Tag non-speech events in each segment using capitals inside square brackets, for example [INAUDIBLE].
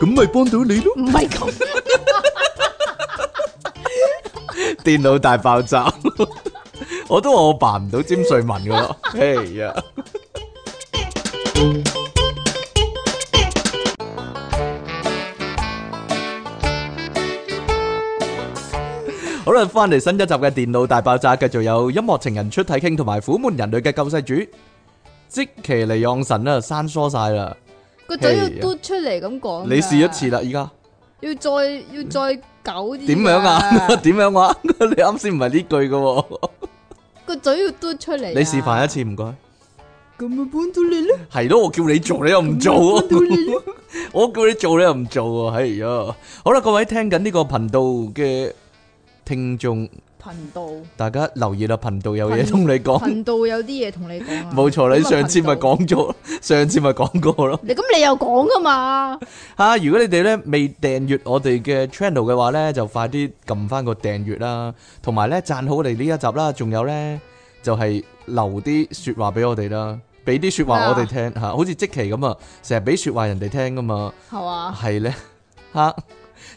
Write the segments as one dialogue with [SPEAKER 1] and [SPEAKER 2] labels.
[SPEAKER 1] 咪幫到你咯。
[SPEAKER 2] 唔係咁，
[SPEAKER 1] 電腦大爆炸，我都話我扮唔到詹瑞文噶咯。哎呀，好啦，翻嚟新一集嘅電腦大爆炸，繼續有音樂情人出體傾，同埋苦悶人類嘅救世主即其尼昂神啦，生疏晒啦，
[SPEAKER 2] 個嘴要
[SPEAKER 1] 係啊
[SPEAKER 2] 嘟出嚟咁講㗎。
[SPEAKER 1] 你試一次啦，依家。
[SPEAKER 2] 要再要再久啲。
[SPEAKER 1] 點樣 [LAUGHS]
[SPEAKER 2] 哎
[SPEAKER 1] 啊？？點樣啊？你啱先唔係呢句嘅喎，
[SPEAKER 2] 個嘴要嘟出嚟啊。
[SPEAKER 1] 你示範一次唔該。
[SPEAKER 2] 咁咪搬到你咧？
[SPEAKER 1] 係咯，我叫你做你又唔做
[SPEAKER 2] 搬到 [LAUGHS] 你
[SPEAKER 1] 喎，
[SPEAKER 2] 咧？
[SPEAKER 1] 我叫你做你又唔做啊，哎呀！好啦，各位聽緊呢個頻道嘅聽眾，
[SPEAKER 2] 頻道
[SPEAKER 1] 大家留意啦，頻道有嘢
[SPEAKER 2] 頻
[SPEAKER 1] 同你講，
[SPEAKER 2] 頻道有啲嘢同你講啊。
[SPEAKER 1] 冇錯，你
[SPEAKER 2] 咁啊
[SPEAKER 1] 上次咪
[SPEAKER 2] 頻道
[SPEAKER 1] 講咗，上次咪講過咯。
[SPEAKER 2] 你咁你又講噶嘛？
[SPEAKER 1] 啊！如果你哋咧未訂閱我哋嘅 channel 嘅話咧，就快啲撳翻個訂閱啦，同埋咧讚好我哋呢一集啦，仲有咧就係、留啲説話俾我哋啦，俾啲説話我哋聽嚇、好似即期咁啊，成日俾説話人哋聽噶嘛，
[SPEAKER 2] 係嘛？
[SPEAKER 1] 係咧嚇，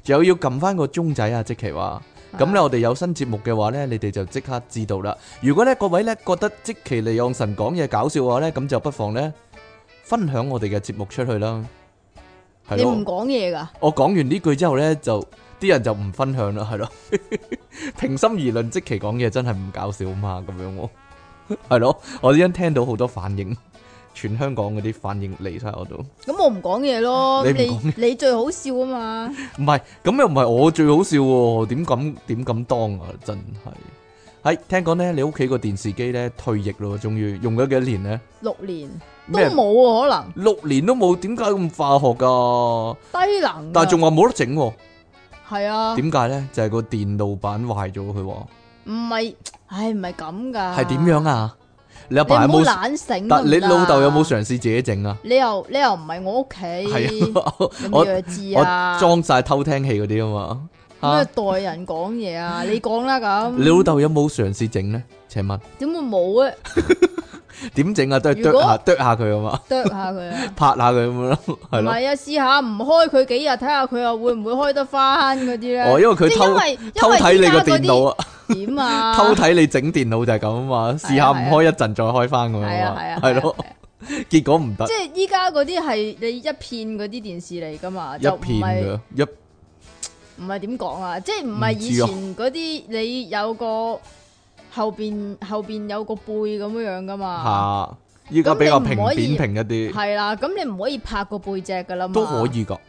[SPEAKER 1] 又要撳翻個鐘仔啊！即期話。咁咧，我哋有新節目嘅話咧，你哋就即刻知道啦。如果咧各位咧覺得即其利用神講嘢搞笑嘅話咧，咁就不妨咧分享我哋嘅節目出去啦。係
[SPEAKER 2] 你唔
[SPEAKER 1] 咯，
[SPEAKER 2] 講嘢噶？
[SPEAKER 1] 我講完呢句之後咧，就啲人就唔分享啦，係咯。 [LAUGHS] 平心而論，即其講嘢真係唔搞笑嘛，咁樣喎。 [LAUGHS] 係咯，我已經聽到好多反應，全香港嗰啲反應嚟晒我度。
[SPEAKER 2] 咁我唔講嘢咯。
[SPEAKER 1] 你
[SPEAKER 2] 咁
[SPEAKER 1] 唔講
[SPEAKER 2] 你你最好笑啊嘛！
[SPEAKER 1] 唔係，咁又唔係我最好笑喎，點敢點敢當啊！真係，係哎聽講咧，你屋企個電視機咧退役咯，終於用咗幾多年咧？
[SPEAKER 2] 六年都
[SPEAKER 1] 咩
[SPEAKER 2] 冇啊，
[SPEAKER 1] 六年都冇，點解咁化學噶？
[SPEAKER 2] 可能低能㗎。
[SPEAKER 1] 但係仲話冇得整喎，
[SPEAKER 2] 係啊？
[SPEAKER 1] 點解咧？就係個電路板壞咗，佢話
[SPEAKER 2] 唔係，唉，唔係咁噶。
[SPEAKER 1] 係點樣啊？你阿
[SPEAKER 2] 你唔
[SPEAKER 1] 爸有
[SPEAKER 2] 好
[SPEAKER 1] 冇？
[SPEAKER 2] 懶醒得唔
[SPEAKER 1] 但
[SPEAKER 2] 得。
[SPEAKER 1] 你老豆有冇嘗試自己整啊？
[SPEAKER 2] 你又你又唔係我屋企，
[SPEAKER 1] 係啊，
[SPEAKER 2] 咁
[SPEAKER 1] [LAUGHS] 我
[SPEAKER 2] 弱智啊！
[SPEAKER 1] 我裝晒偷聽器嗰啲啊嘛。
[SPEAKER 2] 咩
[SPEAKER 1] 嚇，
[SPEAKER 2] 代人講
[SPEAKER 1] [LAUGHS]
[SPEAKER 2] 嘢啊？你講啦咁。
[SPEAKER 1] 你老豆有冇嘗試整咧？請問
[SPEAKER 2] 點會冇啊？
[SPEAKER 1] 點整啊？都係
[SPEAKER 2] 如
[SPEAKER 1] 啄
[SPEAKER 2] 果
[SPEAKER 1] 下啄下佢啊嘛。
[SPEAKER 2] 啄下佢啊！
[SPEAKER 1] 拍下佢咁樣咯，
[SPEAKER 2] 唔
[SPEAKER 1] [LAUGHS] 係咯。
[SPEAKER 2] 係啊，試下唔開佢幾日，睇下佢又會唔會開得翻嗰啲咧？
[SPEAKER 1] 哦，因為佢
[SPEAKER 2] 即係因
[SPEAKER 1] 偷
[SPEAKER 2] 為
[SPEAKER 1] 偷睇你個電腦
[SPEAKER 2] 啊？
[SPEAKER 1] 啊，
[SPEAKER 2] 點啊？
[SPEAKER 1] [LAUGHS] 偷睇你整電腦就係咁啊嘛，試下唔開一陣再開翻咁
[SPEAKER 2] 係
[SPEAKER 1] 樣
[SPEAKER 2] 啊
[SPEAKER 1] 啊
[SPEAKER 2] 係
[SPEAKER 1] 嘛，
[SPEAKER 2] 啊
[SPEAKER 1] 係咯
[SPEAKER 2] 係啊，係啊
[SPEAKER 1] 結果唔得
[SPEAKER 2] 即，係依家嗰啲係你一片嗰啲電視嚟噶嘛，
[SPEAKER 1] 一
[SPEAKER 2] 就唔
[SPEAKER 1] 片
[SPEAKER 2] 係
[SPEAKER 1] 嘅一
[SPEAKER 2] 唔係點講啊？即係唔係以
[SPEAKER 1] 唔知啊
[SPEAKER 2] 前嗰啲你有個後邊後邊有個背咁樣樣噶嘛？
[SPEAKER 1] 下，依家比較平
[SPEAKER 2] 啊咁你唔可
[SPEAKER 1] 扁
[SPEAKER 2] 以
[SPEAKER 1] 平一啲，
[SPEAKER 2] 係啦，咁你唔可以拍個背脊噶啦嘛？
[SPEAKER 1] 都可，以噶。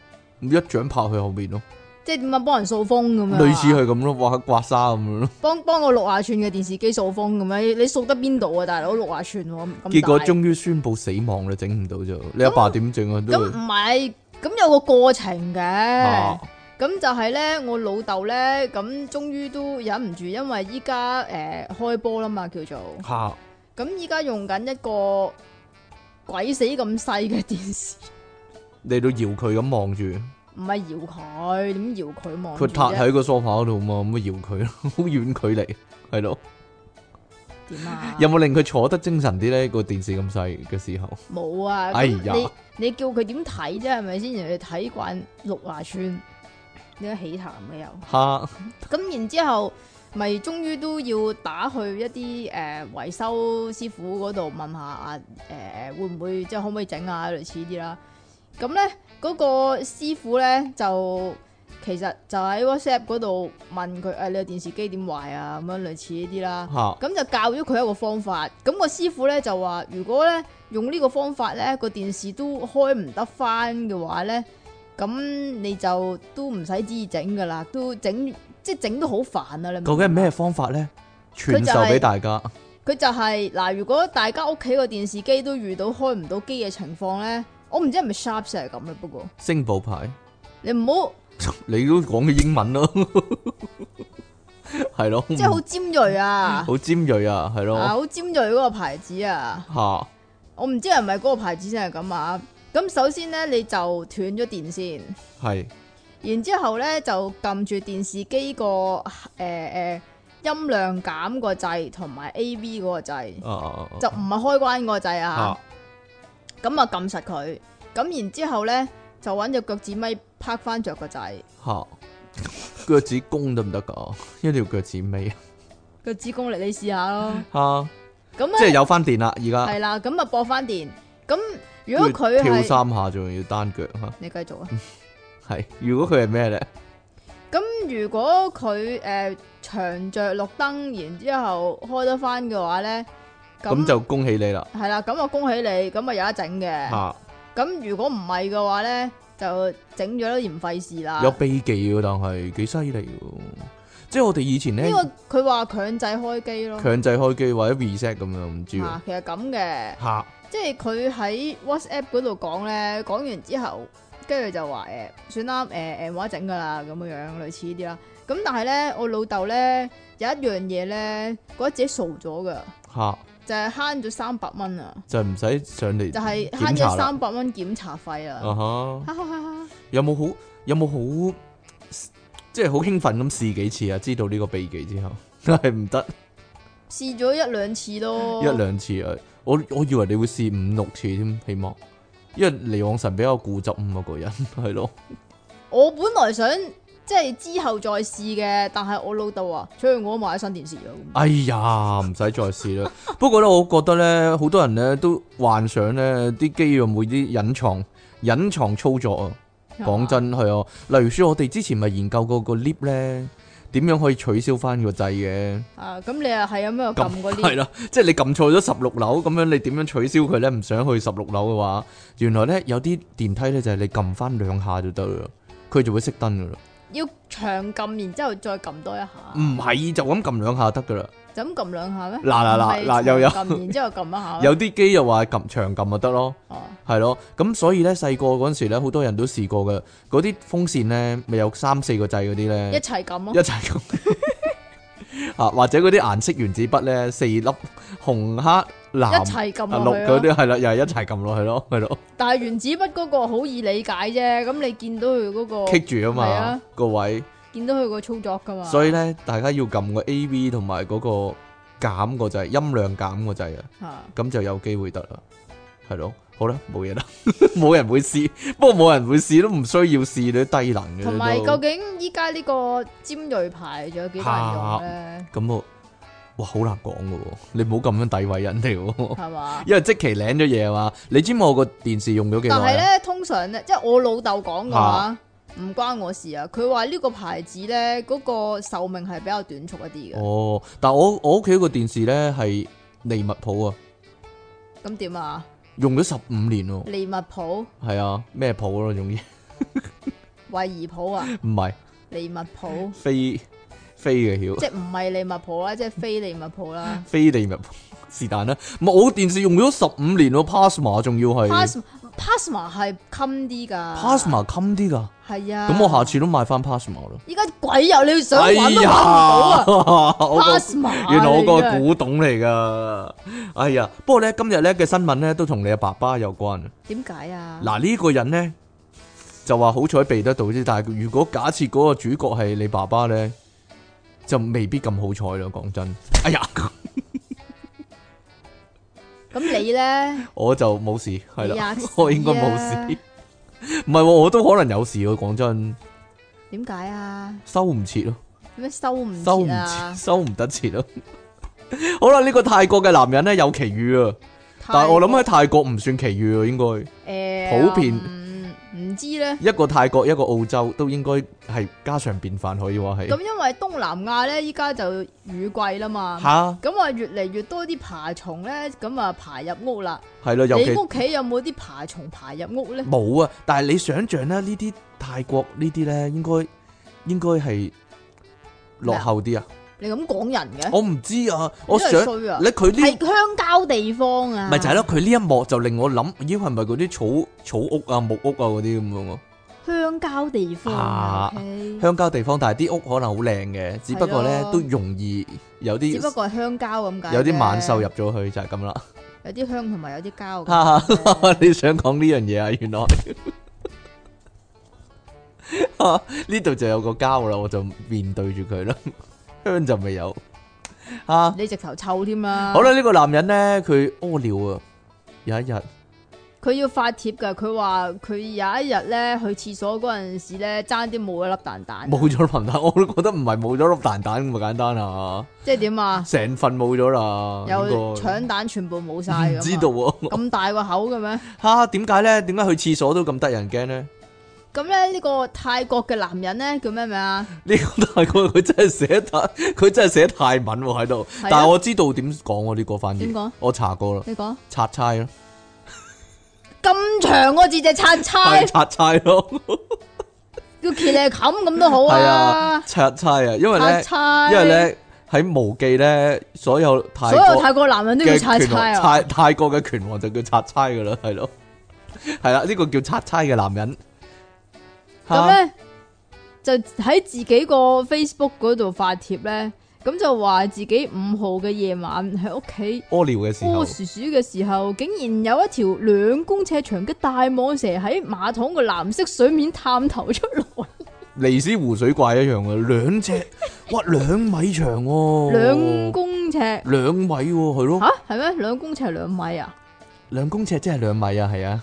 [SPEAKER 1] 咁一掌拍去後面咯，
[SPEAKER 2] 即係點啊？幫人掃風咁樣啊，
[SPEAKER 1] 類似係咁咯，刮刮痧咁樣咯。
[SPEAKER 2] 幫幫個六廿寸嘅電視機掃風咁樣，你你掃得邊度啊？大佬六廿寸喎，咁
[SPEAKER 1] 結果
[SPEAKER 2] 大
[SPEAKER 1] 終於宣布死亡啦，整唔到就你阿爸點整啊？都
[SPEAKER 2] 咁唔係，咁有個過程嘅
[SPEAKER 1] 啊。
[SPEAKER 2] 咁就係咧，我老豆咧，咁終於都忍唔住，因為依家誒開波啦嘛，叫做
[SPEAKER 1] 嚇
[SPEAKER 2] 咁依家用緊一個鬼死咁細嘅電視，
[SPEAKER 1] 你都搖佢咁望住，
[SPEAKER 2] 唔係搖佢，點搖佢望住
[SPEAKER 1] 佢塌
[SPEAKER 2] 啫？
[SPEAKER 1] 喺個梳化嗰度嘛，咁咪搖佢咯， [LAUGHS] 好遠距離係咯。
[SPEAKER 2] 點啊？
[SPEAKER 1] 有冇令佢坐得精神啲呢？個電視咁細嘅時候，
[SPEAKER 2] 冇啊！
[SPEAKER 1] 哎
[SPEAKER 2] 咁
[SPEAKER 1] 呀
[SPEAKER 2] 你你叫佢點睇啫？係咪先？人哋睇慣六牙村，你都起痰嘅又。
[SPEAKER 1] 哈，
[SPEAKER 2] 咁然之後，咪終於都要打去一啲誒、呃、維修師傅嗰度問下啊誒、呃、會唔會即係可唔可以整啊類似呢啲啦。咁咧嗰個師傅咧就其實就喺 WhatsApp 嗰度問佢誒、啊你個電視機點壞啊咁樣類似呢啲啦。
[SPEAKER 1] 哈，
[SPEAKER 2] 咁就教咗佢一個方法，咁、個師傅咧就話：如果咧用呢個方法咧，個電視都開唔得翻嘅話咧，咁你就都唔使旨意整噶啦，都整即係整都好煩啊！你明唔明
[SPEAKER 1] 究竟係咩？方法呢？傳授俾大家，
[SPEAKER 2] 佢就係、嗱，如果大家屋企個電視機都遇到開唔到機嘅情況咧，我唔知係咪 Sharp 成係咁啦，不過
[SPEAKER 1] 星寶牌，
[SPEAKER 2] 你唔好
[SPEAKER 1] 你都講嘅英
[SPEAKER 2] [LAUGHS]
[SPEAKER 1] 文咯，係咯，
[SPEAKER 2] 即係好尖鋭啊，
[SPEAKER 1] 好尖鋭啊，係
[SPEAKER 2] 啊
[SPEAKER 1] 咯，
[SPEAKER 2] 好尖鋭嗰個牌子啊！
[SPEAKER 1] 嚇，
[SPEAKER 2] 我唔知係咪嗰個牌子先係咁啊！咁首先咧，你就斷咗電先，
[SPEAKER 1] 係
[SPEAKER 2] 然之後咧就撳住電視機個誒誒音量減個掣同埋 A.V. 嗰個掣，
[SPEAKER 1] 啊啊，啊
[SPEAKER 2] 就唔係開關嗰個掣啊
[SPEAKER 1] 啊。
[SPEAKER 2] 咁啊撳實佢，咁然之後咧就揾只腳趾咪拍翻着個仔
[SPEAKER 1] 吓，腳趾公得唔得噶？一條腳趾尾
[SPEAKER 2] 個子宮力，你試下咯。
[SPEAKER 1] 吓，
[SPEAKER 2] 咁
[SPEAKER 1] [LAUGHS] 即係
[SPEAKER 2] 咧
[SPEAKER 1] 有翻電啦，而家
[SPEAKER 2] 係啦，咁啊播翻電。咁如果佢
[SPEAKER 1] 跳
[SPEAKER 2] 係
[SPEAKER 1] 三下仲要單腳吓，
[SPEAKER 2] 你繼續啊。
[SPEAKER 1] 係如果佢係咩咧？
[SPEAKER 2] 咁如果佢誒長着綠燈，然之後開得翻嘅話咧，
[SPEAKER 1] 咁就恭喜你啦
[SPEAKER 2] 係啦。咁我恭喜你，咁啊有得整嘅。
[SPEAKER 1] 吓，
[SPEAKER 2] 咁如果唔係嘅話咧，就整咗都嫌費事啦。
[SPEAKER 1] 有秘技喎，但係幾犀利喎，即係我哋以前咧
[SPEAKER 2] 呢個佢話強制開機咯。
[SPEAKER 1] 強制開機或者 reset 咁樣，唔知喎
[SPEAKER 2] 啊，其實咁嘅，
[SPEAKER 1] 吓
[SPEAKER 2] 即係佢喺 WhatsApp 嗰度講咧，講完之後，跟住就話誒、算啦，誒、誒冇得整噶啦，咁樣樣類似呢啲啦。咁但係咧，我老豆咧有一樣嘢咧，覺得自己傻咗噶，
[SPEAKER 1] 吓
[SPEAKER 2] 就係慳咗三百蚊啊，
[SPEAKER 1] 就唔使上嚟
[SPEAKER 2] 就係
[SPEAKER 1] 檢
[SPEAKER 2] 慳
[SPEAKER 1] 查啦
[SPEAKER 2] 咗三百蚊檢查費
[SPEAKER 1] 啊
[SPEAKER 2] 啦。
[SPEAKER 1] 哈。
[SPEAKER 2] 哈哈哈哈
[SPEAKER 1] 有冇好有冇好即係好興奮咁試幾次啊？知道呢個秘技之後， [LAUGHS] 但係唔得
[SPEAKER 2] 試咗一兩次咯，
[SPEAKER 1] 一兩次啊！我我以為你會試五六次添，希望，因為離往神比較固執咁啊個人係咯，
[SPEAKER 2] 我本來想即係之後再試嘅，但係我老豆話，所以我買新電視啦。咁
[SPEAKER 1] 哎呀唔使再試啦。不過咧，我覺得咧，好多人咧都幻想咧啲肌肉會啲隱藏隱藏操作啊。講，真係啊，例如說我哋之前咪研究過個 lift 咧，點樣可以取消翻個掣嘅。
[SPEAKER 2] 啊咁你啊係咁樣撳
[SPEAKER 1] [LAUGHS]
[SPEAKER 2] 嗰啲
[SPEAKER 1] 系。啦，即系你撳錯咗十六樓，咁樣你點樣取消佢咧？唔想去十六樓嘅話，原來咧有啲電梯咧就係你撳翻兩下就得啦，佢就會熄燈噶啦。
[SPEAKER 2] 要長撳，然之後再撳多一下，
[SPEAKER 1] 唔係就咁撳兩下得噶啦。
[SPEAKER 2] 就咁撳兩下咩？
[SPEAKER 1] 嗯嗱嗱嗱嗱
[SPEAKER 2] 唔係
[SPEAKER 1] 又有
[SPEAKER 2] 長撳，然之後撳一下咩，
[SPEAKER 1] 有啲機又話撳長撳就得咯，
[SPEAKER 2] 哦
[SPEAKER 1] 係咯。咁所以咧細個嗰陣時咧，好多人都試過嘅。嗰啲風扇咧，咪有三四個掣嗰啲
[SPEAKER 2] 一
[SPEAKER 1] 咧，
[SPEAKER 2] 齊撳
[SPEAKER 1] 一
[SPEAKER 2] 咯，
[SPEAKER 1] 齊撳 [LAUGHS] 啊，或者嗰啲顏色原子筆咧，四粒紅黑
[SPEAKER 2] 一
[SPEAKER 1] 藍
[SPEAKER 2] 齊撳
[SPEAKER 1] 啊綠
[SPEAKER 2] 落
[SPEAKER 1] 嗰
[SPEAKER 2] 去咯。
[SPEAKER 1] 啲係啦，又係一齊撳落去咯，係咯。
[SPEAKER 2] 但係原子筆嗰個好易理解啫，咁你見到佢嗰個
[SPEAKER 1] 棘住啊
[SPEAKER 2] 係
[SPEAKER 1] 嘛
[SPEAKER 2] 啊
[SPEAKER 1] 個位，
[SPEAKER 2] 見到佢個操作噶嘛，
[SPEAKER 1] 所以咧大家要撳個 A V 同埋嗰個減個掣，音量減個掣啊，
[SPEAKER 2] 嚇
[SPEAKER 1] 咁就有機會得啦，係咯，好啦，冇嘢啦， [LAUGHS] 冇人會試，不過冇人會試都唔需要試，你都低能嘅
[SPEAKER 2] 同埋
[SPEAKER 1] 你
[SPEAKER 2] 究
[SPEAKER 1] 都
[SPEAKER 2] 竟依家呢個尖鋭牌仲有幾多人用咧？
[SPEAKER 1] 咁我哇好難講嘅喎，你唔好咁樣詆毀人哋喎， [LAUGHS]
[SPEAKER 2] 係嘛？
[SPEAKER 1] 因為即期領咗嘢啊嘛，你知唔知我個電視用咗幾
[SPEAKER 2] 但係
[SPEAKER 1] 耐啊？
[SPEAKER 2] 咧，通常咧，即係我老豆講嘅
[SPEAKER 1] 啊
[SPEAKER 2] 話，唔關我事啊。佢話呢個牌子咧，嗰個壽命係比較短促一啲嘅。
[SPEAKER 1] 哦，但我我屋企個電視咧係利物浦啊，
[SPEAKER 2] 咁點啊？
[SPEAKER 1] 用咗十五年咯，
[SPEAKER 2] 利物浦、
[SPEAKER 1] 係啊，咩浦咯，總之
[SPEAKER 2] 惠而浦
[SPEAKER 1] [LAUGHS]
[SPEAKER 2] 啊？
[SPEAKER 1] 唔係。
[SPEAKER 2] 利物浦，
[SPEAKER 1] 非非嘅曉，
[SPEAKER 2] 即系唔係利物浦啦，即係非利物浦啦。
[SPEAKER 1] 非利物浦是但啦。唔係我電視用咗十五年咯，Pasma 仲要 [LAUGHS] 係
[SPEAKER 2] Pasma Pasma 系襟啲噶
[SPEAKER 1] Pasma 襟啲噶，
[SPEAKER 2] 系啊。
[SPEAKER 1] 咁我下次都買翻 Pasma 咯。
[SPEAKER 2] 依家鬼有你想
[SPEAKER 1] 哎
[SPEAKER 2] 搵都搵唔
[SPEAKER 1] 呀，
[SPEAKER 2] [LAUGHS] 到啊
[SPEAKER 1] 我個
[SPEAKER 2] ！Pasma，哎
[SPEAKER 1] 原來我
[SPEAKER 2] 你真
[SPEAKER 1] 個
[SPEAKER 2] 係
[SPEAKER 1] 古董嚟噶。哎呀，不過咧今日咧嘅新聞咧都同你阿爸爸有關。
[SPEAKER 2] 點解啊？
[SPEAKER 1] 嗱呢個人咧就話好彩避得到啫，但係如果假設嗰個主角係你爸爸咧，就未必咁好彩咯。講真，哎呀，
[SPEAKER 2] 咁你咧
[SPEAKER 1] 我就冇事，係
[SPEAKER 2] 你
[SPEAKER 1] 啦
[SPEAKER 2] 吔屎啊，
[SPEAKER 1] [LAUGHS] 我應該冇事。唔係喎，我都可能有事喎。講真，
[SPEAKER 2] 點解啊？
[SPEAKER 1] 收唔切咯，
[SPEAKER 2] 點解收唔
[SPEAKER 1] 收唔
[SPEAKER 2] 切
[SPEAKER 1] 切，
[SPEAKER 2] 啊？
[SPEAKER 1] 收唔得切咯。 [LAUGHS] 好啦，呢、個泰國嘅男人咧有奇遇啊，但係我諗喺泰國唔算奇遇啊，應該
[SPEAKER 2] 诶
[SPEAKER 1] 普遍
[SPEAKER 2] 唔知咧。
[SPEAKER 1] 一個泰國一個澳洲都應該係家常便飯，可以話係
[SPEAKER 2] 咁因為東南亞咧，依家就雨季啦嘛。
[SPEAKER 1] 吓
[SPEAKER 2] 咁啊，越嚟越多啲爬蟲咧，咁啊爬入屋啦。
[SPEAKER 1] 係咯，尤
[SPEAKER 2] 你
[SPEAKER 1] 其
[SPEAKER 2] 屋企有冇啲爬蟲爬入屋咧？
[SPEAKER 1] 冇啊。但係你想象咧，呢啲泰國呢啲咧應該應該係落後啲啊。
[SPEAKER 2] 你咁講人嘅，
[SPEAKER 1] 我唔知啊，我
[SPEAKER 2] 真
[SPEAKER 1] 想
[SPEAKER 2] 係衰啊
[SPEAKER 1] 你佢呢
[SPEAKER 2] 係鄉郊地方啊，
[SPEAKER 1] 咪就係咯，佢呢一幕就令我諗，咦係咪嗰啲草草屋啊、木屋啊嗰啲咁樣啊？
[SPEAKER 2] 鄉郊地方啊
[SPEAKER 1] 啊，
[SPEAKER 2] OK
[SPEAKER 1] 鄉郊地方，但係啲屋可能好靚嘅，只不過咧
[SPEAKER 2] 係咯
[SPEAKER 1] 都容易有
[SPEAKER 2] 只不
[SPEAKER 1] 啲
[SPEAKER 2] 過係鄉郊咁解，
[SPEAKER 1] 有啲猛獸入，咗去就係咁啦。
[SPEAKER 2] 有啲香同埋有啲
[SPEAKER 1] [LAUGHS]
[SPEAKER 2] 膠咁。
[SPEAKER 1] 哈哈你想講呢樣嘢啊？原來 [LAUGHS] 啊呢度就有個膠啦，我就面對住佢啦，香就未有啊。
[SPEAKER 2] 你直頭臭添啦，
[SPEAKER 1] 好啦，呢個男人咧，佢屙尿啊，有一日
[SPEAKER 2] 佢要發帖㗎，佢話佢有一日咧去廁所嗰陣時咧，爭啲冇一粒蛋蛋，
[SPEAKER 1] 冇咗粒蛋蛋，我都覺得唔係冇咗粒蛋蛋咁簡單啊，
[SPEAKER 2] 即係點啊？
[SPEAKER 1] 成份冇咗啦，
[SPEAKER 2] 有
[SPEAKER 1] 應該
[SPEAKER 2] 搶蛋全部冇晒
[SPEAKER 1] 啊唔
[SPEAKER 2] 咁啊，
[SPEAKER 1] 知道喎。 [LAUGHS]
[SPEAKER 2] 咁大個口嘅咩？
[SPEAKER 1] 吓，點解咧？點解去廁所都咁得人驚咧？
[SPEAKER 2] 咁咧呢個泰國嘅男人咧叫咩名啊？
[SPEAKER 1] [LAUGHS] 呢個大概佢真係寫太，佢真係寫泰文喎喺度。
[SPEAKER 2] 啊
[SPEAKER 1] 但係我知道點講喎呢個翻譯，
[SPEAKER 2] 點講？
[SPEAKER 1] 我查過啦，
[SPEAKER 2] 你講
[SPEAKER 1] 拆差咯，
[SPEAKER 2] 咁長個字就拆差
[SPEAKER 1] 係，拆差咯，
[SPEAKER 2] 叫騎呢冚咁都好
[SPEAKER 1] 係
[SPEAKER 2] 啊
[SPEAKER 1] 啊，，拆差啊，因為
[SPEAKER 2] 拆
[SPEAKER 1] 咧，
[SPEAKER 2] 差，
[SPEAKER 1] 因為，咧喺無記咧，所有泰
[SPEAKER 2] 所有
[SPEAKER 1] 國
[SPEAKER 2] 泰國男人都
[SPEAKER 1] 嘅
[SPEAKER 2] 要拆
[SPEAKER 1] 拳
[SPEAKER 2] 差
[SPEAKER 1] 王，
[SPEAKER 2] 啊，
[SPEAKER 1] 泰泰國嘅拳王就叫拆差噶啦，係
[SPEAKER 2] [LAUGHS]
[SPEAKER 1] 咯，係啦，呢個叫拆差嘅男人。
[SPEAKER 2] 咁咧就喺自己個 Facebook 嗰度發帖咧，咁就話自己五號嘅夜晚喺屋企。
[SPEAKER 1] 嚇屙尿嘅時候
[SPEAKER 2] 屙，鼠鼠嘅時候，竟然有一條兩公尺長嘅大蟒蛇喺馬桶個藍色水面探頭出來，
[SPEAKER 1] 尼斯湖水怪一樣嘅，兩
[SPEAKER 2] [LAUGHS]
[SPEAKER 1] 隻，哇，兩米長喎，
[SPEAKER 2] 兩公尺
[SPEAKER 1] 兩米喎，係咯。
[SPEAKER 2] 吓係咩？兩公尺係兩米啊？
[SPEAKER 1] [LAUGHS] 兩公尺即係兩米啊，係啊，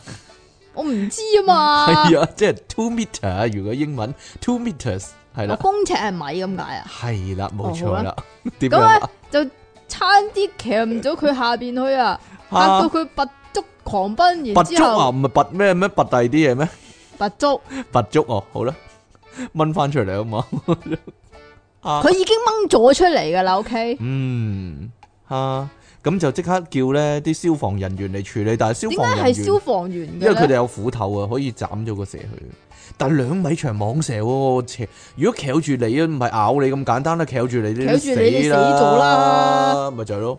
[SPEAKER 2] 我唔知啊嘛。
[SPEAKER 1] 係啊，即係 two meter 啊，如果英文 two meters 係
[SPEAKER 2] 我
[SPEAKER 1] 啦，
[SPEAKER 2] 公尺係米咁解哦啊？
[SPEAKER 1] 係啦，冇
[SPEAKER 2] 哦
[SPEAKER 1] 錯
[SPEAKER 2] 好
[SPEAKER 1] 啦 [LAUGHS]
[SPEAKER 2] 啦，
[SPEAKER 1] 點樣
[SPEAKER 2] 咁
[SPEAKER 1] 啊
[SPEAKER 2] 啊？就差啲騎唔到佢下邊去啊，嚇
[SPEAKER 1] 啊
[SPEAKER 2] 到佢拔足狂奔，
[SPEAKER 1] 拔
[SPEAKER 2] 然之
[SPEAKER 1] 足啊，
[SPEAKER 2] 後
[SPEAKER 1] 唔係拔咩咩拔第二啲嘢咩？
[SPEAKER 2] 拔足，
[SPEAKER 1] 拔足哦，好啦，掹翻出嚟啊
[SPEAKER 2] [LAUGHS]
[SPEAKER 1] 嘛，啊
[SPEAKER 2] 佢已經掹咗出嚟噶啦。OK，
[SPEAKER 1] 嗯，吓咁就即刻叫咧啲消防人員嚟處理，但係消
[SPEAKER 2] 點
[SPEAKER 1] 防
[SPEAKER 2] 解
[SPEAKER 1] 人
[SPEAKER 2] 係
[SPEAKER 1] 員
[SPEAKER 2] 消防員
[SPEAKER 1] 因為佢
[SPEAKER 2] 嘅
[SPEAKER 1] 哋
[SPEAKER 2] 咧？
[SPEAKER 1] 有斧頭啊，可以斬咗個蛇去。但係兩米長蟒蛇喎、斜如果翹住你啊，唔係咬你咁簡單啦，翹住你你
[SPEAKER 2] 翹住你
[SPEAKER 1] 死
[SPEAKER 2] 你死
[SPEAKER 1] 啦
[SPEAKER 2] 咗啦
[SPEAKER 1] 咪就係咯。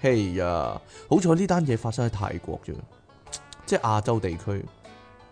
[SPEAKER 1] 嘿呀，好彩呢單嘢發生喺泰國啫，即係亞洲地區。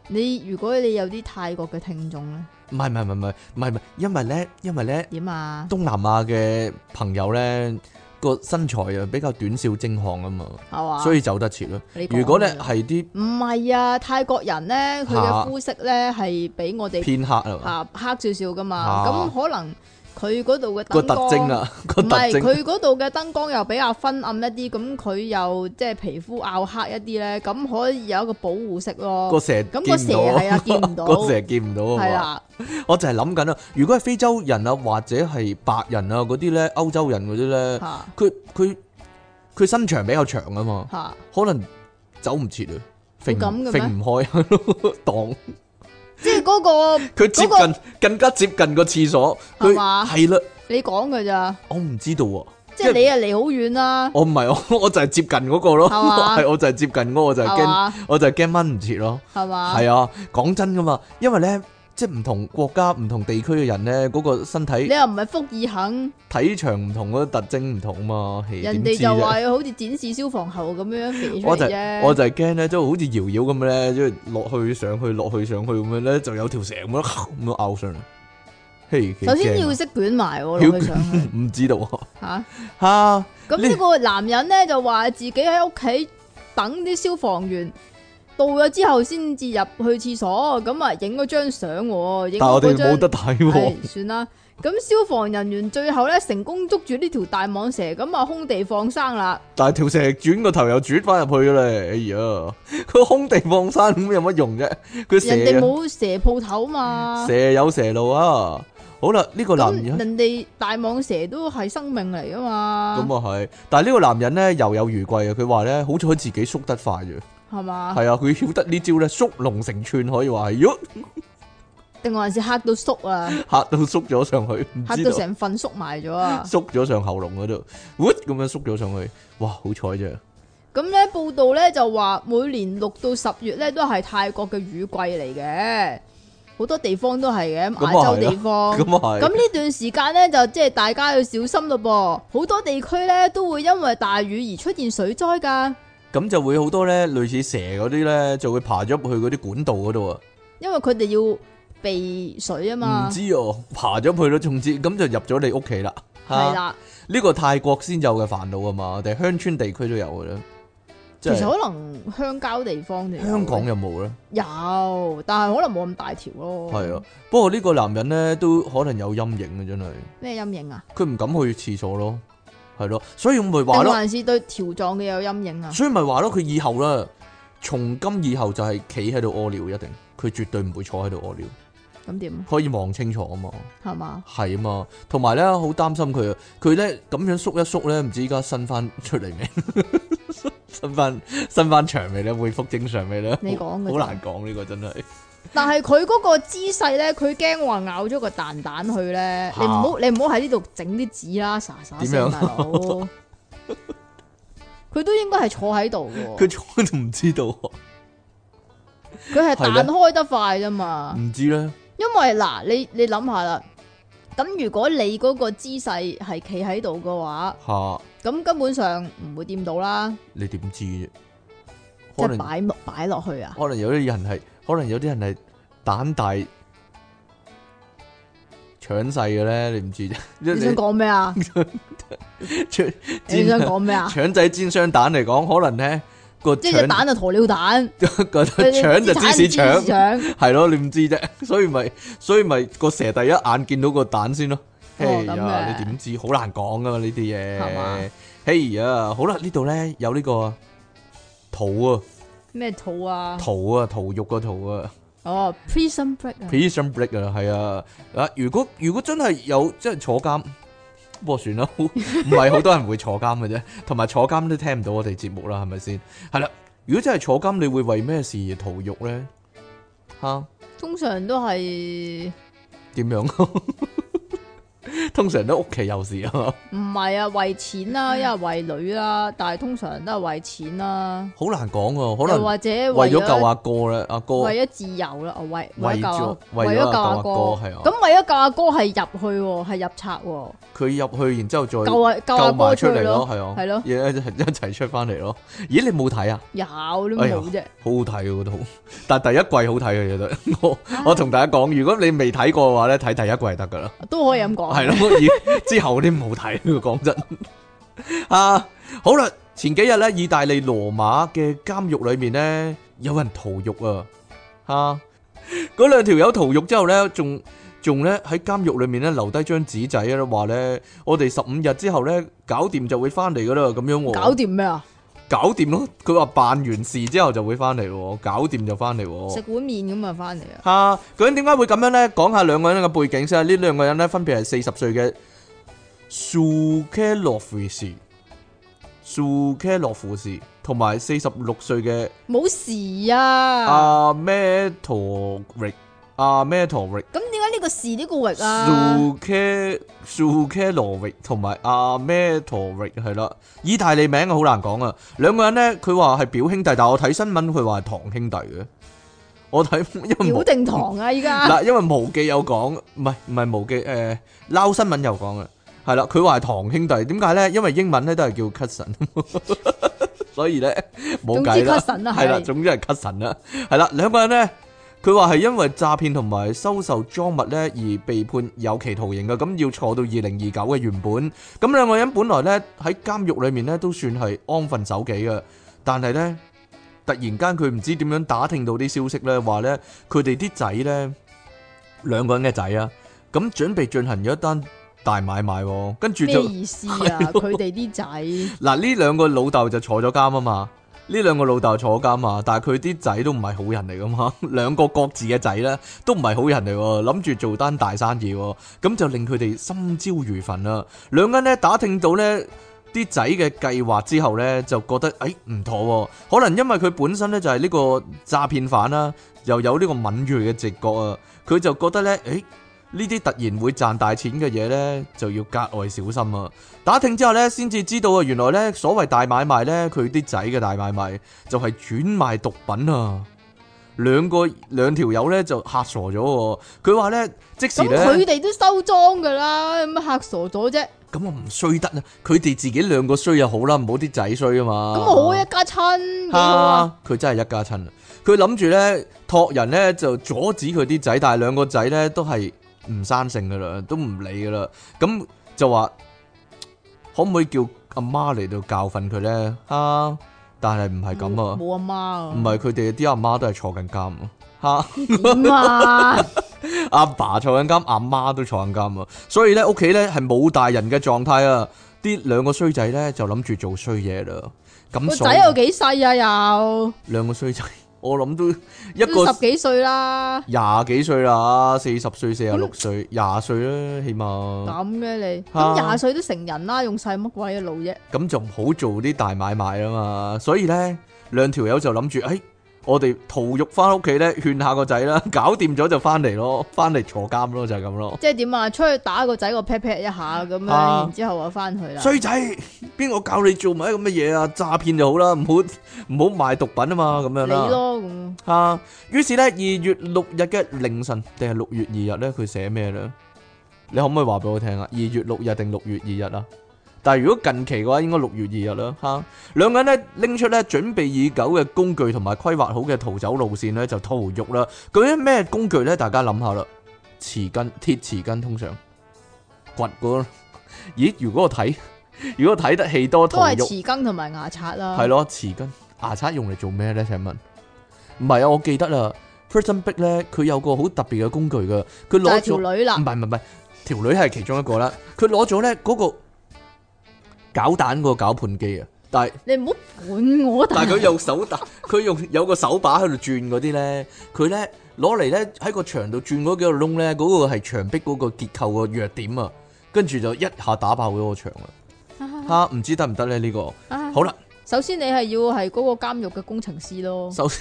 [SPEAKER 2] 你如果你有啲泰國嘅聽眾咧，
[SPEAKER 1] 唔係唔係唔係唔係唔係唔係，因為咧，因為咧，
[SPEAKER 2] 點啊？
[SPEAKER 1] 東南亞嘅朋友咧個身材啊比較短小精悍啊嘛，
[SPEAKER 2] 係嘛？
[SPEAKER 1] 所以走得切咯。
[SPEAKER 2] 你講啊
[SPEAKER 1] 如果咧
[SPEAKER 2] 嘅
[SPEAKER 1] 係啲
[SPEAKER 2] 唔係啊，泰國人咧佢嘅
[SPEAKER 1] 嚇
[SPEAKER 2] 膚色咧係比我哋
[SPEAKER 1] 偏黑啊嘛，
[SPEAKER 2] 啊黑少少噶嘛，
[SPEAKER 1] 嚇
[SPEAKER 2] 咁可能佢嗰度嘅
[SPEAKER 1] 個
[SPEAKER 2] 燈
[SPEAKER 1] 特
[SPEAKER 2] 光
[SPEAKER 1] 徵啊，個
[SPEAKER 2] 唔
[SPEAKER 1] 特
[SPEAKER 2] 係
[SPEAKER 1] 徵。
[SPEAKER 2] 佢嗰度嘅燈光又比較昏暗一啲，咁佢又即係皮膚拗黑一啲咧，咁可以有一個保護色
[SPEAKER 1] 個
[SPEAKER 2] 咯。
[SPEAKER 1] 蛇
[SPEAKER 2] 哦咁
[SPEAKER 1] 見
[SPEAKER 2] 個
[SPEAKER 1] 唔
[SPEAKER 2] 蛇
[SPEAKER 1] [LAUGHS]
[SPEAKER 2] 係啊，見唔
[SPEAKER 1] 到，
[SPEAKER 2] 到，
[SPEAKER 1] 個蛇見唔到
[SPEAKER 2] 係
[SPEAKER 1] 啊嘛！
[SPEAKER 2] 啦，
[SPEAKER 1] 我就係諗緊啊，如果係非洲人啊，或者係白人啊嗰啲咧，歐洲人嗰啲咧，
[SPEAKER 2] 嚇
[SPEAKER 1] 佢佢佢身長比較長啊嘛，
[SPEAKER 2] 嚇
[SPEAKER 1] 可能走唔切啊，揈
[SPEAKER 2] 會咁嘅咩
[SPEAKER 1] 揈唔開係咯， [LAUGHS] 擋
[SPEAKER 2] 即係嗰個
[SPEAKER 1] 佢接
[SPEAKER 2] 嗰
[SPEAKER 1] 近更加接近個廁所，佢
[SPEAKER 2] 係嘛
[SPEAKER 1] 係啦，
[SPEAKER 2] 你講嘅咋，
[SPEAKER 1] 我唔知道喎，
[SPEAKER 2] 即係你啊離好遠啦，
[SPEAKER 1] 我唔係 [LAUGHS] 我我就係接近嗰個咯，
[SPEAKER 2] 係嘛
[SPEAKER 1] 係我就係接近嗰個，我就係
[SPEAKER 2] 係
[SPEAKER 1] 驚
[SPEAKER 2] 嘛
[SPEAKER 1] 我就係驚掹唔切咯。
[SPEAKER 2] 係嘛？
[SPEAKER 1] 係啊，講真噶嘛，因為咧，即係唔同國家、唔同地區嘅人咧，嗰、個身
[SPEAKER 2] 你
[SPEAKER 1] 體
[SPEAKER 2] 又唔係福爾肯，
[SPEAKER 1] 體長唔同，嗰個特徵唔同嘛，唉點
[SPEAKER 2] 人哋
[SPEAKER 1] 知
[SPEAKER 2] 就
[SPEAKER 1] 啫
[SPEAKER 2] 話好似展示消防喉咁樣肥出
[SPEAKER 1] 我就
[SPEAKER 2] 嚟啫。
[SPEAKER 1] 我就係驚咧，即係好似搖搖咁咧，即係落去上去落去上去咁樣咧，就有條蛇咁樣咁樣咬上嚟。嘿，幾
[SPEAKER 2] 首先
[SPEAKER 1] 驚
[SPEAKER 2] 要
[SPEAKER 1] 啊
[SPEAKER 2] 識捲埋喎，落去上去
[SPEAKER 1] [LAUGHS] 唔知道啊 [LAUGHS]
[SPEAKER 2] 嚇。
[SPEAKER 1] 嚇，
[SPEAKER 2] 咁
[SPEAKER 1] 呢
[SPEAKER 2] 呢個男人咧就話自己喺屋企等啲消防員到咗之後先至入去廁所，咁啊影咗張相喎，影
[SPEAKER 1] 但係
[SPEAKER 2] 咗
[SPEAKER 1] 我哋
[SPEAKER 2] 嗰
[SPEAKER 1] 冇
[SPEAKER 2] 張
[SPEAKER 1] 得睇喎，
[SPEAKER 2] 係算啦。咁消防人員最後咧成功捉住呢條大蟒蛇，咁啊空地放生啦。
[SPEAKER 1] 但係條蛇轉個頭又轉翻入去啦，哎呀， [LAUGHS] 佢空地放生咁有乜用啫？佢
[SPEAKER 2] 人哋
[SPEAKER 1] 蛇啊
[SPEAKER 2] 冇蛇鋪頭嘛，
[SPEAKER 1] 蛇有蛇路啊！好啦，呢個男人
[SPEAKER 2] 咁。人哋大蟒蛇都係生命嚟噶嘛，
[SPEAKER 1] 咁啊系，但系呢個男人咧猶有餘悸啊！佢話咧，好彩自己縮得快啫，
[SPEAKER 2] 係嘛？
[SPEAKER 1] 係啊，佢曉得呢招咧縮龍成寸，可以話哎係，喐
[SPEAKER 2] 定還是嚇到縮啊，
[SPEAKER 1] 嚇到縮咗上去，唔
[SPEAKER 2] [LAUGHS] 嚇
[SPEAKER 1] 知
[SPEAKER 2] 到
[SPEAKER 1] 道
[SPEAKER 2] 成份縮埋咗啊！
[SPEAKER 1] 縮咗上喉嚨嗰度，喎咁樣縮咗上去，哇！好彩啫，
[SPEAKER 2] 咁咧報道咧就話每年六到十月咧都係泰國嘅雨季嚟嘅，好多地方都係嘅，
[SPEAKER 1] 咁啊
[SPEAKER 2] 亞洲
[SPEAKER 1] 係咯
[SPEAKER 2] 地方。
[SPEAKER 1] 咁啊
[SPEAKER 2] 哦咁
[SPEAKER 1] 係，
[SPEAKER 2] 呢段時間咧就即係大家要小心咯噃，好多地區咧都會因為大雨而出現水災㗎，
[SPEAKER 1] 咁就會好多咧類似蛇嗰啲咧，就會爬咗入去嗰啲管道嗰度啊，
[SPEAKER 2] 因為佢哋要避水啊
[SPEAKER 1] 唔
[SPEAKER 2] 嘛，
[SPEAKER 1] 知哦，爬咗入去咯，總之咁就入咗你屋企啦，
[SPEAKER 2] 係
[SPEAKER 1] 嚇
[SPEAKER 2] 啦。
[SPEAKER 1] 呢個泰國先有嘅煩惱啊嘛，我哋鄉村地區都有嘅啦，
[SPEAKER 2] 其
[SPEAKER 1] 即
[SPEAKER 2] 實
[SPEAKER 1] 係
[SPEAKER 2] 可能鄉郊地方就有
[SPEAKER 1] 香港有冇咧？
[SPEAKER 2] 有，但係可能冇咁大條咯。
[SPEAKER 1] 係啊，，不過呢個男人咧都可能有陰影啊，真係，
[SPEAKER 2] 咩陰影啊？
[SPEAKER 1] 佢唔敢去廁所咯，係咯，所以咪話
[SPEAKER 2] 定
[SPEAKER 1] 咯，
[SPEAKER 2] 還是對條狀嘅有陰影啊？
[SPEAKER 1] 所以咪話咯，佢以後啦，從今以後就係企喺度屙尿一定，佢絕對唔會坐喺度屙尿，
[SPEAKER 2] 咁點啊？
[SPEAKER 1] 可以望清楚啊嘛，
[SPEAKER 2] 係嘛？
[SPEAKER 1] 係啊嘛，同埋咧好擔心佢啊，佢咧咁樣縮一縮咧，唔知依家伸翻出嚟未？ [LAUGHS] 伸翻伸翻長未咧？恢復正常未咧？
[SPEAKER 2] 你講嘅
[SPEAKER 1] 好
[SPEAKER 2] 啫
[SPEAKER 1] 難講呢個真係，
[SPEAKER 2] 但係佢嗰個姿勢咧，佢驚話咬咗個蛋蛋去咧。
[SPEAKER 1] 嚇
[SPEAKER 2] 你唔好你唔好喺呢度整啲紙啦，沙沙
[SPEAKER 1] 點樣
[SPEAKER 2] 聲大佬。
[SPEAKER 1] [LAUGHS]
[SPEAKER 2] 佢都應該係坐喺度嘅
[SPEAKER 1] 佢，坐都唔知道啊喎，
[SPEAKER 2] 佢係
[SPEAKER 1] 係咧
[SPEAKER 2] 彈開得快啫嘛。
[SPEAKER 1] 唔知咧，
[SPEAKER 2] 因為嗱，你你諗下啦，咁如果你嗰個姿勢係企喺度嘅話，
[SPEAKER 1] 吓
[SPEAKER 2] 咁根本上唔會掂到啦，
[SPEAKER 1] 你點知啫？
[SPEAKER 2] 即
[SPEAKER 1] 可
[SPEAKER 2] 係
[SPEAKER 1] 能。
[SPEAKER 2] 擺落擺落去啊。
[SPEAKER 1] 可能有啲人係，可能有啲人係蛋大搶細嘅咧，你唔知啫。
[SPEAKER 2] 你想講
[SPEAKER 1] [LAUGHS]
[SPEAKER 2] 咩啊？
[SPEAKER 1] 搶
[SPEAKER 2] 你想
[SPEAKER 1] 煎
[SPEAKER 2] 講咩啊？
[SPEAKER 1] 腸仔煎雙蛋嚟講，可能咧個
[SPEAKER 2] 即係隻
[SPEAKER 1] 腸
[SPEAKER 2] 蛋就鴕鳥蛋，
[SPEAKER 1] [LAUGHS] 個腸就芝士腸，係咯，你唔知啫。所以咪所以咪個蛇第一眼見到個蛋先咯。
[SPEAKER 2] 哦
[SPEAKER 1] 哎
[SPEAKER 2] 咁
[SPEAKER 1] 呀，
[SPEAKER 2] 嘅
[SPEAKER 1] 你點知？好難講噶嘛呢啲
[SPEAKER 2] 係嘛
[SPEAKER 1] 嘢。哎呀，好啦，呢度咧有呢個圖啊，
[SPEAKER 2] 咩肚啊？
[SPEAKER 1] 圖啊，圖肉個圖啊。
[SPEAKER 2] 哦，prison break 啊，
[SPEAKER 1] prison break 啊，係啊，啊如果如果真係有即係坐監，不過算啦，好唔係好多人會坐監嘅啫，同埋坐監都聽唔到我哋節目啦，係咪先？係啦，如果真係坐監，你會為咩事而逃獄咧？吓
[SPEAKER 2] 通常都係
[SPEAKER 1] 點樣？ [LAUGHS] 通常都屋企有事啊嘛，
[SPEAKER 2] 唔係啊？為錢
[SPEAKER 1] 嗯
[SPEAKER 2] 啦，一係為女啦，但係通常都係為錢啦，
[SPEAKER 1] 好難講喎，可
[SPEAKER 2] 又
[SPEAKER 1] 能
[SPEAKER 2] 或者
[SPEAKER 1] 為
[SPEAKER 2] 為
[SPEAKER 1] 咗救阿哥啦，阿哥
[SPEAKER 2] 為咗自由啦，哦為
[SPEAKER 1] 為
[SPEAKER 2] 為咗
[SPEAKER 1] 咗
[SPEAKER 2] 救為
[SPEAKER 1] 為咗
[SPEAKER 2] 咗
[SPEAKER 1] 救
[SPEAKER 2] 救
[SPEAKER 1] 阿
[SPEAKER 2] 阿
[SPEAKER 1] 哥
[SPEAKER 2] 哥
[SPEAKER 1] 係啊
[SPEAKER 2] 咁為咗救阿哥係入去喎，係入冊喎，
[SPEAKER 1] 佢入去，然之後再
[SPEAKER 2] 救阿救阿
[SPEAKER 1] 救
[SPEAKER 2] 哥
[SPEAKER 1] 埋
[SPEAKER 2] 出
[SPEAKER 1] 出
[SPEAKER 2] 去
[SPEAKER 1] 嚟
[SPEAKER 2] 咯
[SPEAKER 1] 咯，，係啊，
[SPEAKER 2] 係咯，
[SPEAKER 1] 一一一齊出翻嚟咯。咦，你冇睇啊？
[SPEAKER 2] 有都
[SPEAKER 1] 哎呀
[SPEAKER 2] 冇啫，
[SPEAKER 1] 好好睇嗰套， [LAUGHS] 但第一季好睇嘅，其實 [LAUGHS] 我我同大家講，如果你未睇過嘅話咧，睇第一季就得噶啦，
[SPEAKER 2] 都可以咁
[SPEAKER 1] 嗯係
[SPEAKER 2] 講。
[SPEAKER 1] 咯，而之後啲唔好睇，講真啊，好啦，前幾日咧，意大利羅馬嘅監獄裏面咧，有人逃獄啊，吓嗰兩條友逃獄之後咧，仲仲咧喺監獄裏面咧留低張紙仔咧，話咧我哋十五日之後咧搞掂就會翻嚟噶啦，咁樣喎
[SPEAKER 2] 搞掂咩啊？
[SPEAKER 1] 搞掂咯，佢話辦完事之後就會翻嚟喎，搞掂就翻嚟喎
[SPEAKER 2] 食。碗面咁啊，翻嚟啊！
[SPEAKER 1] 吓、究竟點解會咁樣呢？講下兩個人嘅背景先啊。呢兩個人呢，分別係四十歲嘅 s 克洛夫士、s 克洛夫士，同埋四十六歲嘅
[SPEAKER 2] 冇事啊！
[SPEAKER 1] 阿咩陀瑞、阿咩陀瑞、
[SPEAKER 2] 咁點解呢個事呢個域啊？
[SPEAKER 1] s 克 s 克羅域同埋阿咩陀瑞係啦。意大利名啊好難講啊。兩個人呢，佢話係表兄弟，但我睇新聞佢話係堂兄弟嘅。我睇因為
[SPEAKER 2] 表
[SPEAKER 1] 冇
[SPEAKER 2] 定堂啊！依家 [LAUGHS]
[SPEAKER 1] 嗱，因為無記有講，唔係唔係無記，誒、撈新聞有講嘅，係啦，佢話係堂兄弟，點解咧？因為英文咧都係叫 cousin，所以咧冇
[SPEAKER 2] 總之
[SPEAKER 1] 計啦，
[SPEAKER 2] cousin 啦，
[SPEAKER 1] 係啦，
[SPEAKER 2] 係
[SPEAKER 1] 總之係 cousin 啦，係啦，兩個人咧，佢話係因為詐騙同埋收受贓物咧而被判有期徒刑嘅，咁要坐到二零二九嘅原本，咁兩個人本來咧喺監獄裏面咧都算係安分守己嘅，但係咧。突然間佢唔知點樣打聽到啲消息咧，話咧佢哋啲仔咧兩個人嘅仔啊，咁準備進行咗一單大買賣喎，跟住
[SPEAKER 2] 咩
[SPEAKER 1] 就
[SPEAKER 2] 意思啊？佢哋啲仔
[SPEAKER 1] 嗱呢兩個老豆就坐咗監啊嘛，呢兩個老豆坐監啊嘛，但係佢啲仔都唔係好人嚟噶嘛， [LAUGHS] 兩個各自嘅仔咧都唔係好人嚟喎，諗住做單大生意喎，咁就令佢哋心焦如焚啦。兩間咧打聽到咧。啲仔嘅計劃之後呢，就覺得誒唔妥喎，可能因為佢本身呢就係呢個詐騙犯啦，又有呢個敏鋭嘅直覺啊，佢就覺得呢，誒呢啲突然會賺大錢嘅嘢呢，就要格外小心啊！打聽之後呢，先至知道啊，原來呢所謂大買賣呢，佢啲仔嘅大買賣就係轉賣毒品啊！兩個兩條友呢就嚇傻咗喎，佢話呢，即時
[SPEAKER 2] 咁
[SPEAKER 1] 呢。
[SPEAKER 2] 佢哋都收裝噶啦，有乜嚇傻咗啫？
[SPEAKER 1] 咁我唔衰得啊！佢哋自己兩個衰就好啦，唔好啲仔衰啊嘛。
[SPEAKER 2] 咁我好一家親幾好啊！
[SPEAKER 1] 啊！佢真係一家親啊！佢諗住咧托人咧就阻止佢啲仔，但係兩個仔咧都係唔生性噶啦，都唔理噶啦。咁就話可唔可以叫阿媽嚟到教訓佢咧？啊！但係唔係咁啊，
[SPEAKER 2] 冇阿
[SPEAKER 1] 唔係佢哋啲阿媽都係坐緊監啊！嚇！
[SPEAKER 2] 媽啊，點啊？
[SPEAKER 1] 阿爸坐緊監，阿媽都坐緊監啊，所以咧屋企咧係冇大人嘅狀態啊，啲兩個衰仔咧就諗住做衰嘢啦，
[SPEAKER 2] 個
[SPEAKER 1] [LAUGHS] 咁
[SPEAKER 2] 仔
[SPEAKER 1] 衰
[SPEAKER 2] 有，幾細啊？又
[SPEAKER 1] 兩個衰仔，我諗都一
[SPEAKER 2] 都
[SPEAKER 1] 個
[SPEAKER 2] 十幾歲啦，
[SPEAKER 1] 廿幾歲啦，四十歲、四十六
[SPEAKER 2] 咁
[SPEAKER 1] 歲、廿歲啦，起碼
[SPEAKER 2] 咁嘅你，
[SPEAKER 1] 啊
[SPEAKER 2] 咁廿歲都成人啦，用晒乜鬼嘅腦啫？
[SPEAKER 1] 咁就唔好做啲大買賣啊嘛。所以咧，兩條友就諗住，誒，我哋逃獄翻屋企咧，勸下個仔啦，搞掂咗就翻嚟咯，翻嚟坐監咯，就係咁咯。
[SPEAKER 2] 即係點啊？出去打個仔個 pat pat 一下咁樣，
[SPEAKER 1] 啊
[SPEAKER 2] 然之後就翻去啦。
[SPEAKER 1] 衰仔，邊個教你做埋啲咁嘅嘢啊？詐騙就好啦，唔好唔好賣毒品啊嘛，咁樣
[SPEAKER 2] 你
[SPEAKER 1] 啦。
[SPEAKER 2] 咯咁，
[SPEAKER 1] 啊，於是咧，二月六日嘅凌晨定係六月二日咧，佢寫咩咧？你可唔可以話俾我聽啊？二月六日定六月二日啊？但係如果近期嘅話，應該六月二日啦。嚇，兩個人咧拎出咧準備已久嘅工具同埋規劃好嘅逃走路線咧，就逃獄啦。究竟咩工具咧？大家諗下啦。匙羹，鐵匙羹通常掘嗰。咦？如果我睇，如果我睇得戲多
[SPEAKER 2] 都
[SPEAKER 1] 逃
[SPEAKER 2] 係
[SPEAKER 1] 獄。
[SPEAKER 2] 匙羹同埋牙刷啦。
[SPEAKER 1] 系咯，匙羹、牙刷用嚟做咩咧？請問，唔係啊，我記得啦 p r i s o n b i g 咧，佢有個好特別嘅工具噶，佢
[SPEAKER 2] 就
[SPEAKER 1] 攞
[SPEAKER 2] 係
[SPEAKER 1] 咗，
[SPEAKER 2] 條
[SPEAKER 1] 唔
[SPEAKER 2] 女啦，啊
[SPEAKER 1] 係唔係唔係，條女係其中一個啦，佢攞咗咧嗰個攪蛋個攪盤機啊，但係
[SPEAKER 2] 你唔好管我。
[SPEAKER 1] 但
[SPEAKER 2] 係
[SPEAKER 1] 係佢用手打，佢用有個手把喺度轉嗰啲咧，佢咧攞嚟咧喺個牆度轉嗰幾個窿咧，嗰、個係牆壁嗰個結構個弱點啊，跟住就一下打爆咗個牆啦，
[SPEAKER 2] 嗯
[SPEAKER 1] 吓、唔知得唔得咧呢個？
[SPEAKER 2] 啊
[SPEAKER 1] 好啦。
[SPEAKER 2] 首先你係要係嗰個監獄嘅工程師咯，
[SPEAKER 1] 首先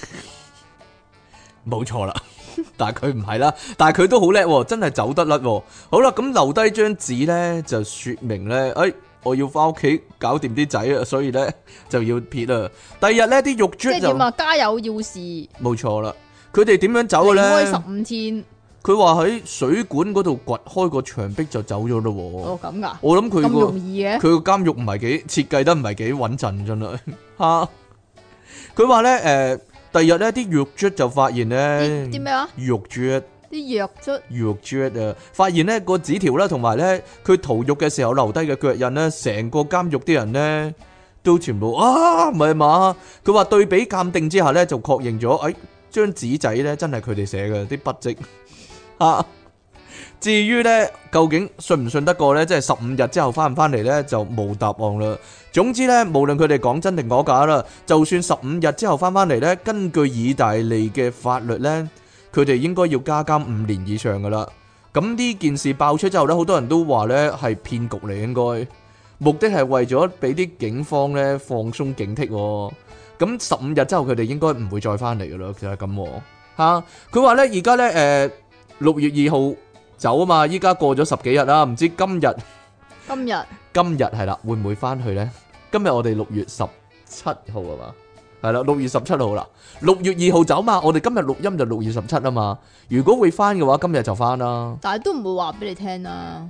[SPEAKER 1] [LAUGHS] 冇錯啦， [LAUGHS] 但係佢唔係啦，但係佢都好叻喎，真係走得甩喎。好啦，咁留低張紙呢，就説明呢，哎，我要翻屋企搞掂啲仔啊，所以呢， [LAUGHS] 就要撇啦。第二日呢啲肉
[SPEAKER 2] 即係
[SPEAKER 1] 磚就
[SPEAKER 2] 點啊？家有要事，
[SPEAKER 1] 冇錯啦。佢哋點樣走嘅
[SPEAKER 2] 離開十
[SPEAKER 1] 呢？
[SPEAKER 2] 五天，
[SPEAKER 1] 佢話喺水管嗰度掘開個牆壁就走咗咯喎。
[SPEAKER 2] 哦咁噶，
[SPEAKER 1] 我諗佢
[SPEAKER 2] 咁
[SPEAKER 1] 個
[SPEAKER 2] 容易嘅，
[SPEAKER 1] [LAUGHS] 佢個監獄唔係幾設計得唔係幾穩陣真係 [LAUGHS] 嚇。佢話咧誒，第二日咧啲獄卒就發現咧
[SPEAKER 2] 啲啲咩啊？
[SPEAKER 1] 獄卒
[SPEAKER 2] 啲藥出
[SPEAKER 1] 獄卒啊，發現咧個紙條啦，同埋咧佢逃獄嘅時候留低嘅腳印咧，成個監獄啲人咧都全部啊唔係嘛？佢話對比鑑定之下咧，就確認咗誒張紙仔咧真係佢哋寫嘅啲筆跡啊。至於咧，究竟信唔信得過咧，即係十五日之後翻唔翻嚟咧，就冇答案啦。總之咧，無論佢哋講真定講假啦，就算十五日之後翻翻嚟咧，根據意大利嘅法律咧，佢哋應該要加監五年以上噶啦。咁呢件事爆出之後咧，好多人都話咧係騙局嚟，應該目的係為咗俾啲警方咧放鬆警惕、喎。咁十五日之後，佢哋應該唔會再翻嚟噶啦，就係咁喎嚇。佢話咧，而家咧誒六月二號走啊嘛，依家過咗十幾日啦，唔知今日。
[SPEAKER 2] 今日
[SPEAKER 1] 今日係啦，會唔會翻去呢？今日我哋六月十七號啊嘛，係啦，六月十七號啦，六月二號走嘛，我哋今日錄音就六月十七啊嘛。如果會翻嘅話，今日就翻啦。
[SPEAKER 2] 但係都唔會話俾你聽啊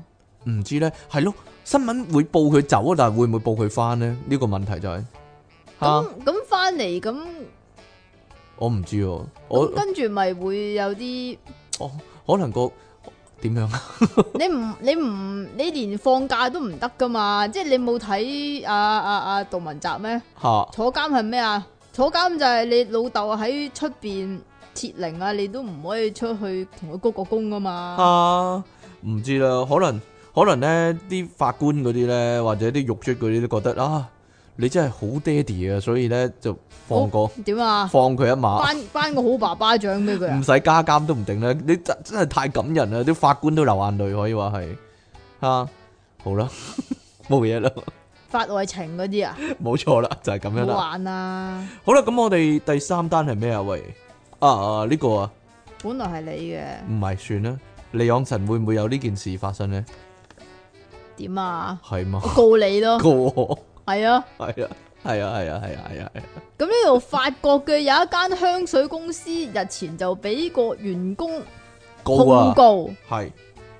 [SPEAKER 2] 啦。
[SPEAKER 1] 唔知呢，係咯，新聞會報佢走啊，但係會唔會報佢翻呢？呢、個問題就係、吓、
[SPEAKER 2] 咁咁翻嚟咁，
[SPEAKER 1] 我唔知喎，我
[SPEAKER 2] 咁跟住咪會有啲
[SPEAKER 1] 可能個點樣 [LAUGHS] 啊？
[SPEAKER 2] 你唔你唔你連放假都唔得噶嘛？即係你冇睇啊啊啊杜文澤咩？
[SPEAKER 1] 嚇
[SPEAKER 2] 坐監係咩啊？坐監就係你老豆喺出邊設靈啊，你都唔可以出去同佢鞠個躬噶嘛。
[SPEAKER 1] 啊，唔知啦，可能可能咧啲法官嗰啲咧，或者啲獄卒嗰啲都覺得啊，你真係好爹哋啊，所以咧就放過、
[SPEAKER 2] 點啊？
[SPEAKER 1] 放佢一馬，
[SPEAKER 2] 頒頒個好爸爸獎俾佢
[SPEAKER 1] 唔
[SPEAKER 2] 啊！
[SPEAKER 1] 使加監都唔定咧。你真真係太感人啦，啲法官都流眼淚，可以話係啊，好啦， [LAUGHS] 冇嘢啦，
[SPEAKER 2] 法外情嗰啲啊，
[SPEAKER 1] 冇錯啦，就係、咁樣
[SPEAKER 2] 好
[SPEAKER 1] 啦。
[SPEAKER 2] 玩啊！
[SPEAKER 1] 好啦，咁我哋第三單係咩啊？喂，啊呢、個啊，
[SPEAKER 2] 本來係你嘅，
[SPEAKER 1] 唔係算啦。李昂臣會唔會有呢件事發生呢？
[SPEAKER 2] 點啊？
[SPEAKER 1] 係嘛
[SPEAKER 2] [LAUGHS] 我？告你咯，
[SPEAKER 1] 個我
[SPEAKER 2] 係啊！
[SPEAKER 1] 係啊，係啊，係啊，係啊，係啊，係啊。
[SPEAKER 2] 咁呢度法國嘅有一間香水公司日前就俾個員工控
[SPEAKER 1] 高啊，
[SPEAKER 2] 告，
[SPEAKER 1] 係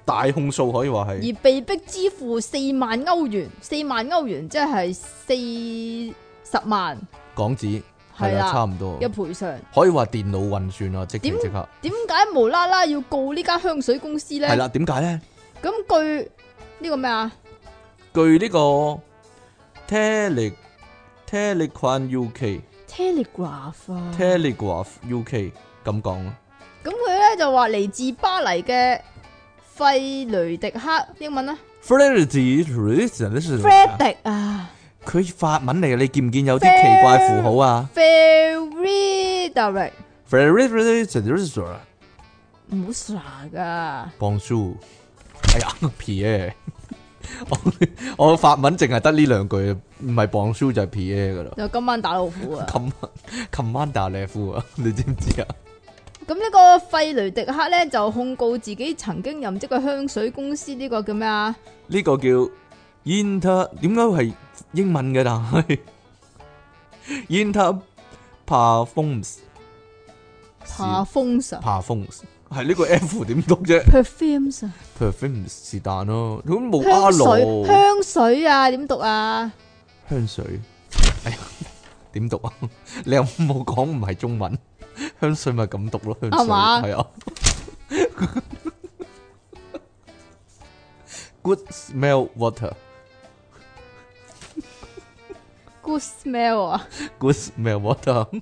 [SPEAKER 1] 大控訴可以話係
[SPEAKER 2] 而被逼支付四萬歐元，四萬歐元即係四十萬
[SPEAKER 1] 港紙係
[SPEAKER 2] 係
[SPEAKER 1] 啦，差
[SPEAKER 2] 啦
[SPEAKER 1] 唔多
[SPEAKER 2] 嘅，賠償。
[SPEAKER 1] 可以話電腦運算啊，即時
[SPEAKER 2] 點
[SPEAKER 1] 即刻
[SPEAKER 2] 點解無啦啦要告呢間香水公司呢
[SPEAKER 1] 係？啦。點解咧？
[SPEAKER 2] 咁據呢個咩啊？
[SPEAKER 1] 據呢個 Tele Telecom UK
[SPEAKER 2] Telegraph 啊，
[SPEAKER 1] Telegraph UK 咁講啊，
[SPEAKER 2] 咁佢咧就話嚟自巴黎嘅費雷迪克，英文啊
[SPEAKER 1] Freddy r e a s o n
[SPEAKER 2] f r e d i c 啊，
[SPEAKER 1] 佢法文嚟嘅，你見唔見有啲奇怪符號啊
[SPEAKER 2] Very direct，
[SPEAKER 1] f e r r i s r
[SPEAKER 2] 唔好傻噶。
[SPEAKER 1] Bonjour，哎呀 [LAUGHS] Pierre，我我法文淨係得呢兩句，唔係 Bonjour 就係 Pierre 噶啦。
[SPEAKER 2] 就今晚打老虎
[SPEAKER 1] [LAUGHS]
[SPEAKER 2] 啊！
[SPEAKER 1] 琴琴晚打叻夫啊， [LAUGHS] 你知唔知啊？
[SPEAKER 2] 咁呢個費雷迪克咧就控告自己曾經任職嘅香水公司呢個叫咩啊？
[SPEAKER 1] 呢個叫 Inter，點解係英文嘅？但係 Inter Parfums
[SPEAKER 2] 帕風神
[SPEAKER 1] Parfums 係呢個 F 點讀啫
[SPEAKER 2] perfumes 啊
[SPEAKER 1] ？Perfume 是但咯，咁冇 R
[SPEAKER 2] 香
[SPEAKER 1] 咯
[SPEAKER 2] 水香水啊點讀啊？
[SPEAKER 1] 香水，哎呀，點讀 [LAUGHS] 啊？你有冇講唔係中文？香水咪咁讀咯，香水
[SPEAKER 2] 係嘛
[SPEAKER 1] 係啊。Good smell water,
[SPEAKER 2] good smell 啊， [LAUGHS]
[SPEAKER 1] good smell water，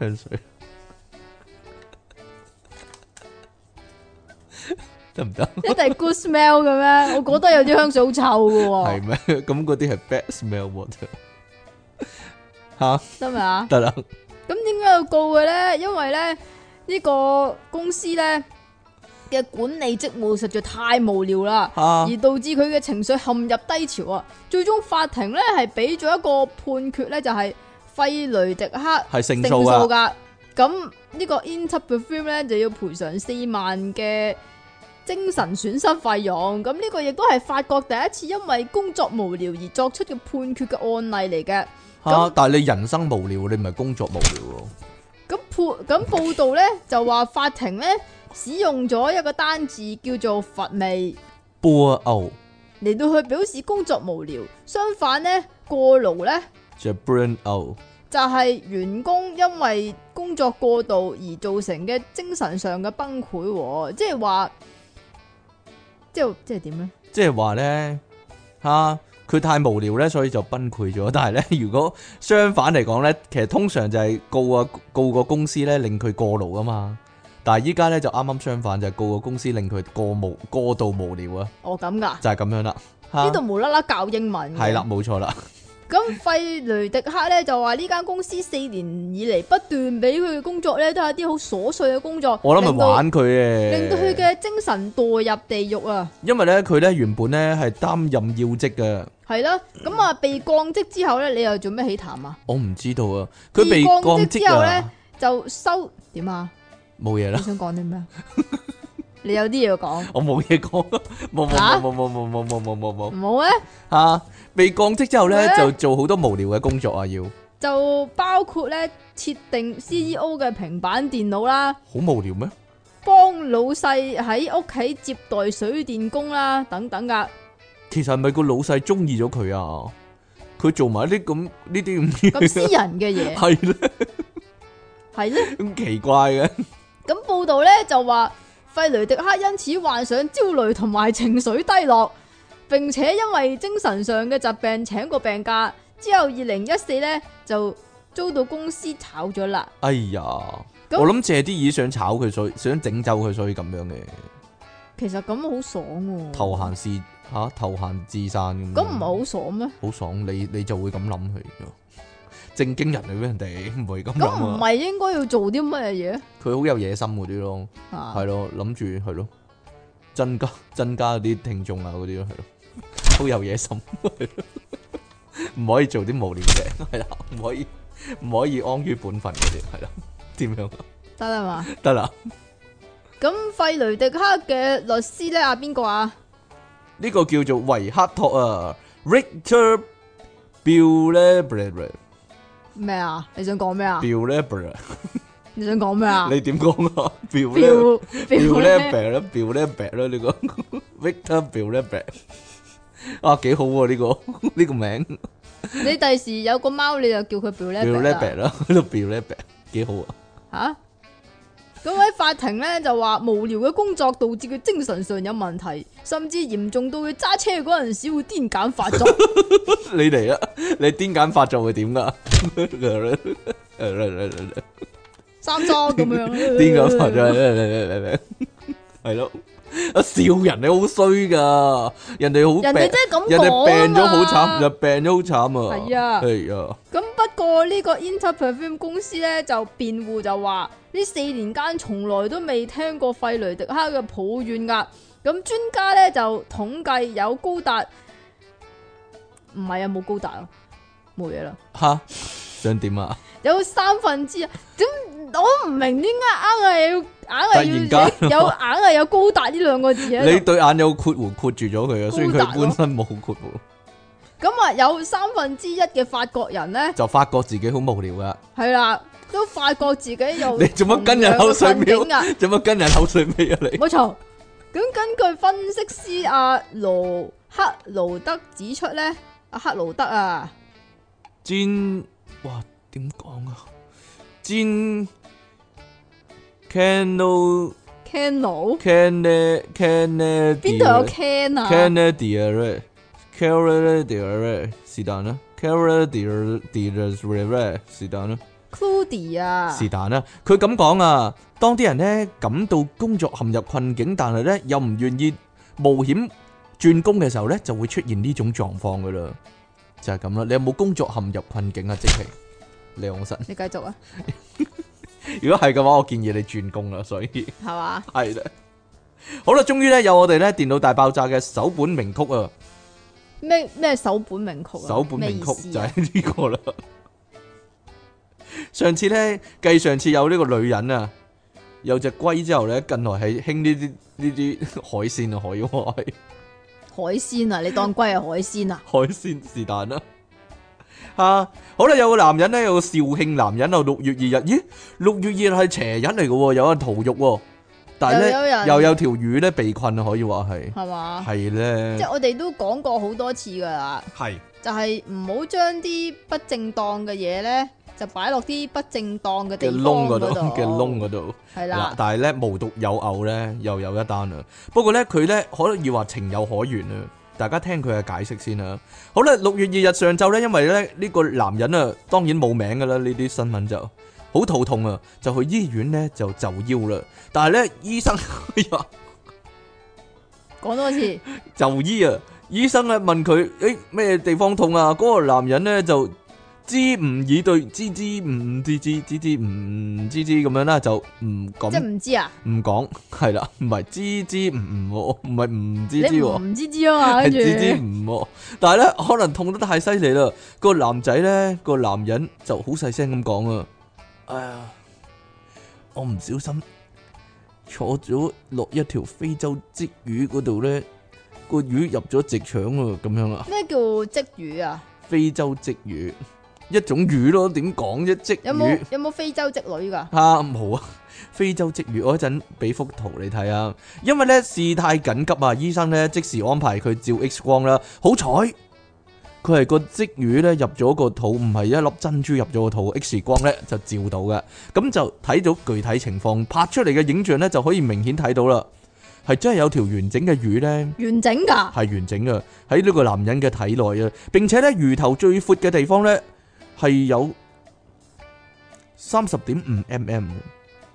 [SPEAKER 1] 香水得唔得？
[SPEAKER 2] 一定係 good smell 嘅咩？我覺得有啲香水好臭嘅
[SPEAKER 1] 係
[SPEAKER 2] 喎，
[SPEAKER 1] [LAUGHS] 咩？咁嗰啲係 bad smell water 吓，
[SPEAKER 2] 得咪啊？
[SPEAKER 1] 得啦。
[SPEAKER 2] 咁點解要告嘅咧？因為咧呢個公司咧嘅管理職務實在太無聊啦。
[SPEAKER 1] 啊
[SPEAKER 2] 而導致佢嘅情緒陷入低潮啊！最終法庭咧係俾咗一個判決咧，就係、費雷迪克
[SPEAKER 1] 係勝
[SPEAKER 2] 勝
[SPEAKER 1] 訴
[SPEAKER 2] 訴
[SPEAKER 1] 啊！
[SPEAKER 2] 噶。咁呢個 Inter Perfume 咧就要賠償四萬嘅精神損失費用。咁呢個亦都係法國第一次因為工作無聊而作出嘅判決嘅案例嚟嘅。
[SPEAKER 1] 吓，但係你人生無聊，你唔係工作無聊喎。
[SPEAKER 2] 咁判咁報道咧就話法庭咧使用咗一個單字叫做乏味。
[SPEAKER 1] 波歐
[SPEAKER 2] 嚟到去表示工作無聊。相反呢，過勞呢，
[SPEAKER 1] 就 burn out，
[SPEAKER 2] 就係、員工因為工作過度而造成嘅精神上嘅崩潰喎，即係話，即係即係點呢？
[SPEAKER 1] 即係話咧吓佢太無聊咧，所以就崩潰咗。 [LAUGHS] 但係咧，如果相反嚟講咧，其實通常就係告啊告個公司咧，令佢過勞啊嘛。但係依家咧就啱啱相反，就係告個公司令佢過無過度無聊啊，
[SPEAKER 2] 哦咁噶，
[SPEAKER 1] 就係咁樣啦。
[SPEAKER 2] 呢
[SPEAKER 1] 嚇
[SPEAKER 2] 度無啦啦教英文嘅
[SPEAKER 1] 係啦，。冇錯啦，
[SPEAKER 2] 咁費雷迪克呢，就話呢間公司四年以嚟不斷俾佢嘅工作呢，都係一啲好瑣碎嘅工作，
[SPEAKER 1] 我諗咪
[SPEAKER 2] 令到
[SPEAKER 1] 玩佢嘅，
[SPEAKER 2] 令到佢嘅精神墮入地獄啊！
[SPEAKER 1] 因為咧佢咧原本咧係擔任要職嘅，
[SPEAKER 2] 係啦，
[SPEAKER 1] 嗯
[SPEAKER 2] 咁啊被降職之後呢，你又做咩起談啊？
[SPEAKER 1] 我唔知道啊。佢被
[SPEAKER 2] 被
[SPEAKER 1] 降
[SPEAKER 2] 降
[SPEAKER 1] 職
[SPEAKER 2] 職之後呢
[SPEAKER 1] 啊，
[SPEAKER 2] 就收點啊？
[SPEAKER 1] 冇嘢啦
[SPEAKER 2] 你。想講啲咩啊？你有啲嘢要講，
[SPEAKER 1] [LAUGHS] 我冇嘢講，冇冇
[SPEAKER 2] 嚇
[SPEAKER 1] 冇冇冇冇冇冇冇冇
[SPEAKER 2] 唔好啊咧
[SPEAKER 1] 嚇！被降職之後咧，
[SPEAKER 2] 咩
[SPEAKER 1] 就做好多無聊嘅工作啊，要好
[SPEAKER 2] 就包括咧設定 CEO 嘅平板電腦啦，
[SPEAKER 1] 無聊咩？
[SPEAKER 2] 幫老細喺屋企接待水電工啦，等等啊噶。
[SPEAKER 1] 其實係咪個老細中意咗佢啊？佢做埋啲咁呢啲咁
[SPEAKER 2] 咁私
[SPEAKER 1] 嘅
[SPEAKER 2] 人嘅
[SPEAKER 1] [LAUGHS]
[SPEAKER 2] 嘢
[SPEAKER 1] 係咧，
[SPEAKER 2] 係咧。
[SPEAKER 1] 咁奇怪嘅
[SPEAKER 2] 咁報道咧就話費雷迪克因此患上焦慮同埋情緒低落，並且因為精神上嘅疾病請過病假。之後二零一四咧就遭到公司炒咗啦。
[SPEAKER 1] 哎呀，
[SPEAKER 2] 咁
[SPEAKER 1] 我諗借啲意想炒佢，所以想整走佢，所以咁樣嘅
[SPEAKER 2] 其實咁好爽喎、
[SPEAKER 1] 投閒是嚇投閒自散咁樣。
[SPEAKER 2] 咁唔係好爽咩？
[SPEAKER 1] 好爽，你你就會咁諗佢咯。正經人嚟咩？人哋唔會咁
[SPEAKER 2] 咁唔
[SPEAKER 1] 諗啊！
[SPEAKER 2] 係應該要做啲乜嘢
[SPEAKER 1] 佢好有野心嗰啲咯，
[SPEAKER 2] 啊
[SPEAKER 1] 係？咯，諗住係咯，增加增加啲聽眾啊嗰啲咯，係咯，好有野心， [LAUGHS] 係咯唔可以做啲無聊嘢，係啦，唔可以唔可以安於本分嗰啲，係啦，點樣啊
[SPEAKER 2] 得啦嘛。
[SPEAKER 1] 得啦？
[SPEAKER 2] 咁費雷迪克嘅律師咧，阿邊個啊？
[SPEAKER 1] 呢個叫做維克托啊，Richter b i l l e b r e
[SPEAKER 2] 咩啊？你想講咩啊
[SPEAKER 1] b？i l l e b r e
[SPEAKER 2] 你想講咩啊？
[SPEAKER 1] 你點講啊 b i l l e
[SPEAKER 2] Bill
[SPEAKER 1] Bill
[SPEAKER 2] Bill 咧，
[SPEAKER 1] Lambert 啦，Bill Lambert 啦，呢個 [LAUGHS] Victor Bill Lambert 啊，幾好喎呢個呢個名
[SPEAKER 2] 你第時有個貓你就叫佢 Bill
[SPEAKER 1] Bill
[SPEAKER 2] 咧
[SPEAKER 1] Lambert [LAUGHS] 啦，呢個 Bill Lambert 幾好啊！ [LAUGHS]
[SPEAKER 2] 吓。咁喺法庭咧就話無聊嘅工作導致佢精神上有問題，甚至嚴重到佢揸車嗰陣時會癲癇發作。
[SPEAKER 1] 你嚟啦，你癲簡發作會點噶？ [LAUGHS] 癲
[SPEAKER 2] 三裝咁樣。
[SPEAKER 1] [LAUGHS] 簡發作係咯，啊笑人你好衰噶，人哋好
[SPEAKER 2] 人
[SPEAKER 1] 病
[SPEAKER 2] 哋真，係咁啊
[SPEAKER 1] 人哋病咗好
[SPEAKER 2] 慘
[SPEAKER 1] 慘，人病咗好慘啊！
[SPEAKER 2] 係啊
[SPEAKER 1] 係啊，
[SPEAKER 2] 咁不過呢個 Inter Perfume 公司咧就辯護就話，呢四年間從來都未聽過費雷迪克嘅抱怨噶。咁專家咧就統計有高達，唔係啊冇高達啊，冇嘢啦。
[SPEAKER 1] 吓想點啊？
[SPEAKER 2] 有三分之一，點我唔明點解硬係要
[SPEAKER 1] [LAUGHS]
[SPEAKER 2] 硬係
[SPEAKER 1] 突
[SPEAKER 2] 要
[SPEAKER 1] 然
[SPEAKER 2] 寫有硬係有高達呢兩個字
[SPEAKER 1] 你
[SPEAKER 2] 喺度。
[SPEAKER 1] 對眼有括弧括住咗佢啊，雖然
[SPEAKER 2] 高達
[SPEAKER 1] 佢
[SPEAKER 2] 咯
[SPEAKER 1] 本身冇括弧，
[SPEAKER 2] 咁啊有三分之一嘅法國人咧，
[SPEAKER 1] 就發覺自己好無聊啊噶。
[SPEAKER 2] 係啦，都發覺自己
[SPEAKER 1] [LAUGHS]
[SPEAKER 2] 有
[SPEAKER 1] 你做乜跟人口水
[SPEAKER 2] 同樣嘅困境啊
[SPEAKER 1] 做乜跟人口水尾啊你？
[SPEAKER 2] [LAUGHS] 冇錯。咁根據分析師阿羅克勞德指出咧，阿克勞德啊，
[SPEAKER 1] 煎哇點講啊？煎 candle
[SPEAKER 2] Ken 佬
[SPEAKER 1] canne canne
[SPEAKER 2] 邊度有 Ken 啊
[SPEAKER 1] Canada Canada 是但啦，Canada Canada 是但啦，
[SPEAKER 2] ？Cludy 啊，
[SPEAKER 1] 是但啦。佢咁講啊，當啲人咧感到工作陷入困境，但係咧又唔願意冒險轉工嘅時候咧，就會出現呢種狀況噶啦，就係咁啦。你有冇工作陷入困境啊？即係李昂臣，
[SPEAKER 2] 你繼續啊，
[SPEAKER 1] 如果係嘅話，我建議你轉工啦。所
[SPEAKER 2] [LAUGHS]
[SPEAKER 1] 以。
[SPEAKER 2] 係嘛？
[SPEAKER 1] 系啦。好啦，終於咧有我哋咧電腦大爆炸嘅首本名曲啊，
[SPEAKER 2] 咩咩首本名曲啊？
[SPEAKER 1] 首本名
[SPEAKER 2] 咩意
[SPEAKER 1] 曲
[SPEAKER 2] 思
[SPEAKER 1] 就
[SPEAKER 2] 啊
[SPEAKER 1] 係呢個啦。上次咧，繼上次有呢個女人啊，有隻龜之後咧，近來係興呢啲呢啲海鮮啊，海鮮係
[SPEAKER 2] 海鮮啊，你當龜係海鮮啊？
[SPEAKER 1] 海鮮是但啦。 [LAUGHS] 啊，好啦，有個男人咧，有個肇慶男人啊，六月二日，咦，六月二日係邪日嚟嘅喎，有人屠肉喎，但係
[SPEAKER 2] 又有
[SPEAKER 1] 咧
[SPEAKER 2] 人
[SPEAKER 1] 又有條魚咧被困啊，可以話係
[SPEAKER 2] 係嘛？
[SPEAKER 1] 係咧
[SPEAKER 2] 即。係我哋都講過好多次噶啦，
[SPEAKER 1] 系
[SPEAKER 2] 就係唔好將啲不正當嘅嘢咧，就擺落啲不正當嘅地
[SPEAKER 1] 嘅
[SPEAKER 2] 方
[SPEAKER 1] 窿嗰
[SPEAKER 2] 嗰
[SPEAKER 1] 度，
[SPEAKER 2] 度
[SPEAKER 1] 嘅窿嗰度。
[SPEAKER 2] 係
[SPEAKER 1] 嗱
[SPEAKER 2] 啦，。
[SPEAKER 1] 但係咧無獨有偶咧，又有一單啦。不過咧佢咧可以話情有可原啊。大家聽佢嘅解釋先啦。好啦，六月二日上晝咧，因為咧呢個男人啊，當然冇名噶啦，呢啲新聞就好肚痛啊，就去醫院咧就就腰啦。但係咧醫生 [LAUGHS] 哎呀
[SPEAKER 2] 講多次，
[SPEAKER 1] 就醫啊，醫生咧問佢誒咩地方痛啊？嗰、個男人咧就支吾以對，支支吾吾，支支支支吾吾，支支咁樣啦，就唔
[SPEAKER 2] 即係
[SPEAKER 1] 敢
[SPEAKER 2] 唔知啊？
[SPEAKER 1] 唔講，係啦，唔係支支吾吾喎，唔係唔支支
[SPEAKER 2] 你
[SPEAKER 1] 喎。
[SPEAKER 2] 唔知知啊
[SPEAKER 1] [LAUGHS]
[SPEAKER 2] 嘛，
[SPEAKER 1] 係
[SPEAKER 2] 跟住
[SPEAKER 1] 支支吾喎，但係咧可能痛得太犀利啦，個男仔咧個男人就好細聲咁講啊，哎呀，我唔小心坐咗落一條非洲鲫魚嗰度咧，個魚入咗直腸啊，咁樣啊，
[SPEAKER 2] 咩叫鲫魚啊？
[SPEAKER 1] 非洲鲫魚一種魚咯，點講啫？鲫
[SPEAKER 2] 有
[SPEAKER 1] 魚
[SPEAKER 2] 冇。有冇非洲鲫女噶？
[SPEAKER 1] 啊，冇啊！ [LAUGHS] 非洲鲫魚，我一陣俾幅圖你睇啊。因為咧事態緊急啊，醫生咧即時安排佢照 X 光啦。好彩佢係個鲫魚咧入咗個肚，唔係一粒珍珠入咗個肚。X 光咧就照到嘅，咁就睇到具體情況，拍出嚟嘅影像咧就可以明顯睇到啦。係真係有條完整嘅魚咧，
[SPEAKER 2] 完整噶，
[SPEAKER 1] 係完整嘅喺呢個男人嘅體內啊。並且咧魚頭最闊嘅地方咧係有三十點五 mm，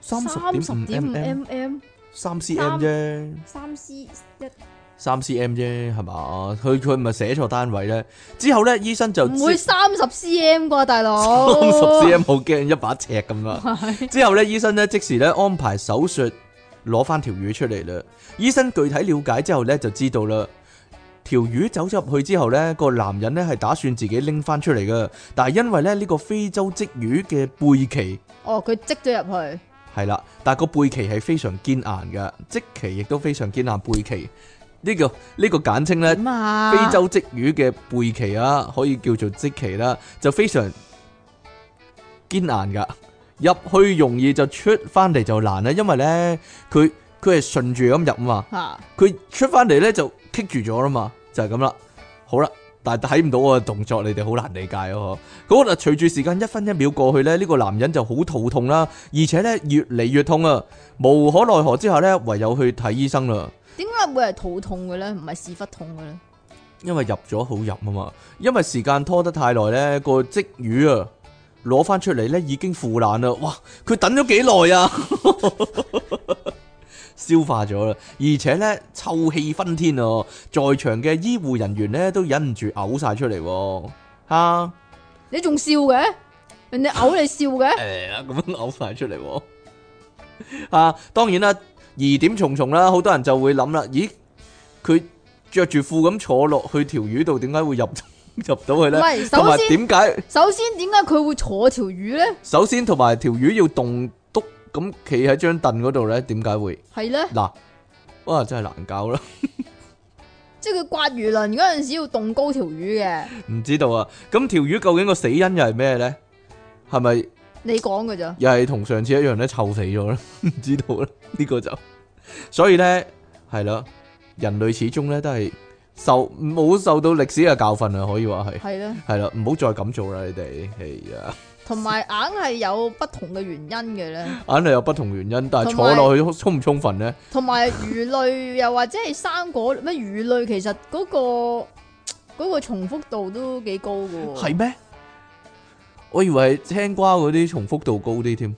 [SPEAKER 1] 三十點五
[SPEAKER 2] 點
[SPEAKER 1] mm，
[SPEAKER 2] mm，
[SPEAKER 1] 三 cm 啫，
[SPEAKER 2] 三 C 一，
[SPEAKER 1] 三 cm 啫，係嘛？佢佢唔係寫錯單位咧。之後咧，醫生就
[SPEAKER 2] 唔會三十 cm 啩，大佬。
[SPEAKER 1] 三十 cm 好驚一把尺咁啦。之後咧，醫生咧即時咧安排手術攞翻條魚出嚟啦。醫生具體了解之後咧就知道啦，條魚走咗入去之後咧，個男人咧係打算自己拎翻出嚟嘅，但係因為咧呢個非洲鲫魚嘅背鰭
[SPEAKER 2] 哦，佢積咗入去，
[SPEAKER 1] 係啦，但係個背鰭係非常堅硬嘅，鲫鰭亦都非常堅硬，背鰭呢、個呢、個簡稱咧。
[SPEAKER 2] 咁啊，
[SPEAKER 1] 非洲鲫魚嘅背鰭啊，可以叫做鲫鰭啦，就非常堅硬噶，入去容易就出翻嚟就難啦，因為咧佢佢係順住咁入啊嘛，
[SPEAKER 2] 嚇，
[SPEAKER 1] 佢出翻嚟咧就棘住咗啦嘛，就係咁啦。好啦，但係睇唔到我嘅動作，你哋好難理解哦。好啦，隨住時間一分一秒過去咧，呢、個男人就好肚痛啦，而且咧越嚟越痛啊，無可奈何之下咧，唯有去睇醫生啦。
[SPEAKER 2] 點解會係肚痛嘅咧？唔係屎忽痛嘅咧？
[SPEAKER 1] 因為入咗好入啊嘛，因為時間拖得太耐咧，個鲫魚啊攞翻出嚟咧已經腐爛啦，哇！佢等咗幾耐啊？ [LAUGHS] 消化咗啦，而且咧臭氣熏天啊！在場嘅醫護人員咧都忍唔住嘔晒出嚟喎，嚇、
[SPEAKER 2] 你仲笑嘅？人哋嘔你笑嘅？
[SPEAKER 1] 诶，咁樣嘔晒出嚟 [LAUGHS] 喎。啊，當然啦，疑點重重啦，好多人就會諗啦，咦，佢着住褲咁坐落去條魚度，點解會入 [LAUGHS] 入到去
[SPEAKER 2] 唔
[SPEAKER 1] 咧？
[SPEAKER 2] 係，
[SPEAKER 1] 同
[SPEAKER 2] 首
[SPEAKER 1] 埋
[SPEAKER 2] 先
[SPEAKER 1] 點解？
[SPEAKER 2] 首先點解佢會坐條魚咧？
[SPEAKER 1] 首先同埋條魚要棟篤咁企喺張凳嗰度咧，點解會？
[SPEAKER 2] 係咧，
[SPEAKER 1] 嗱，哇，真係難搞啦！ [LAUGHS]
[SPEAKER 2] 即係佢刮魚鱗嗰陣時要棟高條魚嘅，
[SPEAKER 1] 唔知道啊，咁條魚究竟個死因又係咩咧？係咪？
[SPEAKER 2] 你講嘅咋？
[SPEAKER 1] 又係同上次一樣咧，臭死咗啦， [LAUGHS] 唔知道啦，呢、個就所以咧係啦，人類始終咧都係受冇受到歷史嘅教訓啊，可以話係
[SPEAKER 2] 係咧，
[SPEAKER 1] 係啦，唔好再咁做啦，你哋係啊，
[SPEAKER 2] 同埋硬係有不同嘅原因嘅咧。
[SPEAKER 1] 硬係有不同原因，但係
[SPEAKER 2] 同
[SPEAKER 1] 坐
[SPEAKER 2] 埋
[SPEAKER 1] 落去充唔充分咧？
[SPEAKER 2] 同埋魚類又或者係生果咩魚類，其實嗰、個嗰個重複度都幾高嘅喎。
[SPEAKER 1] 係咩？我以為係青瓜嗰啲重複度高啲添，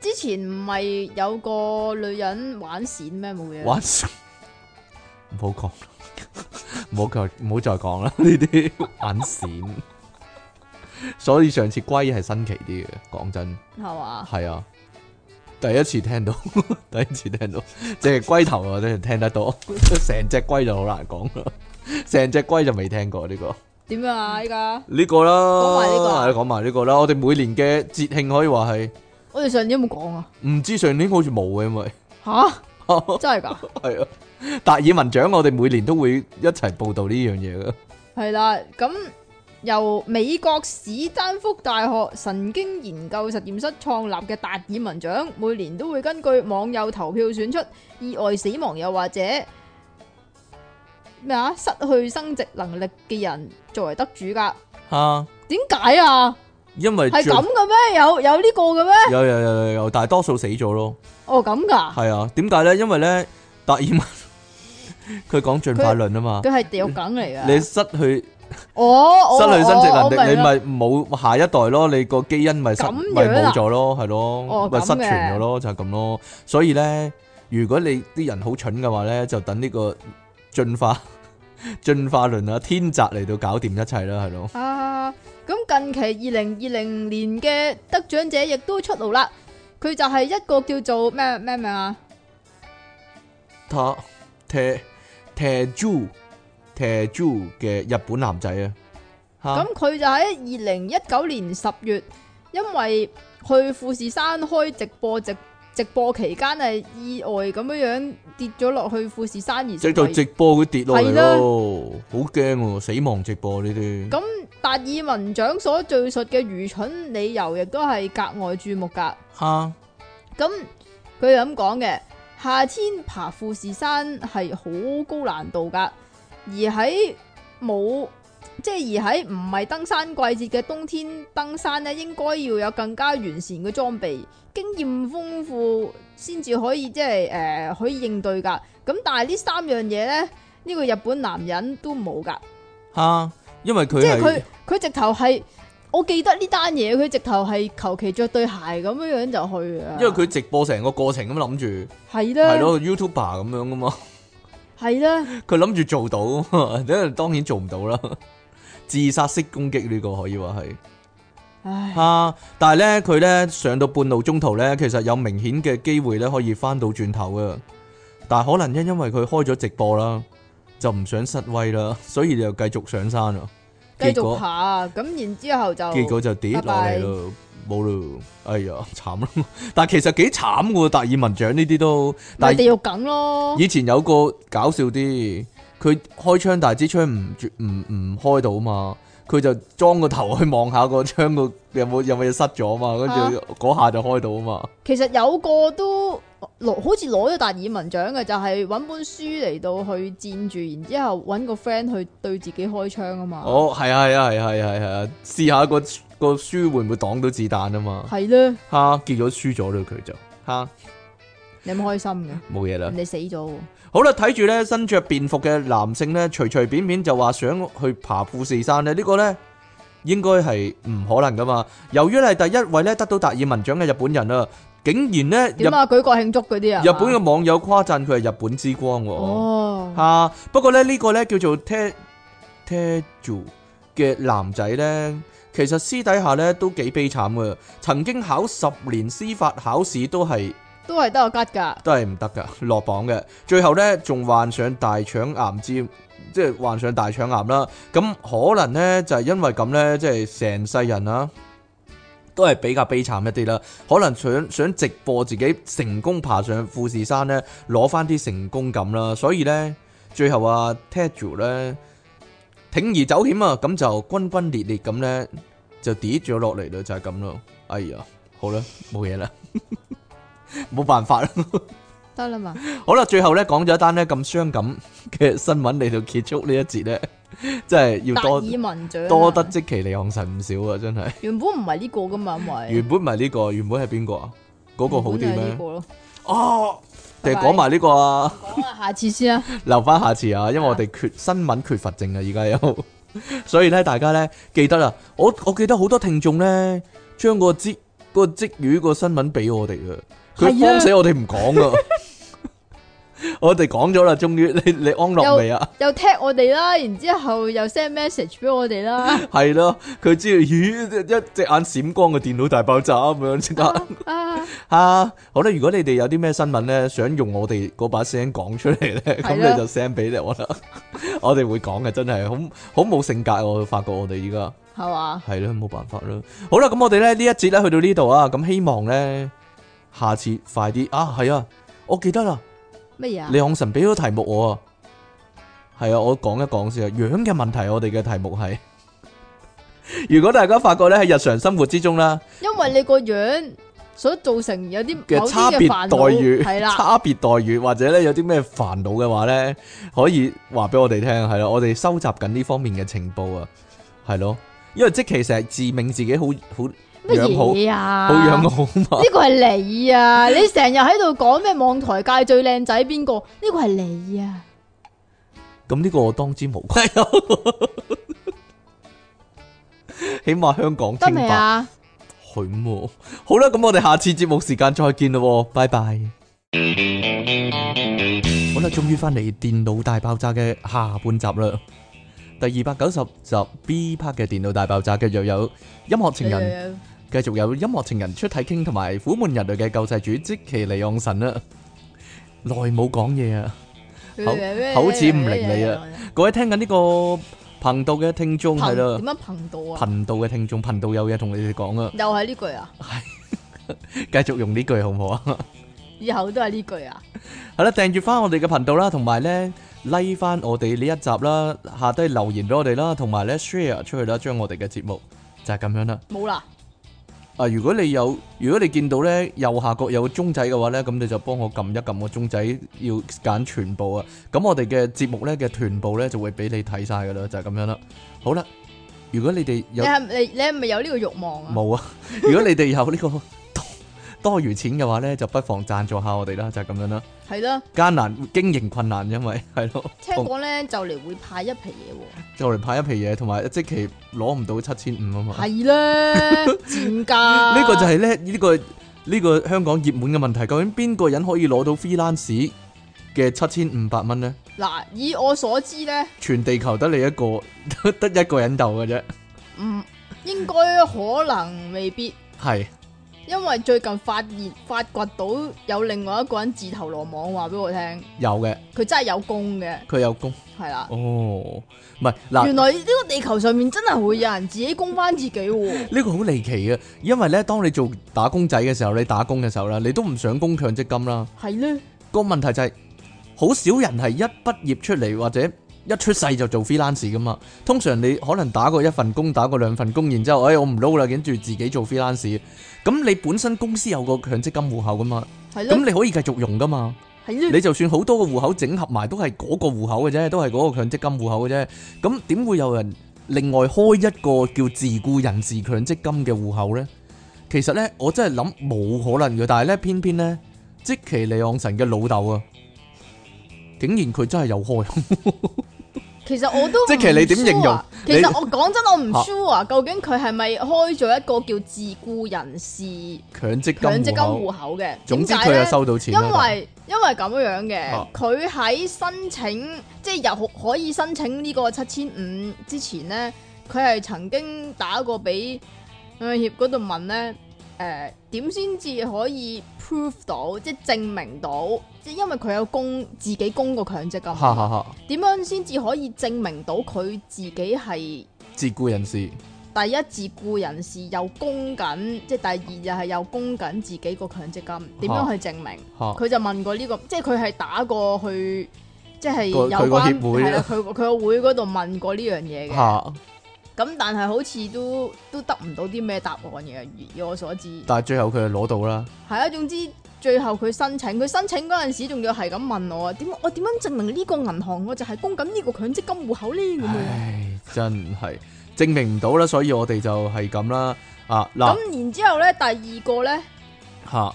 [SPEAKER 2] 之前唔係有個女人玩閃咩冇嘢？
[SPEAKER 1] 玩唔好講，唔好再唔好再講啦，呢啲眼線。所以上次龜係新奇啲嘅，講真。
[SPEAKER 2] 係嘛？
[SPEAKER 1] 系啊，第一次聽到， [LAUGHS] 第一次聽到，即係龜頭啊，真係聽得多， [LAUGHS] 成隻龜就好難講啦，成隻龜就未聽過呢、個
[SPEAKER 2] 點樣啊？依家
[SPEAKER 1] 呢、個啦，
[SPEAKER 2] 講埋呢個啊
[SPEAKER 1] 係講埋呢個啦，我哋每年嘅節慶可以話係，
[SPEAKER 2] 我哋上年有冇講啊？
[SPEAKER 1] 唔知上年好似冇嘅，因為
[SPEAKER 2] 吓？真係㗎？
[SPEAKER 1] 係啊，達爾文獎我哋每年都會一齊報導呢樣嘢嘅，
[SPEAKER 2] 係啦，咁由美國史丹福大學神經研究實驗室創立嘅達爾文獎，每年都會根據網友投票選出意外死亡又或者咩啊失去生殖能力嘅人作為得主噶。
[SPEAKER 1] 吓、
[SPEAKER 2] 點解啊？
[SPEAKER 1] 因為
[SPEAKER 2] 係
[SPEAKER 1] 最
[SPEAKER 2] 咁嘅咩？有有呢個嘅咩？
[SPEAKER 1] 有有有有有，但係多數死咗咯。
[SPEAKER 2] 哦，咁噶？
[SPEAKER 1] 係啊，點解咧？因為咧，達爾 [LAUGHS] 文佢講進化論啊嘛。
[SPEAKER 2] 佢係地獄梗嚟噶。
[SPEAKER 1] 你失去
[SPEAKER 2] 哦哦，
[SPEAKER 1] 失去生殖能
[SPEAKER 2] 我明
[SPEAKER 1] 力，你
[SPEAKER 2] 啦
[SPEAKER 1] 咪冇下一代咯，你個基因咪失
[SPEAKER 2] 咁樣啊
[SPEAKER 1] 咪冇咗咯，係咯，
[SPEAKER 2] 哦
[SPEAKER 1] 咪
[SPEAKER 2] 咁嘅
[SPEAKER 1] 失傳咗咯，就係咁咯。所以咧，如果你啲人好蠢嘅話咧，就等呢個進 [LAUGHS] 化進化論啊天擇嚟到搞掂一切啦，係咯。
[SPEAKER 2] 啊，咁近期二零二零年嘅得獎者亦都出爐啦，佢就係一個叫做咩咩名啊？
[SPEAKER 1] 他踢踢豬踢豬嘅日本男仔啊，吓
[SPEAKER 2] 咁佢就喺二零一九年十月，因為去富士山開直播直直播期間係意外咁樣樣跌咗落去富士山而
[SPEAKER 1] 直
[SPEAKER 2] 成
[SPEAKER 1] 到
[SPEAKER 2] 為
[SPEAKER 1] 直播佢跌落嚟
[SPEAKER 2] 係啦
[SPEAKER 1] 咯，好驚喎，死亡直播呢啲。
[SPEAKER 2] 咁達爾文獎所敘述嘅愚蠢理由，亦都係格外注目㗎。
[SPEAKER 1] 吓
[SPEAKER 2] 咁佢係咁講嘅，夏天爬富士山係好高難度噶，而喺冇即係而喺唔係登山季節嘅冬天登山咧，應該要有更加完善嘅裝備，經驗豐富先至可以即係誒可以應對噶。咁但係呢三樣嘢咧，呢、個日本男人都冇噶，
[SPEAKER 1] 吓，因為佢
[SPEAKER 2] 即係
[SPEAKER 1] 係。
[SPEAKER 2] 佢佢直頭係。我記得呢單嘢，佢直頭係求其着對鞋咁樣樣就去啊！
[SPEAKER 1] 因為佢直播成個過程咁諗住，
[SPEAKER 2] 係
[SPEAKER 1] 係
[SPEAKER 2] 啦，
[SPEAKER 1] 咯 YouTuber 咁樣噶嘛，
[SPEAKER 2] 係啦，
[SPEAKER 1] 佢諗住做到 [LAUGHS] 啊嘛，咁當然做唔到啦。自殺式攻擊呢個可以話係 [LAUGHS]
[SPEAKER 2] 唉，
[SPEAKER 1] 啊，但係咧佢咧上到半路中途咧，其實有明顯嘅機會咧可以翻到轉頭嘅，但係可能因因為佢開咗直播啦，就唔想失威啦， [LAUGHS] 所以就繼續上山啦。
[SPEAKER 2] 繼
[SPEAKER 1] 結
[SPEAKER 2] 續
[SPEAKER 1] 果
[SPEAKER 2] 爬啊，咁然之後就
[SPEAKER 1] 結果就跌落嚟咯，冇咯，哎呀慘咯！ [LAUGHS] 但係其實幾慘喎，達爾文獎呢啲都，但
[SPEAKER 2] 咪
[SPEAKER 1] 係
[SPEAKER 2] 地獄梗咯，
[SPEAKER 1] 以前有個搞笑啲，佢開槍但係支槍唔絕唔唔開到嘛，佢就裝個頭去望下個槍個有冇有冇嘢塞咗嘛，跟住嗰下就開到啊嘛，
[SPEAKER 2] 其實有個都攞好似攞咗達爾文獎嘅，就係揾本書嚟到去佔住，然之後揾個 friend 去對自己開槍啊嘛，
[SPEAKER 1] 哦係啊係啊係啊係啊係啊，試下個個書會唔會擋到子彈啊嘛，
[SPEAKER 2] 係咧，
[SPEAKER 1] 嚇結咗輸咗啦佢就嚇
[SPEAKER 2] 你有冇開心
[SPEAKER 1] [LAUGHS]
[SPEAKER 2] 嘅？
[SPEAKER 1] 冇嘢啦。
[SPEAKER 2] 人哋死咗喎，
[SPEAKER 1] 好啦，睇住咧身着便服嘅男性咧，隨隨便便就話想去爬富士山咧，呢、個呢應該係唔可能噶嘛。由於係第一位咧得到達爾文獎嘅日本人啊，竟然咧
[SPEAKER 2] 點
[SPEAKER 1] 日
[SPEAKER 2] 啊？舉國慶祝嗰啲啊？
[SPEAKER 1] 日本嘅網友誇讚佢係日本之光喎。
[SPEAKER 2] 哦，
[SPEAKER 1] 啊，不過咧呢、個咧叫做 Te Teju 嘅男仔咧，其實私底下咧都幾悲慘嘅，曾經考十年司法考試都係
[SPEAKER 2] 都係得個吉㗎。
[SPEAKER 1] 都係唔得噶，落榜嘅。最後咧仲患上大腸癌之，即係患上大腸癌啦。咁可能咧就係、因為咁咧，即係成世人啦。都係比較悲慘一啲啦，可能想想直播自己成功爬上富士山咧，攞翻啲成功感啦，所以咧最後啊 t e d r o 咧鋌而走險啊，咁就轟轟烈烈咁咧就跌咗落嚟啦，就係咁咯。哎呀，好啦，冇嘢啦， [LAUGHS] 冇辦法啦。
[SPEAKER 2] 得啦嘛，
[SPEAKER 1] 好啦，最後咧講咗一單咧咁傷感嘅新聞嚟到結束呢 [LAUGHS] 一節咧，真係要
[SPEAKER 2] 達
[SPEAKER 1] 多
[SPEAKER 2] 爾文獎啊
[SPEAKER 1] 多得即其利昂神唔少啊！真係
[SPEAKER 2] 原本唔係呢個噶嘛，因為
[SPEAKER 1] 原本唔係呢個，原本係邊個啊？嗰、個好啲
[SPEAKER 2] 原本係呢
[SPEAKER 1] 咩
[SPEAKER 2] 個？咯，
[SPEAKER 1] 哦，定係
[SPEAKER 2] 拜拜
[SPEAKER 1] 講埋呢個啊？ [LAUGHS]
[SPEAKER 2] 講下下次先啊，
[SPEAKER 1] 留翻下次啊，因為我哋缺新聞缺乏症啊，而家有， [LAUGHS] 所以咧大家咧記得啦，我我記得好多聽眾咧將個積個積魚個新聞俾我哋嘅，佢
[SPEAKER 2] 係啊
[SPEAKER 1] 慌死我哋唔講噶， [LAUGHS] 我哋講咗啦，終於你你安樂未啊？
[SPEAKER 2] 又踢我哋啦，然之後又 send message 俾我哋啦，
[SPEAKER 1] 係咯，佢知道咦一隻眼閃光嘅電腦大爆炸咁樣即刻。
[SPEAKER 2] 啊，
[SPEAKER 1] [LAUGHS] 啊，好啦，如果你哋有啲咩新聞咧，想用我哋嗰把聲講出嚟咧，咁
[SPEAKER 2] 係啦
[SPEAKER 1] 你就 send 俾我啦， [LAUGHS] 我哋會講嘅，真係好好冇性格啊，我發覺我哋而家。
[SPEAKER 2] 係嘛，
[SPEAKER 1] 系咯，冇辦法啦。好啦，咁我哋咧呢一節咧去到呢度啊，咁希望咧下次快啲啊，係啊，我記得啦，
[SPEAKER 2] 乜嘢啊？
[SPEAKER 1] 李昂臣俾咗題目我啊，係啊，我講一講先啊，樣嘅問題我哋嘅題目係， [LAUGHS] 如果大家發覺咧喺日常生活之中啦
[SPEAKER 2] 因為你個樣所造成有啲
[SPEAKER 1] 嘅
[SPEAKER 2] 某
[SPEAKER 1] 差
[SPEAKER 2] 啲
[SPEAKER 1] 別
[SPEAKER 2] 嘅煩惱
[SPEAKER 1] 待遇，
[SPEAKER 2] 係啦，
[SPEAKER 1] [LAUGHS] 差別待遇或者咧有啲咩煩惱嘅話咧，可以話俾我哋聽，係啦，我哋收集緊呢方面嘅情報啊，係咯，因為即其成日自命自己好好
[SPEAKER 2] 乜
[SPEAKER 1] 養好。
[SPEAKER 2] 嘢啊？
[SPEAKER 1] 好养我嘛？ [LAUGHS]
[SPEAKER 2] 呢個係你啊！你成日喺度講咩網台界最靚仔邊個？呢個係你啊！
[SPEAKER 1] 咁呢個我當之無愧 [LAUGHS] 咯。起碼香港
[SPEAKER 2] 得
[SPEAKER 1] 清
[SPEAKER 2] 未
[SPEAKER 1] 白，
[SPEAKER 2] 啊？
[SPEAKER 1] 係喎。好啦，咁我哋下次節目時間再見咯，拜拜。好啦，終於翻嚟《電腦大爆炸》嘅下半集啦，第二百九十集 B part 嘅《電腦大爆炸》嘅又有音樂情人。繼續有音樂情人出體傾同埋苦悶人類嘅救世主即其利昂神啦，耐冇講嘢啊！口口齒唔伶俐啊！各位聽緊呢個頻道嘅聽眾係
[SPEAKER 2] 頻
[SPEAKER 1] 啦
[SPEAKER 2] 點，樣頻道啊？
[SPEAKER 1] 頻道嘅聽眾，頻道有嘢同你哋講啊，
[SPEAKER 2] 又係呢句啊？
[SPEAKER 1] 繼續用呢句好唔好啊？
[SPEAKER 2] 以後都係呢句啊？
[SPEAKER 1] 係啦，訂閱翻我哋嘅頻道啦，同埋咧 like 翻我哋呢一集啦，下低留言俾我哋啦，同埋咧 share 出去啦，將我哋嘅節目就係咁樣啦。
[SPEAKER 2] 冇啦，
[SPEAKER 1] 啊，如果你有，如果你見到咧右下角有個鐘仔嘅話咧，咁你就幫我撳一撳個鐘仔，要揀全部啊。咁我哋嘅節目咧嘅全部咧就會俾你睇晒噶啦，就係、咁樣啦。好啦，如果你哋
[SPEAKER 2] 你
[SPEAKER 1] 有
[SPEAKER 2] 係你你係咪有呢個慾望
[SPEAKER 1] [LAUGHS]
[SPEAKER 2] 啊？
[SPEAKER 1] 冇啊？如果你哋有呢、個多多餘錢嘅話咧，就不妨贊助下我哋啦，就係、咁樣啦。
[SPEAKER 2] 係啦，
[SPEAKER 1] 艱難經營困難，因為係咯，
[SPEAKER 2] 聽
[SPEAKER 1] 同
[SPEAKER 2] 講咧就嚟會派一皮嘢
[SPEAKER 1] 就嚟派一皮嘢，同埋即期攞唔到七千五啊嘛。
[SPEAKER 2] 喎，係啊啦，
[SPEAKER 1] [LAUGHS]
[SPEAKER 2] 賤價
[SPEAKER 1] 呢個就係咧呢個呢、個香港熱門嘅問題，究竟邊個人可以攞到 freelance 嘅七千五百蚊呢？
[SPEAKER 2] 嗱，以我所知咧，
[SPEAKER 1] 全地球得你一個， [LAUGHS] 得得一個人有嘅啫。
[SPEAKER 2] 唔應該可能未必。
[SPEAKER 1] 係
[SPEAKER 2] 因為最近發現發掘到有另外一個人自投羅網，話俾我聽，
[SPEAKER 1] 有嘅，
[SPEAKER 2] 佢真係有功嘅，
[SPEAKER 1] 佢有工
[SPEAKER 2] 係啦。
[SPEAKER 1] 哦，唔係嗱
[SPEAKER 2] 原來呢個地球上面真係會有人自己供翻自己喎，
[SPEAKER 1] 呢個好離奇嘅，因為呢，當你做打工仔嘅時候，你打工嘅時候啦，你都唔想供強積金啦。
[SPEAKER 2] 係咧，
[SPEAKER 1] 個問題就係、好少人係一畢業出嚟或者一出世就做 freelance 噶嘛。通常你可能打過一份工，打過兩份工，然之後，哎，我唔撈啦，跟住自己做 freelance。咁你本身公司有個強積金户口噶嘛，
[SPEAKER 2] 係
[SPEAKER 1] 咁
[SPEAKER 2] 咧，
[SPEAKER 1] 你可以繼續用噶嘛。
[SPEAKER 2] [LAUGHS] 係
[SPEAKER 1] 你
[SPEAKER 2] 咧，
[SPEAKER 1] 就算好多個户口整合埋，都係嗰個户口嘅啫，都係嗰個強積金户口嘅啫。咁點會有人另外開一個叫自僱人士強積金嘅户口呢？其實呢，我真係諗冇可能嘅，但係呢，偏偏呢，即其利昂神嘅老豆啊，竟然佢真係有開，
[SPEAKER 2] 其實我都
[SPEAKER 1] 即其
[SPEAKER 2] 係
[SPEAKER 1] 你點形容
[SPEAKER 2] 其
[SPEAKER 1] 你
[SPEAKER 2] 實我講真，我唔 sure 啊究竟佢係咪開咗一個叫自雇人士
[SPEAKER 1] [LAUGHS] 強積金
[SPEAKER 2] 強積金
[SPEAKER 1] 戶
[SPEAKER 2] 户
[SPEAKER 1] 口，
[SPEAKER 2] 口嘅？
[SPEAKER 1] 總之
[SPEAKER 2] 點解
[SPEAKER 1] 佢
[SPEAKER 2] 咧
[SPEAKER 1] 就收到錢
[SPEAKER 2] 因
[SPEAKER 1] 啦。
[SPEAKER 2] 為因為咁樣
[SPEAKER 1] 啊
[SPEAKER 2] 嘅，佢喺申請即係又可可以申請呢個七千五之前咧，佢係曾經打過俾旅協嗰度問咧，誒點先至可以 prove 到，即係證明到，即係因為佢有供自己供過強積
[SPEAKER 1] 但係哈
[SPEAKER 2] 金，
[SPEAKER 1] 哈哈，
[SPEAKER 2] 點樣先至可以證明到佢自己係？
[SPEAKER 1] 自雇人士
[SPEAKER 2] 第一自雇人士又供緊，即係第二就係又供緊自己個強積
[SPEAKER 1] 啊
[SPEAKER 2] 金，點樣去證明？
[SPEAKER 1] 嚇
[SPEAKER 2] 佢就問過呢、個，即係佢係打過去，即係
[SPEAKER 1] 個
[SPEAKER 2] 有
[SPEAKER 1] 佢個
[SPEAKER 2] 關
[SPEAKER 1] 協會啊
[SPEAKER 2] 係啦，佢佢個會嗰度問過呢樣嘢嘅。
[SPEAKER 1] 嚇，
[SPEAKER 2] 咁但係好似都都得唔到啲咩答案嘅，如以我所知。
[SPEAKER 1] 但係最後佢就攞到啦。
[SPEAKER 2] 係啊，總之最後佢申請，佢申請嗰陣時仲要係咁問我啊，點我點樣證明呢個銀行我就係供緊呢個強積金户口呢？咁樣。
[SPEAKER 1] 唉，真係證明唔到啦，所以我哋就係咁啦。啊嗱
[SPEAKER 2] 咁然之後咧，第二個咧。
[SPEAKER 1] 嚇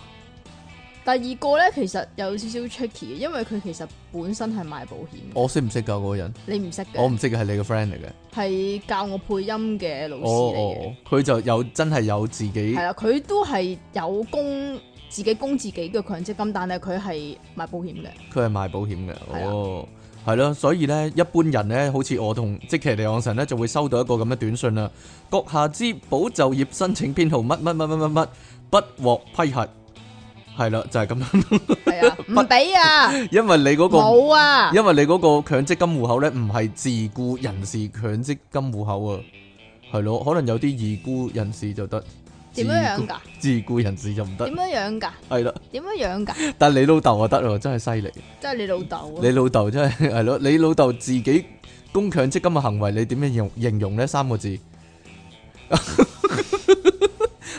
[SPEAKER 2] 第二個咧，其實有少少 tricky 嘅，因為佢其實本身係賣保險嘅，
[SPEAKER 1] 我識唔識㗎嗰個人？
[SPEAKER 2] 你唔識
[SPEAKER 1] 我
[SPEAKER 2] 嘅，
[SPEAKER 1] 唔識嘅係你個 friend 嚟嘅。
[SPEAKER 2] 係教我配音嘅老師
[SPEAKER 1] 哦
[SPEAKER 2] 嚟嘅，
[SPEAKER 1] 哦，佢就有真係有自己
[SPEAKER 2] 係啦、佢都係有供自己供自己嘅強積金，但係佢係賣保險嘅，
[SPEAKER 1] 佢係賣保險嘅，
[SPEAKER 2] 係啊
[SPEAKER 1] 哦，係咯，所以咧，一般人咧，好似我同即其利昂神咧，就會收到一個咁嘅短信啦。閣下之保就業申請編號乜乜乜乜乜乜，不獲批核，係啦，就係、咁樣，[LAUGHS]
[SPEAKER 2] 係啊，唔俾啊，
[SPEAKER 1] 因為你嗰、個，
[SPEAKER 2] 冇啊，
[SPEAKER 1] 因為你嗰個強積金户口咧，唔係自雇人士強積金户口啊，係咯，可能有啲義雇人士就得，
[SPEAKER 2] 點樣樣㗎？
[SPEAKER 1] 自雇人士就唔得
[SPEAKER 2] 點，樣樣㗎？
[SPEAKER 1] 係啦，
[SPEAKER 2] 點樣樣㗎？
[SPEAKER 1] 但係你老豆啊得喎，真係犀利。
[SPEAKER 2] 即係你老豆啊
[SPEAKER 1] 你，老豆 [LAUGHS] 真係係咯，你老豆自己供強積金嘅行為，你點樣形形容呢？三個字， [LAUGHS]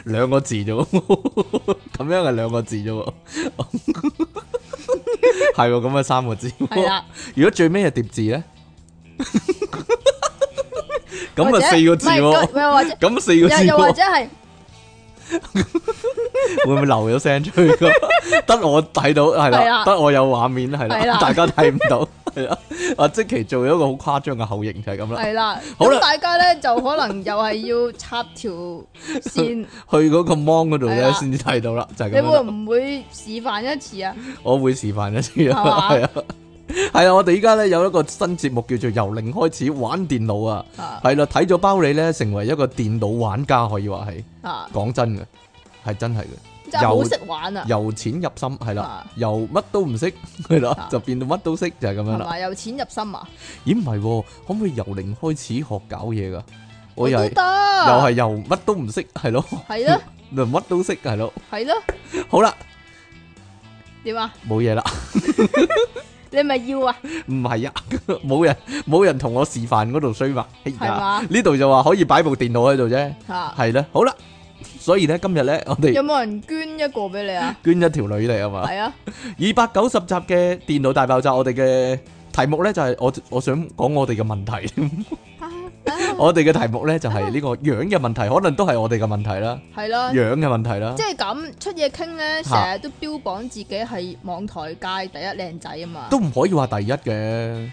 [SPEAKER 1] 兩個字啫喎，咁樣係兩個字啫喎， [LAUGHS] 係喎，咁啊三個字。[LAUGHS]
[SPEAKER 2] 係啦，
[SPEAKER 1] 如果最尾係疊字
[SPEAKER 2] [LAUGHS]
[SPEAKER 1] 呢？咁
[SPEAKER 2] 或
[SPEAKER 1] 啊
[SPEAKER 2] 者
[SPEAKER 1] 四個字
[SPEAKER 2] 唔
[SPEAKER 1] [LAUGHS]
[SPEAKER 2] 係
[SPEAKER 1] 喎，
[SPEAKER 2] 佢又或者
[SPEAKER 1] 咁四個字 [LAUGHS]
[SPEAKER 2] 又又或
[SPEAKER 1] 喎，
[SPEAKER 2] 者係
[SPEAKER 1] 會唔會漏咗聲出去 [LAUGHS] 㗎？得我睇到係
[SPEAKER 2] 係
[SPEAKER 1] 啦，
[SPEAKER 2] 啦
[SPEAKER 1] 得我有畫面係
[SPEAKER 2] 係
[SPEAKER 1] 啦，
[SPEAKER 2] 啦
[SPEAKER 1] 大家睇唔到係啦。阿即其做咗一個好誇張嘅口型就係咁啦。
[SPEAKER 2] 係啦，
[SPEAKER 1] 好啦
[SPEAKER 2] 咁大家咧就可能又係要插條線。
[SPEAKER 1] 去嗰個 mon 嗰度
[SPEAKER 2] 係
[SPEAKER 1] 咧
[SPEAKER 2] 啦
[SPEAKER 1] 先至睇到啦，就係
[SPEAKER 2] 你
[SPEAKER 1] 咁
[SPEAKER 2] 會
[SPEAKER 1] 樣啦。
[SPEAKER 2] 唔會示範一次啊？
[SPEAKER 1] 我會示範一次啊，
[SPEAKER 2] 係嘛
[SPEAKER 1] 係啊，係啊，我哋依家咧有一個新節目叫做由零開始玩電腦啊，
[SPEAKER 2] 啊
[SPEAKER 1] 係啦，睇咗包你咧成為一個電腦玩家可以話係，
[SPEAKER 2] 啊，
[SPEAKER 1] 講真嘅，係真係嘅，
[SPEAKER 2] 真係好識玩啊，
[SPEAKER 1] 由淺入深係啦
[SPEAKER 2] 啊，
[SPEAKER 1] 由乜都唔識 [LAUGHS] 係啦
[SPEAKER 2] 啊，
[SPEAKER 1] 就變到乜都識就係咁樣
[SPEAKER 2] 係
[SPEAKER 1] 啦。
[SPEAKER 2] 嘛？由淺入深啊，
[SPEAKER 1] 咦唔係喎，可唔可以由零開始學搞嘢噶？我
[SPEAKER 2] 我
[SPEAKER 1] 又
[SPEAKER 2] 都
[SPEAKER 1] 係
[SPEAKER 2] 得，啊
[SPEAKER 1] 又係由乜都唔識係咯， [LAUGHS]
[SPEAKER 2] 係咯，
[SPEAKER 1] 就乜都識係咯，
[SPEAKER 2] 係咯，
[SPEAKER 1] 好啦， [LAUGHS]
[SPEAKER 2] 點啊？
[SPEAKER 1] 冇嘢啦。
[SPEAKER 2] 你咪要
[SPEAKER 1] [LAUGHS]
[SPEAKER 2] 啊？
[SPEAKER 1] 唔係啊，冇人冇人同我示範嗰度衰嘛，係
[SPEAKER 2] 係嘛
[SPEAKER 1] 呢度就話可以擺部電腦喺度啫， [LAUGHS]
[SPEAKER 2] 吓，
[SPEAKER 1] 係啦，好啦，所以咧今日咧我哋
[SPEAKER 2] 有冇人捐一個俾你
[SPEAKER 1] [LAUGHS]
[SPEAKER 2] 啊？
[SPEAKER 1] 捐一條女嚟啊嘛，
[SPEAKER 2] 係
[SPEAKER 1] [LAUGHS]
[SPEAKER 2] 啊，
[SPEAKER 1] 二百九十集嘅電腦大爆炸，我哋嘅題目咧就係、我我想講我哋嘅問題，
[SPEAKER 2] 啊
[SPEAKER 1] 我哋嘅題目咧就係呢個樣嘅問題，可能都係我哋嘅問題啦，
[SPEAKER 2] 係啦，
[SPEAKER 1] 樣嘅問題啦
[SPEAKER 2] 啊即，係咁出嘢傾咧，
[SPEAKER 1] 嚇
[SPEAKER 2] 成日都標榜自己係網台界第一靚仔啊嘛
[SPEAKER 1] 都。唔可以話第一嘅，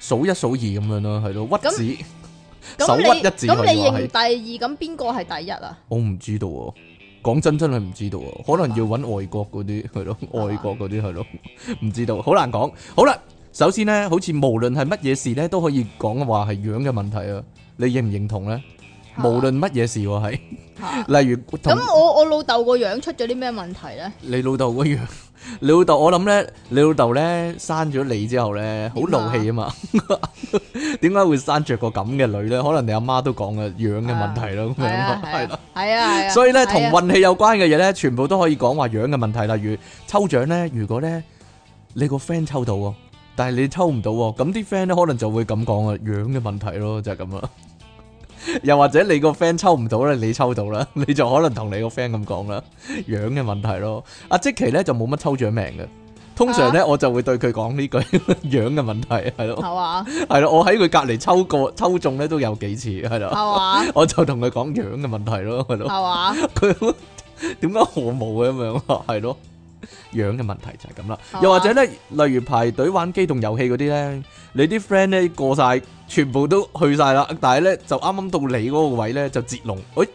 [SPEAKER 1] 數一數二咁樣咯，係咯，
[SPEAKER 2] 咁
[SPEAKER 1] 屈指，
[SPEAKER 2] 咁
[SPEAKER 1] 手
[SPEAKER 2] 你
[SPEAKER 1] 屈一指
[SPEAKER 2] 咁
[SPEAKER 1] 可以
[SPEAKER 2] 你
[SPEAKER 1] 話係
[SPEAKER 2] 認。第二，咁邊個係第一啊？
[SPEAKER 1] 我唔知道喎、講真真係唔知道喎、可能要揾外國嗰啲
[SPEAKER 2] [LAUGHS]
[SPEAKER 1] 係咯，
[SPEAKER 2] 嘛
[SPEAKER 1] 外國嗰啲係咯，唔知道，好難講。好啦，首先呢，好似無論係乜嘢事呢，都可以講話係樣嘅問題啊。你認唔認同呢？
[SPEAKER 2] 嚇
[SPEAKER 1] 無論乜嘢事喎、
[SPEAKER 2] 嚇
[SPEAKER 1] 係，例如同
[SPEAKER 2] 咁我我老豆個樣出咗啲咩問題咧？
[SPEAKER 1] 你老豆嗰樣， [LAUGHS] 你老豆我諗呢，你老豆呢，生咗你之後呢，好
[SPEAKER 2] 點啊
[SPEAKER 1] 怒氣啊嘛。 [LAUGHS] 點解會生着個咁嘅女呢？可能你阿媽都講嘅樣嘅問題咯，咁
[SPEAKER 2] 係
[SPEAKER 1] 樣
[SPEAKER 2] 啊
[SPEAKER 1] 咯，係
[SPEAKER 2] 係
[SPEAKER 1] 啦
[SPEAKER 2] 啊。係啊係啊，
[SPEAKER 1] 所以咧，
[SPEAKER 2] 係
[SPEAKER 1] 同
[SPEAKER 2] 啊
[SPEAKER 1] 運氣有關嘅嘢咧，全部都可以講話樣嘅問題。例如抽獎咧，如果咧你個 friend 抽到喎，但係你抽唔到喎，咁啲 friend 咧可能就會咁講啊，樣嘅問題咯，就係咁啦。啊 [LAUGHS] 又或者你個 friend 抽唔到咧，你抽到啦，你就可能同你個 friend 咁講啦，樣嘅問題咯。阿即奇咧就冇乜抽獎命嘅，通常
[SPEAKER 2] 啊
[SPEAKER 1] 咧我就會對佢講呢句 [LAUGHS] 樣嘅問題係咯，
[SPEAKER 2] 係嘛
[SPEAKER 1] 係咯，我喺佢隔離抽過抽中咧都有幾次係
[SPEAKER 2] 係
[SPEAKER 1] 咯，
[SPEAKER 2] 嘛
[SPEAKER 1] 我就同佢講樣嘅問題咯，係咯 [LAUGHS]
[SPEAKER 2] 係。嘛。
[SPEAKER 1] 佢點解我冇嘅咁樣啊？係咯，樣嘅問題就係咁啦。
[SPEAKER 2] 係嘛
[SPEAKER 1] 又或者咧，例如排隊玩機動遊戲嗰啲咧，你啲 friend 咧過晒，全部都去晒啦，但係咧就啱啱到你嗰個位咧就截龍，哎，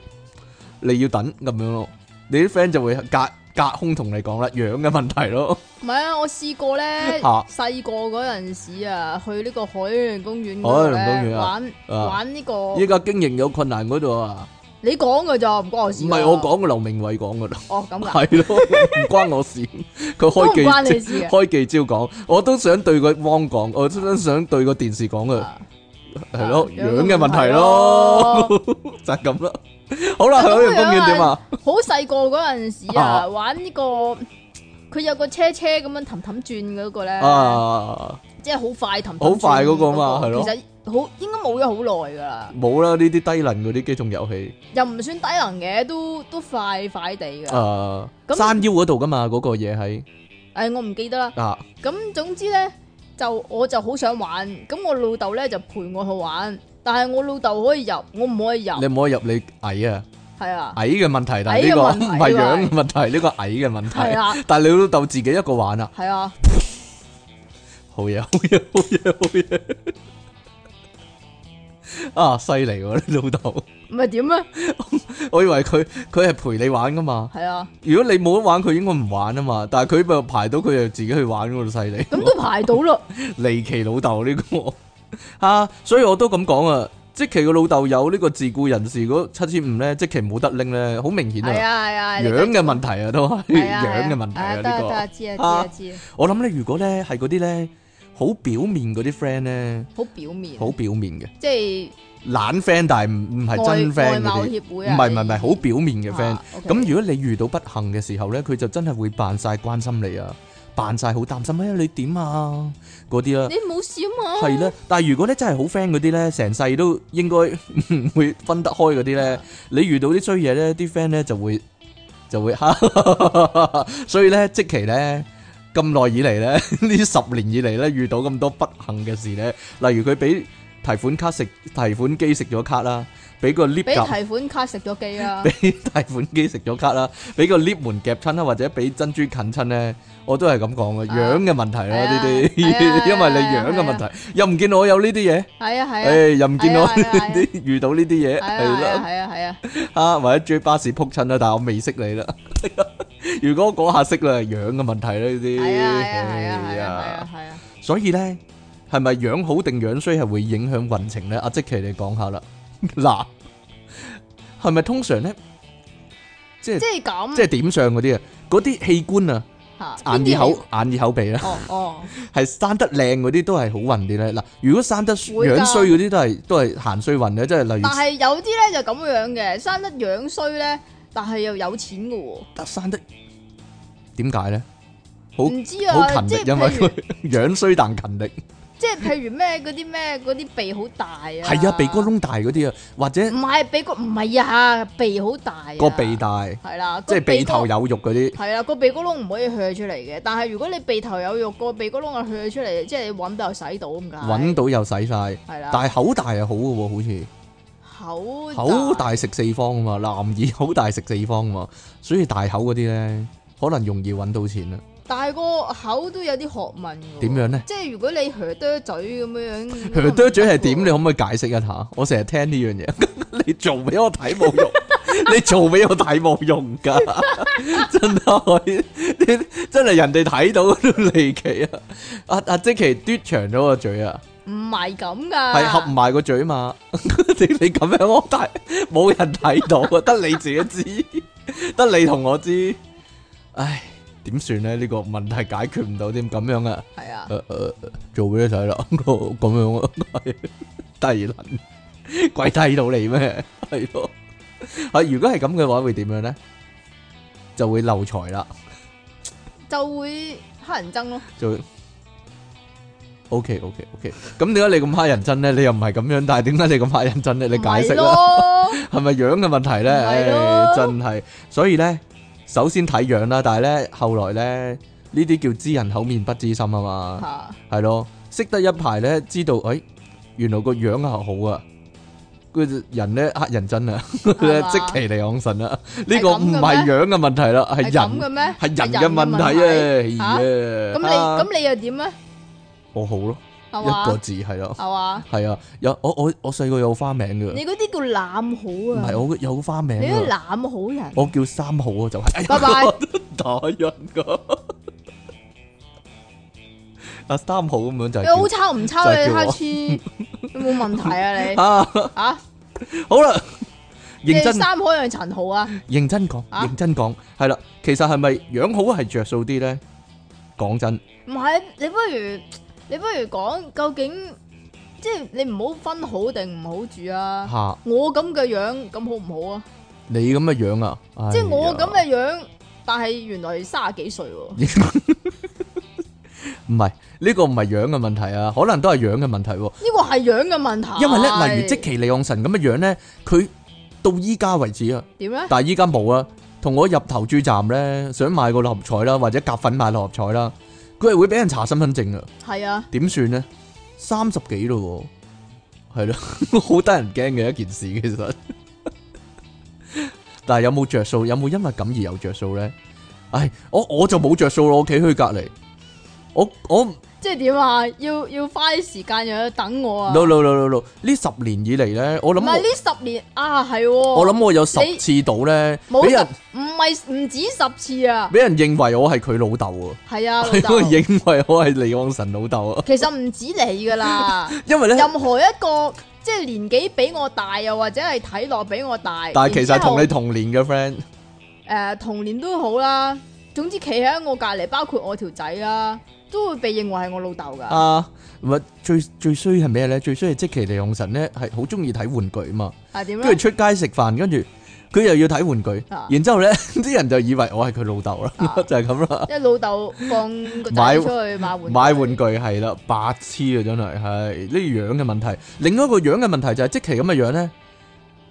[SPEAKER 1] 你要等咁樣咯。你啲 friend 就會隔隔空同你講啦，樣嘅問題咯，
[SPEAKER 2] 唔係啊，我試過咧，
[SPEAKER 1] 啊
[SPEAKER 2] 細個嗰陣時啊，去呢個海洋公園嗰度
[SPEAKER 1] 海洋公
[SPEAKER 2] 咧
[SPEAKER 1] 園啊
[SPEAKER 2] 玩
[SPEAKER 1] 啊
[SPEAKER 2] 玩呢個，
[SPEAKER 1] 依家經營有困難嗰度啊，
[SPEAKER 2] 你講噶咋，唔關我事。
[SPEAKER 1] 唔係我，講嘅，劉明偉講嘅啦，
[SPEAKER 2] 哦咁噶，
[SPEAKER 1] 係咯，唔關我事，佢
[SPEAKER 2] 都唔關
[SPEAKER 1] 開記
[SPEAKER 2] 你事嘅。
[SPEAKER 1] 開記招講，我都想對個汪講，我都想對個電視講嘅。
[SPEAKER 2] 啊
[SPEAKER 1] 係咯，
[SPEAKER 2] 啊
[SPEAKER 1] 樣嘅問題咯， [LAUGHS] 就係咁咯。好啦，
[SPEAKER 2] 咁
[SPEAKER 1] 去海洋公園
[SPEAKER 2] 樣
[SPEAKER 1] 點啊？
[SPEAKER 2] 好細個嗰陣時
[SPEAKER 1] 啊
[SPEAKER 2] 啊，玩呢個，佢有個車車咁樣氹氹轉嗰個咧，
[SPEAKER 1] 啊，
[SPEAKER 2] 即係好快氹氹轉
[SPEAKER 1] 好快嗰個嘛
[SPEAKER 2] 嗰個
[SPEAKER 1] 係咯
[SPEAKER 2] 其實好應該冇咗好耐噶啦，
[SPEAKER 1] 冇啦，呢啲低能嗰啲機動遊戲，
[SPEAKER 2] 又唔算低能嘅，都都快快地噶。
[SPEAKER 1] 啊，
[SPEAKER 2] 咁
[SPEAKER 1] 山腰嗰度噶嘛，嗰個嘢喺
[SPEAKER 2] 誒，我唔記得啦。
[SPEAKER 1] 啊，
[SPEAKER 2] 咁總之咧，就我就好想玩，咁我老豆咧就陪我去玩，但係我老豆可以入，我唔可以入
[SPEAKER 1] 你，唔可以入你矮啊，
[SPEAKER 2] 係啊，
[SPEAKER 1] 矮嘅問題，但
[SPEAKER 2] 矮
[SPEAKER 1] 係
[SPEAKER 2] 嘅
[SPEAKER 1] 呢個
[SPEAKER 2] 問題
[SPEAKER 1] 唔係
[SPEAKER 2] 啊
[SPEAKER 1] 樣嘅問題，呢個矮嘅問
[SPEAKER 2] 係
[SPEAKER 1] 題。
[SPEAKER 2] 啊，
[SPEAKER 1] 但係你老豆自己一個玩啊，
[SPEAKER 2] 係啊，
[SPEAKER 1] 好嘢，好嘢，好嘢，好嘢。啊，犀利喎！你老豆，
[SPEAKER 2] 唔係點咧？
[SPEAKER 1] 我以為佢佢係陪你玩噶嘛。
[SPEAKER 2] 係啊，
[SPEAKER 1] 如果你冇得玩，佢應該唔玩啊嘛。但係佢咪排到佢又自己去玩嗰度犀利，
[SPEAKER 2] 咁都排到咯，
[SPEAKER 1] [LAUGHS] 離奇老豆呢、個 [LAUGHS] 啊！所以我都咁講啊，即其個老豆有呢個自雇人士嗰七千五咧，即其冇得拎咧，好明顯
[SPEAKER 2] 係
[SPEAKER 1] 啊，
[SPEAKER 2] 啊係啊，你
[SPEAKER 1] 樣嘅問題啊，都係
[SPEAKER 2] 係啊
[SPEAKER 1] 樣嘅問題啊
[SPEAKER 2] 係
[SPEAKER 1] 呢
[SPEAKER 2] 得
[SPEAKER 1] 個。
[SPEAKER 2] 得知啊知
[SPEAKER 1] 啊
[SPEAKER 2] 啊知啊，
[SPEAKER 1] 我諗咧，如果咧係嗰啲咧好表面嗰啲 friend 咧，
[SPEAKER 2] 好表面，
[SPEAKER 1] 好表面嘅
[SPEAKER 2] 即
[SPEAKER 1] 懶 friend，但係唔唔係
[SPEAKER 2] 係
[SPEAKER 1] 真
[SPEAKER 2] 外外
[SPEAKER 1] friend
[SPEAKER 2] 貌
[SPEAKER 1] 嗰啲，
[SPEAKER 2] 協
[SPEAKER 1] 唔
[SPEAKER 2] 會
[SPEAKER 1] 係
[SPEAKER 2] 啊，
[SPEAKER 1] 唔係唔
[SPEAKER 2] 你
[SPEAKER 1] 係好表面嘅 friend。
[SPEAKER 2] 啊，OK
[SPEAKER 1] 咁如果你遇到不幸嘅時候咧，佢就真係會扮晒關心你啊，扮晒好擔心，哎呀你點啊嗰啲啦
[SPEAKER 2] 你，冇事啊嘛，
[SPEAKER 1] 係啦。但係如果咧真係好 friend 嗰啲咧，成世都應該 [LAUGHS] 唔會分得開嗰啲咧
[SPEAKER 2] 啊，
[SPEAKER 1] 你遇到啲衰嘢咧，啲 friend 咧就會就會， [LAUGHS] 所以咧即期咧。咁耐以嚟咧，呢 [LAUGHS] 十年以嚟咧，遇到咁多不幸嘅事咧，例如佢俾提款卡食提款機食咗卡啦，俾個 lift
[SPEAKER 2] 俾
[SPEAKER 1] 夾
[SPEAKER 2] 提款卡食咗機啊啦，
[SPEAKER 1] [LAUGHS] 俾提款機食咗卡啦，俾個 lift 門夾親啦，或者俾珍珠近親咧，我都係咁講嘅，
[SPEAKER 2] 啊
[SPEAKER 1] 樣嘅問題
[SPEAKER 2] 係
[SPEAKER 1] 啦
[SPEAKER 2] 啊
[SPEAKER 1] 呢啲，因
[SPEAKER 2] 係啊
[SPEAKER 1] [LAUGHS]
[SPEAKER 2] 係啊
[SPEAKER 1] 為你樣嘅問題，又唔見我有呢啲嘢，
[SPEAKER 2] 係啊係啊。
[SPEAKER 1] 誒又唔見我 [LAUGHS]
[SPEAKER 2] 係啊係啊係啊
[SPEAKER 1] 遇到呢啲嘢，
[SPEAKER 2] 係啊
[SPEAKER 1] 係
[SPEAKER 2] 係啊
[SPEAKER 1] 啦，
[SPEAKER 2] 係啊係啊，
[SPEAKER 1] 啊或者追巴士撲親啦，但係我未識你啦。 [LAUGHS] 如果我嗰下識啦，樣嘅問題啦呢啲，
[SPEAKER 2] 係啊係啊
[SPEAKER 1] 哎
[SPEAKER 2] 係啊係
[SPEAKER 1] 呀
[SPEAKER 2] 啊係啊，
[SPEAKER 1] 所以咧係咪樣好定樣衰係會影響運程咧？阿即奇你講下啦，嗱係咪通常咧即係
[SPEAKER 2] 即係咁，
[SPEAKER 1] 即係點上嗰啲啊，嗰啲器官啊，
[SPEAKER 2] 嚇
[SPEAKER 1] 眼
[SPEAKER 2] 嗯邊
[SPEAKER 1] 耳
[SPEAKER 2] 啲
[SPEAKER 1] 口
[SPEAKER 2] 係
[SPEAKER 1] 眼耳口鼻啦，
[SPEAKER 2] 哦哦，
[SPEAKER 1] [LAUGHS] 係生得靚嗰啲都係好運啲咧。嗱，如果生得
[SPEAKER 2] 會㗎
[SPEAKER 1] 樣衰嗰啲都係都係行衰運嘅，即係例
[SPEAKER 2] 但
[SPEAKER 1] 如
[SPEAKER 2] 係有啲咧就咁樣嘅，生得樣衰咧，但係又有錢嘅喎，
[SPEAKER 1] 得生得點解咧？好
[SPEAKER 2] 唔知
[SPEAKER 1] 好
[SPEAKER 2] 啊，
[SPEAKER 1] 勤
[SPEAKER 2] 即
[SPEAKER 1] 力
[SPEAKER 2] 係，
[SPEAKER 1] 因為
[SPEAKER 2] 譬如
[SPEAKER 1] 佢 [LAUGHS] 樣衰但勤力，
[SPEAKER 2] 即係譬如咩嗰啲咩嗰啲鼻好大啊，
[SPEAKER 1] 係啊，鼻哥窿大嗰啲啊，或者
[SPEAKER 2] 唔係鼻哥唔係啊，鼻好大啊，
[SPEAKER 1] 個鼻大，
[SPEAKER 2] 係啦，
[SPEAKER 1] 即
[SPEAKER 2] 個
[SPEAKER 1] 係鼻頭
[SPEAKER 2] 哥
[SPEAKER 1] 有肉嗰啲，
[SPEAKER 2] 係啦，個鼻哥窿唔可以鋸出嚟嘅，但係如果你鼻頭有肉，個鼻哥窿啊鋸出嚟，即係揾到又洗到咁解，
[SPEAKER 1] 揾到又使晒。
[SPEAKER 2] 係啦，
[SPEAKER 1] 但係口大係好嘅喎，好似。
[SPEAKER 2] 口
[SPEAKER 1] 口大食四方啊嘛，男耳口大食四方啊嘛，所以大口嗰啲咧，可能容易揾到錢啦。
[SPEAKER 2] 但係個口都有啲學問嘅喎
[SPEAKER 1] 點樣咧？
[SPEAKER 2] 即係如果你鋸多嘴咁樣
[SPEAKER 1] [LAUGHS]
[SPEAKER 2] 樣，
[SPEAKER 1] 佢嘟嘴係點？你
[SPEAKER 2] 咁
[SPEAKER 1] 可唔可以解釋一下？我成日聽呢樣嘢， [LAUGHS] 你做俾我睇冇用，你做俾我睇冇用噶， [LAUGHS] 真係你真係人哋睇到 [LAUGHS] 都離奇啊！阿阿即奇嘟長咗個嘴啊，
[SPEAKER 2] 唔係咁㗎，
[SPEAKER 1] 係合埋個嘴嘛？ [LAUGHS] 你你咁樣我睇冇人睇到啊，得你自己知， [LAUGHS] 得你同我知。唉，點算咧？呢、個問題解決唔到添，咁樣啊？
[SPEAKER 2] 係啊，
[SPEAKER 1] 誒誒，做俾你睇啦， [LAUGHS] 咁樣啊，係 [LAUGHS] 低能， [LAUGHS] 鬼低到你咩？ [LAUGHS] 係咯，啊，如果係咁嘅話，會點樣咧？就會漏財啦，
[SPEAKER 2] 就會黑人憎咯。
[SPEAKER 1] 就 O K O K O K。咁點解你咁黑人憎咧？你又唔係咁樣，但係點解你咁黑人憎咧？你解釋啦，
[SPEAKER 2] 咯，
[SPEAKER 1] [LAUGHS] 係咪樣嘅問題咧？
[SPEAKER 2] 係咯
[SPEAKER 1] 唉真係，所以咧，首先睇樣啦，但係咧，後來咧，呢啲叫知人口面不知心啊嘛。
[SPEAKER 2] 吓
[SPEAKER 1] 係咯，識得一排咧，知道誒、哎原來個樣係好啊，佢人咧黑人憎啊，
[SPEAKER 2] 係
[SPEAKER 1] [LAUGHS]
[SPEAKER 2] 嘛
[SPEAKER 1] 即其嚟昂神啊，呢個
[SPEAKER 2] 係咁嘅
[SPEAKER 1] 唔
[SPEAKER 2] 咩
[SPEAKER 1] 係樣嘅問題啦，係
[SPEAKER 2] 係咁嘅
[SPEAKER 1] 人
[SPEAKER 2] 咩？
[SPEAKER 1] 係人
[SPEAKER 2] 係
[SPEAKER 1] 嘅問
[SPEAKER 2] 問
[SPEAKER 1] 題啊
[SPEAKER 2] 嚇
[SPEAKER 1] 哎呀！
[SPEAKER 2] 咁你
[SPEAKER 1] 啊
[SPEAKER 2] 咁你又點咧？
[SPEAKER 1] 我好咯，
[SPEAKER 2] 係
[SPEAKER 1] 一個
[SPEAKER 2] 嘛？
[SPEAKER 1] 字係咯，
[SPEAKER 2] 係嘛？
[SPEAKER 1] 係啊，有我我我細個有花名嘅，
[SPEAKER 2] 你嗰啲叫濫
[SPEAKER 1] 唔
[SPEAKER 2] 好啊！
[SPEAKER 1] 係我有花名
[SPEAKER 2] 啊你都
[SPEAKER 1] 嘅，
[SPEAKER 2] 濫好人。
[SPEAKER 1] 我叫三號啊，就係哎呀
[SPEAKER 2] 拜拜
[SPEAKER 1] [LAUGHS] 打人噶，阿啊三號咁樣就係
[SPEAKER 2] 你
[SPEAKER 1] 叫
[SPEAKER 2] 好抄唔抄
[SPEAKER 1] 就
[SPEAKER 2] 你
[SPEAKER 1] 係叫我
[SPEAKER 2] 黑黐？有冇問題啊你？
[SPEAKER 1] [LAUGHS] 啊，
[SPEAKER 2] 嚇！
[SPEAKER 1] 好啦，
[SPEAKER 2] 你
[SPEAKER 1] 認真。
[SPEAKER 2] 三可樣陳豪啊？
[SPEAKER 1] 認真講，
[SPEAKER 2] 啊
[SPEAKER 1] 認真講，係啦，其實係咪樣好係着數啲咧？講真，
[SPEAKER 2] 唔係，你不如你不如講究竟，即係你唔好分好定唔好住啊！
[SPEAKER 1] 吓、
[SPEAKER 2] 我咁嘅樣咁好唔好啊？
[SPEAKER 1] 你咁嘅樣啊，哎
[SPEAKER 2] 即係我
[SPEAKER 1] 呀
[SPEAKER 2] 咁，嘅樣，但係原來卅幾歲喎。
[SPEAKER 1] 唔係呢個唔係樣嘅問題啊，可能都係樣嘅問題喎、
[SPEAKER 2] 呢個係樣嘅問題。
[SPEAKER 1] 因為咧，例如即其利昂神咁嘅樣咧，佢到依家為止啊，
[SPEAKER 2] 點咧？
[SPEAKER 1] 但係依家冇啊，同我入投注站咧，想買個六合彩啦，或者夾粉買六合彩啦，佢係會俾人查身份證啊。
[SPEAKER 2] 係啊，
[SPEAKER 1] 點算呢？三十幾咯喎，係咯， [LAUGHS] 好得人驚嘅一件事其實。 [LAUGHS] 但係有冇着數？有冇因為咁而有着數呢？唉，我我就冇着數咯，我企佢隔離，我我
[SPEAKER 2] 即係點啊？要要花啲時間又要等我啊？
[SPEAKER 1] no no no no no，呢十年以嚟呢，我
[SPEAKER 2] 唔
[SPEAKER 1] 諗
[SPEAKER 2] 係
[SPEAKER 1] 我
[SPEAKER 2] 呢十年啊，係喎。
[SPEAKER 1] 我諗我有十
[SPEAKER 2] 你
[SPEAKER 1] 次到呢，
[SPEAKER 2] 冇
[SPEAKER 1] 俾
[SPEAKER 2] 十
[SPEAKER 1] 人
[SPEAKER 2] 唔係唔止十次啊，
[SPEAKER 1] 俾人認為我係佢老豆啊，
[SPEAKER 2] 係啊，
[SPEAKER 1] 係
[SPEAKER 2] 老
[SPEAKER 1] [LAUGHS]
[SPEAKER 2] 豆
[SPEAKER 1] 因為認為我係李昂臣老豆啊，
[SPEAKER 2] 其實唔止你噶啦，
[SPEAKER 1] 因為呢。
[SPEAKER 2] 任何一個即係年紀比我大，又或者係睇落比我大，
[SPEAKER 1] 但係其實係同你
[SPEAKER 2] 然之後
[SPEAKER 1] 同年嘅 friend
[SPEAKER 2] 誒同年都好啦。總之企喺我隔離，包括我條仔啦，都會被認為係我老豆噶。
[SPEAKER 1] 啊，唔係最最衰係咩咧？最衰係即其利用神咧，係好中意睇玩具啊嘛，
[SPEAKER 2] 係點
[SPEAKER 1] 跟
[SPEAKER 2] 咧？
[SPEAKER 1] 住出街食飯，跟住佢又要睇玩具，
[SPEAKER 2] 啊
[SPEAKER 1] 然之後咧 [LAUGHS] 啲人就以為我係佢老豆啦，
[SPEAKER 2] 啊
[SPEAKER 1] [LAUGHS] 就係咁啦。
[SPEAKER 2] 即係老豆放個
[SPEAKER 1] 買
[SPEAKER 2] 仔出去買玩具
[SPEAKER 1] 買玩具係啦，白痴啊，真係係呢樣嘅問題。另一個樣嘅問題就係即其咁嘅樣咧，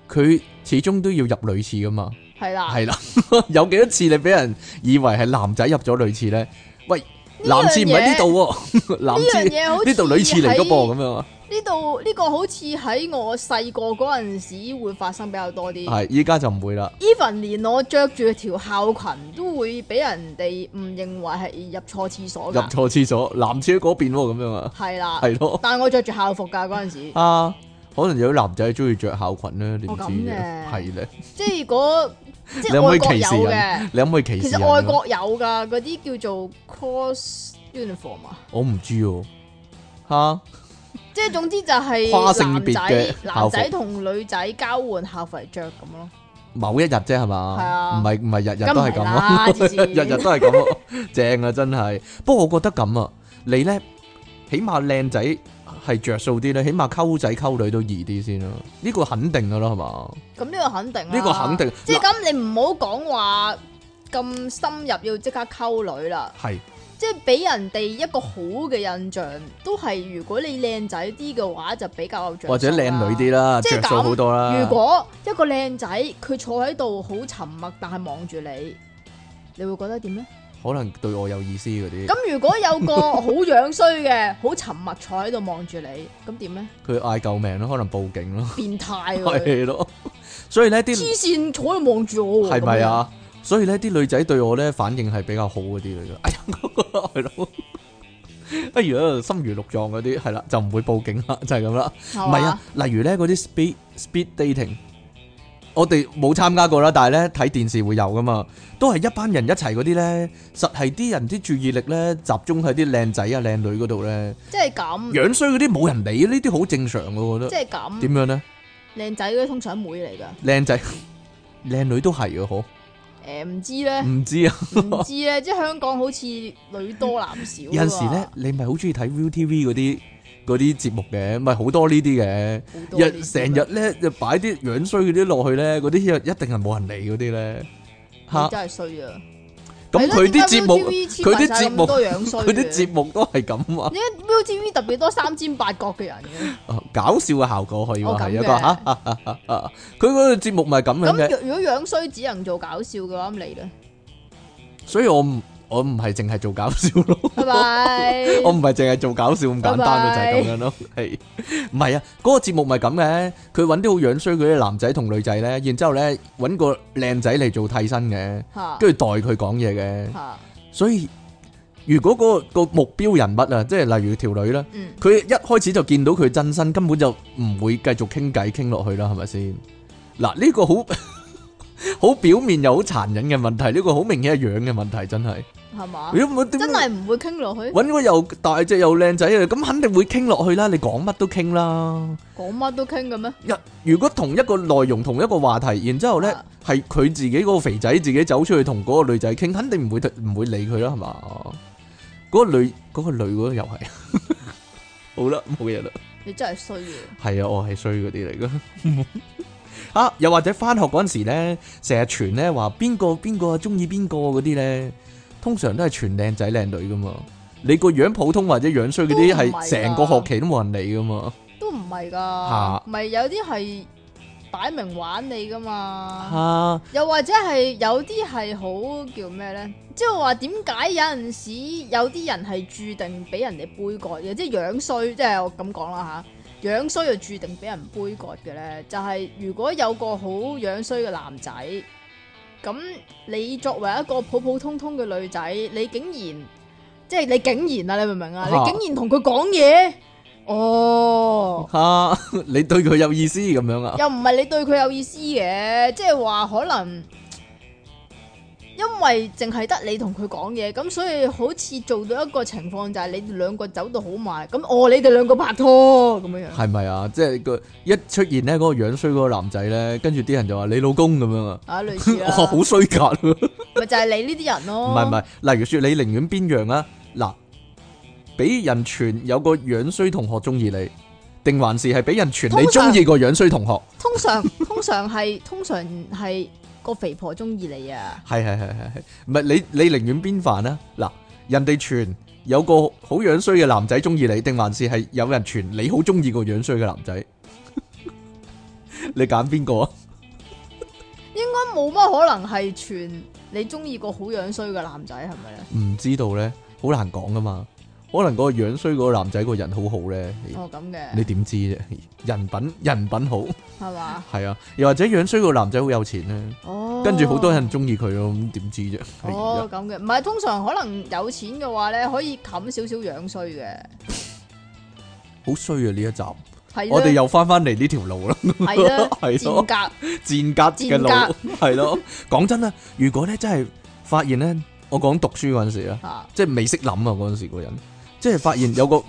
[SPEAKER 1] 佢始終都要入女廁噶嘛，
[SPEAKER 2] 係啦，
[SPEAKER 1] 係啦， [LAUGHS] 有幾多次你俾人以為係男仔入咗女廁咧？喂，
[SPEAKER 2] 呢
[SPEAKER 1] 男廁唔喺呢
[SPEAKER 2] 樣
[SPEAKER 1] 度喎， [LAUGHS] 男
[SPEAKER 2] 呢樣
[SPEAKER 1] 廁
[SPEAKER 2] 嘢好似
[SPEAKER 1] 呢度女廁嚟
[SPEAKER 2] 喺
[SPEAKER 1] 嗰噃咁樣啊。
[SPEAKER 2] 呢度呢個好似喺我細個嗰陣時會發生比較多啲。
[SPEAKER 1] 系，依家就唔會啦。
[SPEAKER 2] even 連我着住條校裙都會俾人哋誤認為係入錯廁所
[SPEAKER 1] 入
[SPEAKER 2] 㗎，
[SPEAKER 1] 錯廁所，男廁喺嗰邊喎，咁樣啊，
[SPEAKER 2] 係啦。
[SPEAKER 1] 係咯，
[SPEAKER 2] 但係我着住校服㗎嗰陣時，
[SPEAKER 1] 啊，可能有啲男仔中意着校裙咧，你唔
[SPEAKER 2] 哦咁
[SPEAKER 1] 知啊
[SPEAKER 2] 嘅
[SPEAKER 1] 係咧，
[SPEAKER 2] 即係嗰即
[SPEAKER 1] 你可
[SPEAKER 2] 係
[SPEAKER 1] 唔可
[SPEAKER 2] 外
[SPEAKER 1] 以
[SPEAKER 2] 國
[SPEAKER 1] 歧
[SPEAKER 2] 有
[SPEAKER 1] 視
[SPEAKER 2] 嘅
[SPEAKER 1] 人，？啊你可唔可以歧視
[SPEAKER 2] 其
[SPEAKER 1] 人
[SPEAKER 2] 實外
[SPEAKER 1] 啊？
[SPEAKER 2] 國有㗎嗰啲叫做 cross uniform 啊，
[SPEAKER 1] 我唔知喎，吓
[SPEAKER 2] 即係總之就
[SPEAKER 1] [LAUGHS] 跨
[SPEAKER 2] 係
[SPEAKER 1] 性
[SPEAKER 2] 男
[SPEAKER 1] 別嘅
[SPEAKER 2] 仔
[SPEAKER 1] 校
[SPEAKER 2] 男
[SPEAKER 1] 服
[SPEAKER 2] 仔同女仔交換校服嚟着咁咯。
[SPEAKER 1] 某一日啫係
[SPEAKER 2] 係
[SPEAKER 1] 嘛？
[SPEAKER 2] 啊
[SPEAKER 1] 唔係唔係日日
[SPEAKER 2] 咁
[SPEAKER 1] 都
[SPEAKER 2] 唔
[SPEAKER 1] 係
[SPEAKER 2] 係
[SPEAKER 1] 咁
[SPEAKER 2] 啦，
[SPEAKER 1] 咯，
[SPEAKER 2] 黐線
[SPEAKER 1] [LAUGHS] 日日都係咁咯，正啊真係。不過我覺得咁啊，你咧起碼靚仔係着數啲咧，起碼溝仔溝女都易啲先啦。呢個肯定噶啦，係嘛？
[SPEAKER 2] 咁呢個肯定啦
[SPEAKER 1] 呢個肯定
[SPEAKER 2] 即係咁，你唔好講話咁深入，要即刻溝女啦。
[SPEAKER 1] 係
[SPEAKER 2] 即係俾人哋一個好嘅印象，都係如果你靚仔啲嘅話，就比較有着數啦
[SPEAKER 1] 或者靚女啲啦，
[SPEAKER 2] 即係
[SPEAKER 1] 着
[SPEAKER 2] 咁
[SPEAKER 1] 數好多啦。
[SPEAKER 2] 如果一個靚仔佢坐喺度好沉默，但係望住你，你會覺得點呢？
[SPEAKER 1] 可能對我有意思嗰啲，
[SPEAKER 2] 咁如果有個好樣衰嘅，好沉默坐喺度望住你，咁點呢？
[SPEAKER 1] 佢嗌救命咯，可能報警咯，
[SPEAKER 2] 變態喎！
[SPEAKER 1] [LAUGHS] 係咯。所以呢啲
[SPEAKER 2] 黐線坐喺度望住我喎，
[SPEAKER 1] 係咪啊？所以呢啲女仔對我咧反應係比較好嗰啲嚟嘅。 [LAUGHS] 哎呀，係咯，哎呀，心如鹿撞嗰啲係啦，就唔會報警啦， [LAUGHS] 就係咁啦。
[SPEAKER 2] 咁樣？
[SPEAKER 1] 唔
[SPEAKER 2] 係
[SPEAKER 1] 係
[SPEAKER 2] 啊
[SPEAKER 1] 啊，，例如咧嗰啲 speed speed dating，我哋冇參加過啦，但係咧睇電視會有噶嘛，都係一班人一齊嗰啲咧，實係啲人啲注意力咧集中喺啲靚仔啊靚女嗰度咧，
[SPEAKER 2] 即係咁，
[SPEAKER 1] 樣衰嗰啲冇人理，呢啲好正常嘅，我覺得
[SPEAKER 2] 即。係咁。
[SPEAKER 1] 點樣咧？
[SPEAKER 2] [LAUGHS] 靚仔嗰啲通常係妹嚟㗎，
[SPEAKER 1] 靚仔、靚女都係嘅，嗬？
[SPEAKER 2] 誒唔知咧，
[SPEAKER 1] 唔知啊，
[SPEAKER 2] 唔知咧， [LAUGHS] 即係香港好似女多男少啊
[SPEAKER 1] 有
[SPEAKER 2] 㗎喎。
[SPEAKER 1] 陣時咧，你咪好中意睇 ViuTV 嗰啲嗰啲節目嘅，咪好多呢啲嘅，
[SPEAKER 2] 好多呢
[SPEAKER 1] 日
[SPEAKER 2] 啲
[SPEAKER 1] 成日咧就擺啲樣衰嗰啲落去咧，嗰啲一定係冇人理嗰啲咧，吓
[SPEAKER 2] 你真係衰啊！
[SPEAKER 1] 咁佢啲節目，佢
[SPEAKER 2] 佢
[SPEAKER 1] 啲節目，
[SPEAKER 2] 多樣衰嘅，
[SPEAKER 1] [LAUGHS] 佢啲節目都係咁啊， [LAUGHS]
[SPEAKER 2] 你解 ViuTV 特別多三尖八角嘅人嘅？
[SPEAKER 1] 搞笑嘅效果可以話
[SPEAKER 2] 哦咁
[SPEAKER 1] 係一個
[SPEAKER 2] 嘅
[SPEAKER 1] 吓，哈哈哈哈佢嗰個節目咪咁樣嘅 [LAUGHS]
[SPEAKER 2] 咁。若如果樣衰只能做搞笑嘅話，咁你咧？
[SPEAKER 1] 所以我唔我唔係淨係做搞笑咯。
[SPEAKER 2] 拜拜。
[SPEAKER 1] 我唔係淨係做搞笑咁簡單咯，就
[SPEAKER 2] 拜
[SPEAKER 1] 係
[SPEAKER 2] 拜
[SPEAKER 1] 咁樣咯，係唔係啊？嗰個節目咪咁嘅，佢揾啲好樣衰嗰啲男仔同女仔咧，然之後咧揾個靚仔嚟做替身嘅，
[SPEAKER 2] 吓
[SPEAKER 1] 跟住代佢講嘢嘅。
[SPEAKER 2] 吓，
[SPEAKER 1] 所以如果嗰個個目標人物啊，即係例如條女啦，
[SPEAKER 2] 嗯，
[SPEAKER 1] 佢一開始就見到佢真身，根本就唔會繼續傾偈傾落去啦，係咪先？嗱，呢個好 [LAUGHS] 好表面又好殘忍嘅問題，呢個好明顯係樣嘅問題，真係。
[SPEAKER 2] 系嘛？
[SPEAKER 1] 如果冇點
[SPEAKER 2] 真係唔會傾落去，
[SPEAKER 1] 揾個又大隻又靚仔嘅，咁肯定會傾落去啦。你講乜都傾啦。
[SPEAKER 2] 講乜都傾嘅咩？
[SPEAKER 1] 一如果同一個內容、同一個話題，然之後呢
[SPEAKER 2] 啊
[SPEAKER 1] 係佢自己嗰個肥仔自己走出去同嗰個女仔傾，肯定唔會唔會理佢啦，係嘛？嗰、個女嗰、個女嗰個又係 [LAUGHS] 好啦，冇嘢啦。
[SPEAKER 2] 你真係衰嘅，
[SPEAKER 1] 係啊，我係衰嗰啲嚟噶。 [LAUGHS] 啊，又或者翻學嗰陣時咧，成日傳咧話邊個邊個中意邊個嗰啲咧，通常都係傳靚仔靚女噶嘛。你個樣普通或者樣衰嗰啲
[SPEAKER 2] 都唔係啊㗎
[SPEAKER 1] 係成個學期都冇人理噶嘛。
[SPEAKER 2] 都唔係
[SPEAKER 1] 嚇
[SPEAKER 2] 㗎，咪有啲係擺明玩你㗎嘛。
[SPEAKER 1] 啊，
[SPEAKER 2] 又或者係有啲係好叫咩咧？即係話點解有陣時有啲人係注定俾人哋杯葛嘅，即係樣衰，即係我咁講啦吓，樣衰就注定俾人杯葛嘅咧，就係、如果有個好樣衰嘅男仔，咁你作為一個普普通通嘅女仔，你竟然即係你竟然啊，你明唔明啊？
[SPEAKER 1] 啊
[SPEAKER 2] 你竟然同佢講嘢，哦。
[SPEAKER 1] 啊， [LAUGHS] 你對佢有意思咁樣 [LAUGHS] 啊？
[SPEAKER 2] 又唔係你對佢有意思嘅，即係話可能因為淨係得你同佢講嘢，咁所以好似做到一個情況就係你哋兩個走到好埋，咁哦你哋兩個拍拖咁
[SPEAKER 1] [LAUGHS]
[SPEAKER 2] 樣樣，
[SPEAKER 1] 係咪啊？即係個一出現咧，嗰個樣衰嗰個男仔咧，跟住啲人就話你老公咁樣啊，
[SPEAKER 2] 啊類似
[SPEAKER 1] 我
[SPEAKER 2] 啦，
[SPEAKER 1] [LAUGHS] 好衰格啊咯。
[SPEAKER 2] 咪就係你呢啲人咯，
[SPEAKER 1] 唔係唔係，例如说你寧願邊樣啊？嗱，俾人傳有個樣衰同學中意你，定還是係俾人傳你
[SPEAKER 2] 通常
[SPEAKER 1] 中意個樣衰同學？
[SPEAKER 2] 通常通常係通常係個肥婆中意你啊，
[SPEAKER 1] 係係係係係，唔係你你寧願邊範啊？嗱，人哋傳有個好樣衰嘅男仔中意你，定還是係有人傳你好中意個樣衰嘅男仔？ [LAUGHS] 你揀邊個啊？
[SPEAKER 2] 咁冇乜可能係全你中意個好樣衰嘅男仔係咪啊咧？
[SPEAKER 1] 唔知道咧，好難講噶嘛。可能嗰個樣衰嗰個男仔個人好好咧，
[SPEAKER 2] 哦咁
[SPEAKER 1] 你
[SPEAKER 2] 嘅
[SPEAKER 1] 點知啫？人品人品好。
[SPEAKER 2] 係嘛？
[SPEAKER 1] 系啊，又或者樣衰個男仔好有錢咧，
[SPEAKER 2] 哦，
[SPEAKER 1] 跟住好多人中意佢咯，咁點知啫？係
[SPEAKER 2] 哦
[SPEAKER 1] 啊，
[SPEAKER 2] 咁嘅，唔係通常可能有錢嘅話咧，可以冚少少樣衰嘅，
[SPEAKER 1] 好衰啊！呢一集，
[SPEAKER 2] 係
[SPEAKER 1] 我哋
[SPEAKER 2] 有
[SPEAKER 1] 又翻翻嚟呢條路啦，，
[SPEAKER 2] 係啦
[SPEAKER 1] 係咯
[SPEAKER 2] 賤格
[SPEAKER 1] [LAUGHS] 賤格嘅
[SPEAKER 2] 賤
[SPEAKER 1] 路， [LAUGHS] 係咯。講真啦，如果咧真係發現咧，我講讀書嗰陣時啊，
[SPEAKER 2] 嚇
[SPEAKER 1] 即係未識諗啊嗰陣時個人，即係發現有個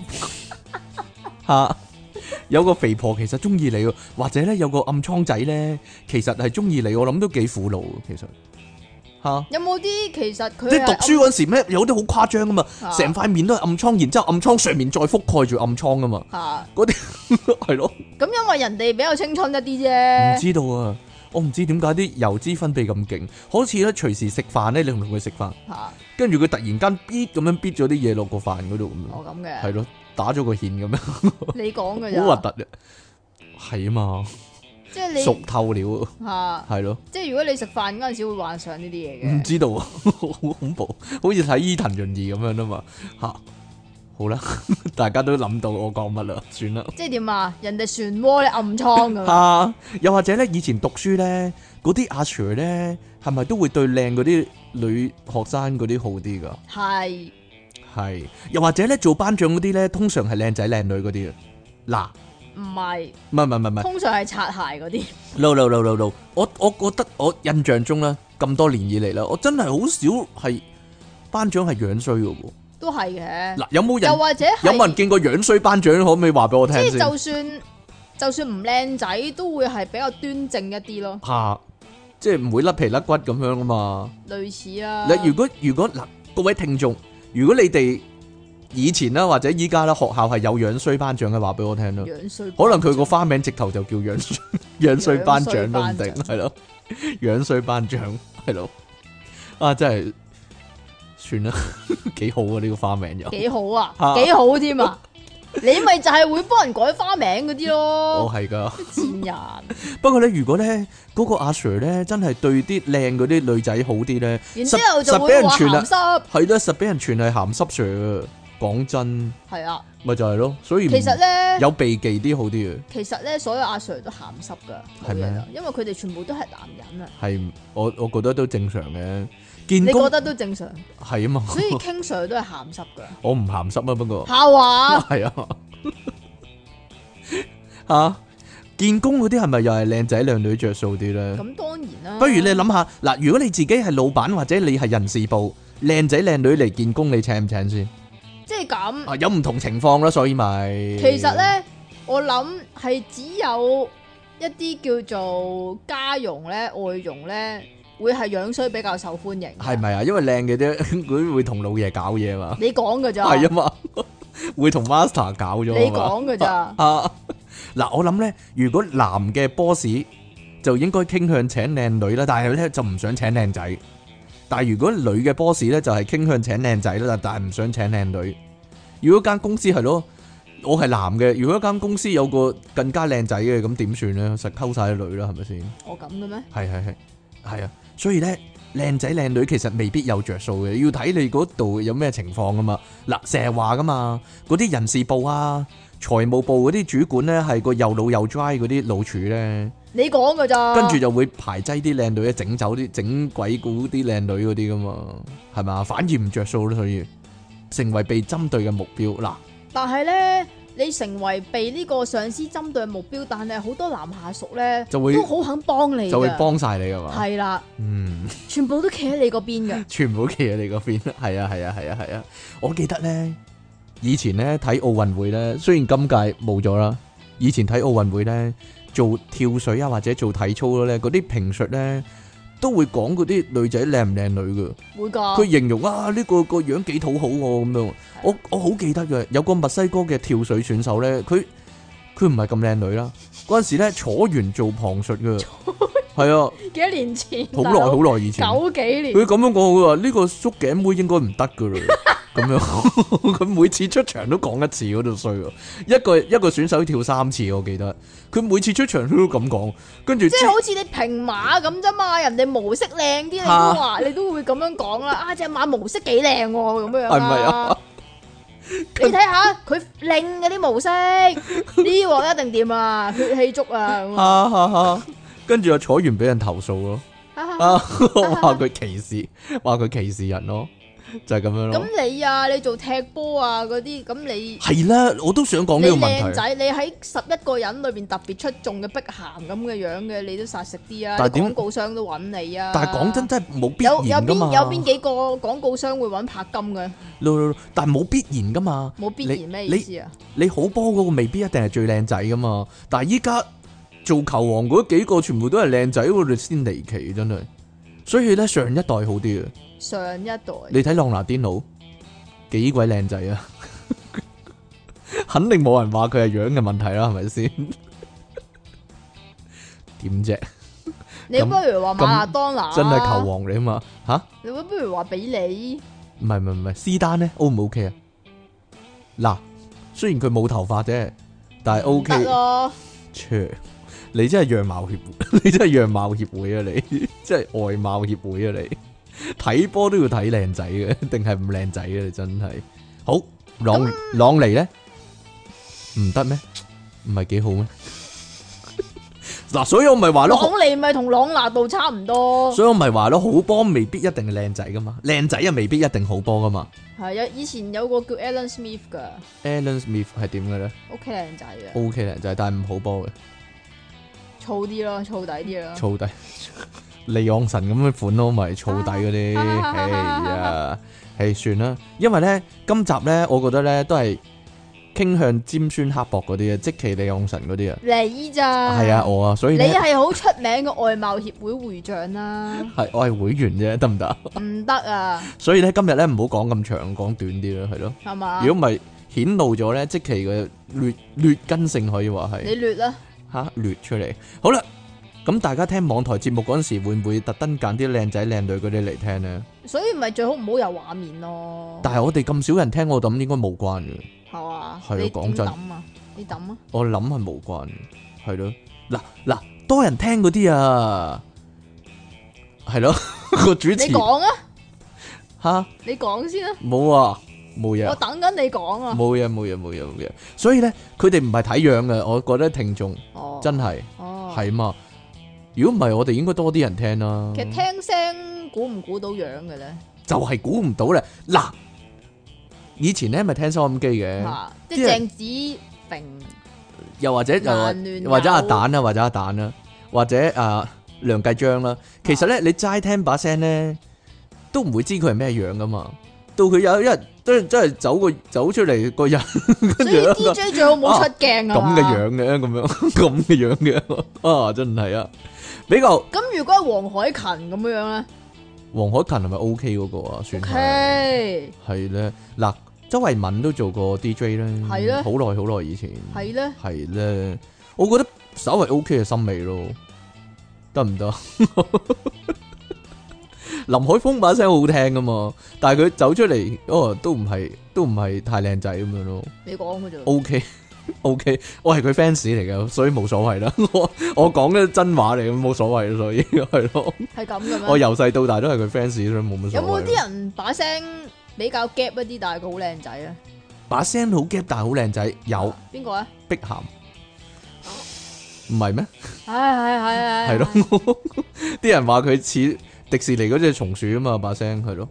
[SPEAKER 1] [LAUGHS] 嚇。有個肥婆其實中意你喎，或者咧有個暗瘡仔咧，其實係中意你，我諗都幾苦惱嘅其實嚇。
[SPEAKER 2] 有冇啲其實佢
[SPEAKER 1] 即係
[SPEAKER 2] 係
[SPEAKER 1] 讀書嗰陣時咩，有啲好誇張噶嘛，
[SPEAKER 2] 啊
[SPEAKER 1] 成塊面都係暗瘡，然之後暗瘡上面再覆蓋住暗瘡
[SPEAKER 2] [LAUGHS]
[SPEAKER 1] 噶嘛，
[SPEAKER 2] 嚇
[SPEAKER 1] 嗰啲係咯，
[SPEAKER 2] 啊咁，因為人哋比較青春一啲
[SPEAKER 1] 唔
[SPEAKER 2] 啫，
[SPEAKER 1] 知道啊，我唔知點解啲油脂分泌咁勁，好似咧隨時食飯咧，你同佢食飯，
[SPEAKER 2] 嚇
[SPEAKER 1] 跟住佢突然間咇咁樣咇咗啲嘢落個飯嗰度咁樣，
[SPEAKER 2] 我哦咁
[SPEAKER 1] 係
[SPEAKER 2] 嘅，哎
[SPEAKER 1] 咯，打咗個芡咁樣，
[SPEAKER 2] 你講嘅
[SPEAKER 1] 好核
[SPEAKER 2] 咋，
[SPEAKER 1] 突啊，係啊嘛，
[SPEAKER 2] 即係
[SPEAKER 1] 熟
[SPEAKER 2] 你
[SPEAKER 1] 透了，
[SPEAKER 2] 嚇，
[SPEAKER 1] 係咯，
[SPEAKER 2] 即係如果你食飯嗰陣時會幻想呢啲嘢
[SPEAKER 1] 唔
[SPEAKER 2] 嘅，
[SPEAKER 1] 知道啊， [LAUGHS] 好恐怖，好似睇伊藤潤二咁樣啊嘛，嚇，好啦， [LAUGHS] 大家都諗到我講乜啦，算啦。
[SPEAKER 2] 即係點啊？人哋漩渦你暗瘡 [LAUGHS] 咁
[SPEAKER 1] [LAUGHS]
[SPEAKER 2] 樣，
[SPEAKER 1] 啊，又或者咧，以前讀書咧，嗰啲阿 Sir 咧，係咪都會對靚嗰啲女學生嗰啲好啲噶？
[SPEAKER 2] 係
[SPEAKER 1] 係，又或者咧做班長嗰啲咧，通常係靚仔靚女嗰啲啊。
[SPEAKER 2] 唔係？
[SPEAKER 1] 嗱，唔係唔係唔係唔係
[SPEAKER 2] 通常係擦鞋嗰啲，
[SPEAKER 1] ，no no no no no，我我覺得我印象中咧，咁多年以嚟啦，我真係好少係班長係樣衰嘅
[SPEAKER 2] [LAUGHS]
[SPEAKER 1] 喎。
[SPEAKER 2] 都係嘅，
[SPEAKER 1] 嗱，有冇人
[SPEAKER 2] 又或者
[SPEAKER 1] 有
[SPEAKER 2] 係
[SPEAKER 1] 冇人見過樣衰班長？可唔可以話俾我聽
[SPEAKER 2] 即
[SPEAKER 1] 先
[SPEAKER 2] 係？就算就算唔靚仔，都會係比較端正一啲咯，
[SPEAKER 1] 嚇，即係唔會甩皮甩骨咁樣啊嘛。
[SPEAKER 2] 類似啊啦。
[SPEAKER 1] 嗱，如果如果嗱，各位聽眾，如果你哋以前啦或者依家啦，學校係有樣衰班長嘅，話俾我聽咯。
[SPEAKER 2] 樣衰，
[SPEAKER 1] 可能佢個花名直頭就叫樣衰 [LAUGHS] 樣衰班長都唔定，
[SPEAKER 2] 樣衰班長
[SPEAKER 1] 係咯，樣衰班長係咯。啊，真係 [LAUGHS] 算啦，幾好啊！呢、個花名又
[SPEAKER 2] 幾好啊
[SPEAKER 1] 嚇，
[SPEAKER 2] 幾好添啊！你咪就係會幫人改花名嗰啲
[SPEAKER 1] 我
[SPEAKER 2] 咯，
[SPEAKER 1] 哦係噶。[LAUGHS]
[SPEAKER 2] 賤人。
[SPEAKER 1] 不過咧，如果咧嗰個阿 Sir 咧真係對啲靚嗰啲女仔好啲咧，
[SPEAKER 2] 然
[SPEAKER 1] 實
[SPEAKER 2] 之後就
[SPEAKER 1] 實俾
[SPEAKER 2] 會
[SPEAKER 1] 人
[SPEAKER 2] 話
[SPEAKER 1] 傳啦啊
[SPEAKER 2] 鹹濕，
[SPEAKER 1] 係啦，實俾人傳係鹹濕 Sir 嘅。講真，
[SPEAKER 2] 係啊。
[SPEAKER 1] 咪就係咯，所以唔
[SPEAKER 2] 其實咧，
[SPEAKER 1] 嗯有避忌啲好啲嘅，
[SPEAKER 2] 其實咧，所有阿 Sir 都鹹濕噶，冇
[SPEAKER 1] 係啊咩
[SPEAKER 2] 嘢啦，因為佢哋全部都係男人 [LAUGHS] 啊，
[SPEAKER 1] 係我我覺得都正常嘅。見
[SPEAKER 2] 你
[SPEAKER 1] 工
[SPEAKER 2] 覺得都正常，
[SPEAKER 1] 係啊嘛，
[SPEAKER 2] 所以 King Sir 都係鹹濕噶。
[SPEAKER 1] [LAUGHS] 我唔鹹濕啊，不過。
[SPEAKER 2] 下
[SPEAKER 1] [LAUGHS]
[SPEAKER 2] 話
[SPEAKER 1] 系啊， [LAUGHS] 吓建工嗰啲系咪又系靓仔靓女着数啲咧？
[SPEAKER 2] 咁當然啦。
[SPEAKER 1] 不如你谂下，嗱，如果你自己系老板或者你系人事部，靓仔靓女嚟建工，你请唔请先？
[SPEAKER 2] 即係咁。
[SPEAKER 1] 啊，有唔同情況啦，所以咪
[SPEAKER 2] [LAUGHS] 其實，咧，我諗係只有一啲叫做家傭咧、外傭咧，會係樣衰比較受歡迎。
[SPEAKER 1] 系？咪啊？因為靚嘅啫， [LAUGHS] 佢會同老爺搞嘢
[SPEAKER 2] [LAUGHS]
[SPEAKER 1] 嘛，
[SPEAKER 2] 你講噶咋？
[SPEAKER 1] 係啊嘛， [LAUGHS] 會同 master 搞咗
[SPEAKER 2] 你
[SPEAKER 1] 啊嘛。
[SPEAKER 2] 講噶咋？
[SPEAKER 1] 啊，嗱，我諗咧，如果男嘅 boss 就應該傾向請靚女啦，但係咧就唔想請靚仔。但係如果女嘅 boss 咧就係傾向請靚仔啦，但係唔想請靚女。如果間公司係咯，我係男嘅，如果間公司有個更加靚仔嘅，咁點算咧？實溝晒啲女啦，係咪先？
[SPEAKER 2] 我哦咁嘅咩？
[SPEAKER 1] 係係係係啊，所以咧。靚仔靚女其實未必有着數嘅，要睇你嗰度有咩情況噶嘛。嗱，成日話噶嘛，嗰啲人事部啊、財務部嗰啲主管咧係個又老又 dry 嗰啲老處咧，
[SPEAKER 2] 你講噶咋？
[SPEAKER 1] 跟住就會排擠啲靚女，整走啲整鬼故啲靚女嗰啲噶嘛，係嘛？反而唔着數咯，所以成為被針對嘅目標。嗱，
[SPEAKER 2] 但係啊咧，你成為被呢個上司針對嘅目標，但係好多男下屬咧
[SPEAKER 1] 就會
[SPEAKER 2] 都好肯幫你㗎，
[SPEAKER 1] 就會幫晒你噶嘛。
[SPEAKER 2] 係啦，
[SPEAKER 1] 嗯。。
[SPEAKER 2] 全部都企喺你嗰邊嘅
[SPEAKER 1] 全部企喺你嗰邊，係啊係啊係啊係啊！我記得呢，以前呢睇奧運會呢，雖然今屆冇咗啦，以前睇奧運會呢，做跳水啊或者做體操呢，嗰啲評述呢，都會講嗰啲女仔靚唔靚女嘅，
[SPEAKER 2] 會㗎。
[SPEAKER 1] 佢形容啊呢個個樣幾討好喎咁樣，我我好記得嘅，有個墨西哥嘅跳水選手呢，佢佢唔係咁靚女啦，嗰陣時呢楚原做旁 [LAUGHS] 述嘅，係啊，
[SPEAKER 2] 幾多年前？
[SPEAKER 1] 好耐好耐以前。
[SPEAKER 2] 九幾
[SPEAKER 1] [LAUGHS]
[SPEAKER 2] 年。
[SPEAKER 1] 佢咁樣講，佢話呢個縮頸妹應該唔得噶啦，咁樣 [LAUGHS] 佢每次出場都講一次嗰度衰喎，一個一個選手跳三次，我記得佢每次出場佢都咁講，跟住
[SPEAKER 2] 即
[SPEAKER 1] 之
[SPEAKER 2] 係好似你平馬咁啫嘛，人哋模式靚啲，你都
[SPEAKER 1] 啊
[SPEAKER 2] 話你都會咁樣講啦。啊，只馬模式幾靚喎，咁樣啦
[SPEAKER 1] 係咪啊？
[SPEAKER 2] [LAUGHS] 你睇下佢靚嗰啲模式，呢鑊一定掂啊，血氣足啊咁啊
[SPEAKER 1] 哈哈哈，跟住阿楚原俾人投訴
[SPEAKER 2] [LAUGHS]
[SPEAKER 1] 咯，
[SPEAKER 2] 啊！
[SPEAKER 1] 啊 [LAUGHS] 話佢歧視，話佢歧視人咯，就係咁樣咯，
[SPEAKER 2] 咁你啊，你做踢波啊嗰啲，咁你
[SPEAKER 1] 係啦，我都想講
[SPEAKER 2] 你
[SPEAKER 1] 呢個
[SPEAKER 2] 靚
[SPEAKER 1] 問題，
[SPEAKER 2] 仔，啊你喺十一個人裏邊特別出眾嘅碧咸咁嘅樣嘅，你都殺食啲啊！
[SPEAKER 1] 但係
[SPEAKER 2] 啲
[SPEAKER 1] 點
[SPEAKER 2] 廣告商都揾你啊！
[SPEAKER 1] 但係講真真係冇必
[SPEAKER 2] 有有
[SPEAKER 1] 然噶
[SPEAKER 2] 邊
[SPEAKER 1] 嘛，
[SPEAKER 2] 有邊幾個廣告商會揾柏金嘅？
[SPEAKER 1] no，no，no，但係冇必然噶嘛。
[SPEAKER 2] 冇必
[SPEAKER 1] 你
[SPEAKER 2] 然咩
[SPEAKER 1] 你
[SPEAKER 2] 意思啊？
[SPEAKER 1] 你好波嗰個未必一定係最靚仔噶嘛，但係依家做球王嗰幾個全部都係靚仔喎，你先離奇真係。所以咧上一代好啲啊，
[SPEAKER 2] 上一代。
[SPEAKER 1] 你睇朗拿甸奴幾鬼靚仔啊， [LAUGHS] 肯定冇人話佢係樣嘅問題啦，係咪 [LAUGHS] 先？點啫？
[SPEAKER 2] 你不如話馬拉當拿，
[SPEAKER 1] 真係球。王嚟啊嘛吓？
[SPEAKER 2] 你不如話比利，
[SPEAKER 1] 唔係唔係唔係，斯丹咧 O 唔 O K 啊？嗱，雖然佢冇頭髮啫，但係 O
[SPEAKER 2] 唔
[SPEAKER 1] K
[SPEAKER 2] 得。咯。
[SPEAKER 1] 切，你真係樣貌 [LAUGHS] 協會，你真係樣貌協會啊！ [LAUGHS] 你真係外貌協會啊！你睇波都要睇靚仔 [LAUGHS] 嘅，定係唔靚仔嘅？你真係好朗朗尼咧，唔得咩？唔係幾好 [LAUGHS] 咩？嗱，所以我咪話咯，
[SPEAKER 2] 朗尼咪同朗拿度差唔多，
[SPEAKER 1] 所以我咪話咯，好波未必一定係靚仔噶嘛，靚仔又未必一定好波噶嘛。
[SPEAKER 2] 係有以前有個叫 Alan Smith 噶
[SPEAKER 1] Alan Smith 係點嘅咧
[SPEAKER 2] ，OK 靚仔嘅，
[SPEAKER 1] ？O K 靚仔，但係唔好波嘅，
[SPEAKER 2] 燥啲咯，燥底啲咯。
[SPEAKER 1] 燥底。利昂神咁嘅款咯，咪燥底嗰啲，
[SPEAKER 2] 啊
[SPEAKER 1] 哎呀，係算啦。因為咧，今集咧，我覺得咧都係傾向尖酸刻薄嗰啲啊，即其利昂神嗰啲啊，
[SPEAKER 2] 你咋？
[SPEAKER 1] 係啊，，我啊，所以
[SPEAKER 2] 你
[SPEAKER 1] 咧
[SPEAKER 2] 係好出名嘅外貌協會會長啦，
[SPEAKER 1] 係我係會員啫，得唔得啊？
[SPEAKER 2] 唔得啊，
[SPEAKER 1] 所以咧今日咧唔好講咁長，講短啲啦，係咯。
[SPEAKER 2] 係嘛？
[SPEAKER 1] 如果唔係顯露咗咧，即其嘅劣劣根性可以話係。
[SPEAKER 2] 你劣啦，
[SPEAKER 1] 吓掠出嚟。好啦，咁大家聽網台節目嗰阵时，会唔會特登揀啲靚仔靚女嗰啲嚟聽呢？
[SPEAKER 2] 所以咪最好唔好有畫面咯。
[SPEAKER 1] 但係我哋咁少人聽，我諗應該冇關嘅。
[SPEAKER 2] 系嘛？
[SPEAKER 1] 係啊
[SPEAKER 2] 你
[SPEAKER 1] 講
[SPEAKER 2] 點
[SPEAKER 1] 真
[SPEAKER 2] 抌啊？你抌啊？
[SPEAKER 1] 我諗係無關，係咯。嗱嗱，多人聽嗰啲啊，係咯 [LAUGHS] 個主
[SPEAKER 2] 你
[SPEAKER 1] 持
[SPEAKER 2] 講啊？
[SPEAKER 1] 吓
[SPEAKER 2] 你講先啊！
[SPEAKER 1] 冇啊，冇嘢
[SPEAKER 2] 我
[SPEAKER 1] 啊，
[SPEAKER 2] 等緊你講啊！
[SPEAKER 1] 冇嘢冇嘢冇嘢冇嘢。所以咧，佢哋唔係睇樣嘅，我覺得聽眾
[SPEAKER 2] 哦，
[SPEAKER 1] 真係
[SPEAKER 2] 哦，
[SPEAKER 1] 係嘛。如果唔係，我哋應該多啲人聽啦。
[SPEAKER 2] 其實聽聲估唔估到樣嘅咧？
[SPEAKER 1] 就係估唔到咧。嗱，以前咧咪聽收音機嘅，
[SPEAKER 2] 吓，即
[SPEAKER 1] 啲
[SPEAKER 2] 係
[SPEAKER 1] 人
[SPEAKER 2] 鄭子平
[SPEAKER 1] 又或者又或
[SPEAKER 2] 難亂
[SPEAKER 1] 或者阿
[SPEAKER 2] 搞
[SPEAKER 1] 蛋啊，或者阿蛋啦，或者啊梁繼章啦。其實
[SPEAKER 2] 啊
[SPEAKER 1] 咧，你齋聽把聲咧，都唔會知佢係咩樣噶嘛。到佢有一日真真係走個走出嚟個
[SPEAKER 2] [LAUGHS]
[SPEAKER 1] 人，跟住
[SPEAKER 2] 所以
[SPEAKER 1] 一個
[SPEAKER 2] DJ 最好
[SPEAKER 1] À,
[SPEAKER 2] 冇出鏡啊嘛
[SPEAKER 1] 咁嘅。樣嘅，咁樣 [LAUGHS] 咁嘅樣嘅， [LAUGHS] 啊真係啊！比較
[SPEAKER 2] 咁如果係黃海芹咁樣樣
[SPEAKER 1] 黃海芹係咪 O K 嗰個啊？
[SPEAKER 2] 咧
[SPEAKER 1] 算係
[SPEAKER 2] ，OK，
[SPEAKER 1] 係咧。嗱，周慧敏都做過 D J 咧，
[SPEAKER 2] 係咧
[SPEAKER 1] 好耐好耐以前。
[SPEAKER 2] 係咧，
[SPEAKER 1] 係咧，我覺得稍為 O K 嘅心味咯，得唔得？ [LAUGHS] 林海峰把聲好聽噶嘛，但係佢走出嚟，哦，都唔係都唔係太靚仔咁樣咯。
[SPEAKER 2] 你講嘅啫。
[SPEAKER 1] O [LAUGHS] K O K，我係佢 fans 嚟嘅，所以冇所謂啦。 [LAUGHS] 我我講嘅真話嚟，咁冇所謂，所以 [LAUGHS] 係咯。
[SPEAKER 2] 係咁嘅咩
[SPEAKER 1] 我？由細到大都係佢 fans，所以冇乜所謂。
[SPEAKER 2] 嗯有冇啲人把聲比較 gap 一啲，但係佢好靚仔啊？
[SPEAKER 1] 把聲好 gap 但係好靚仔？有
[SPEAKER 2] 邊個啊？
[SPEAKER 1] 碧咸，唔係咩？
[SPEAKER 2] 係係係係。
[SPEAKER 1] 系咯，啲人話佢似迪士尼嗰只松鼠啊嘛，把聲係咯。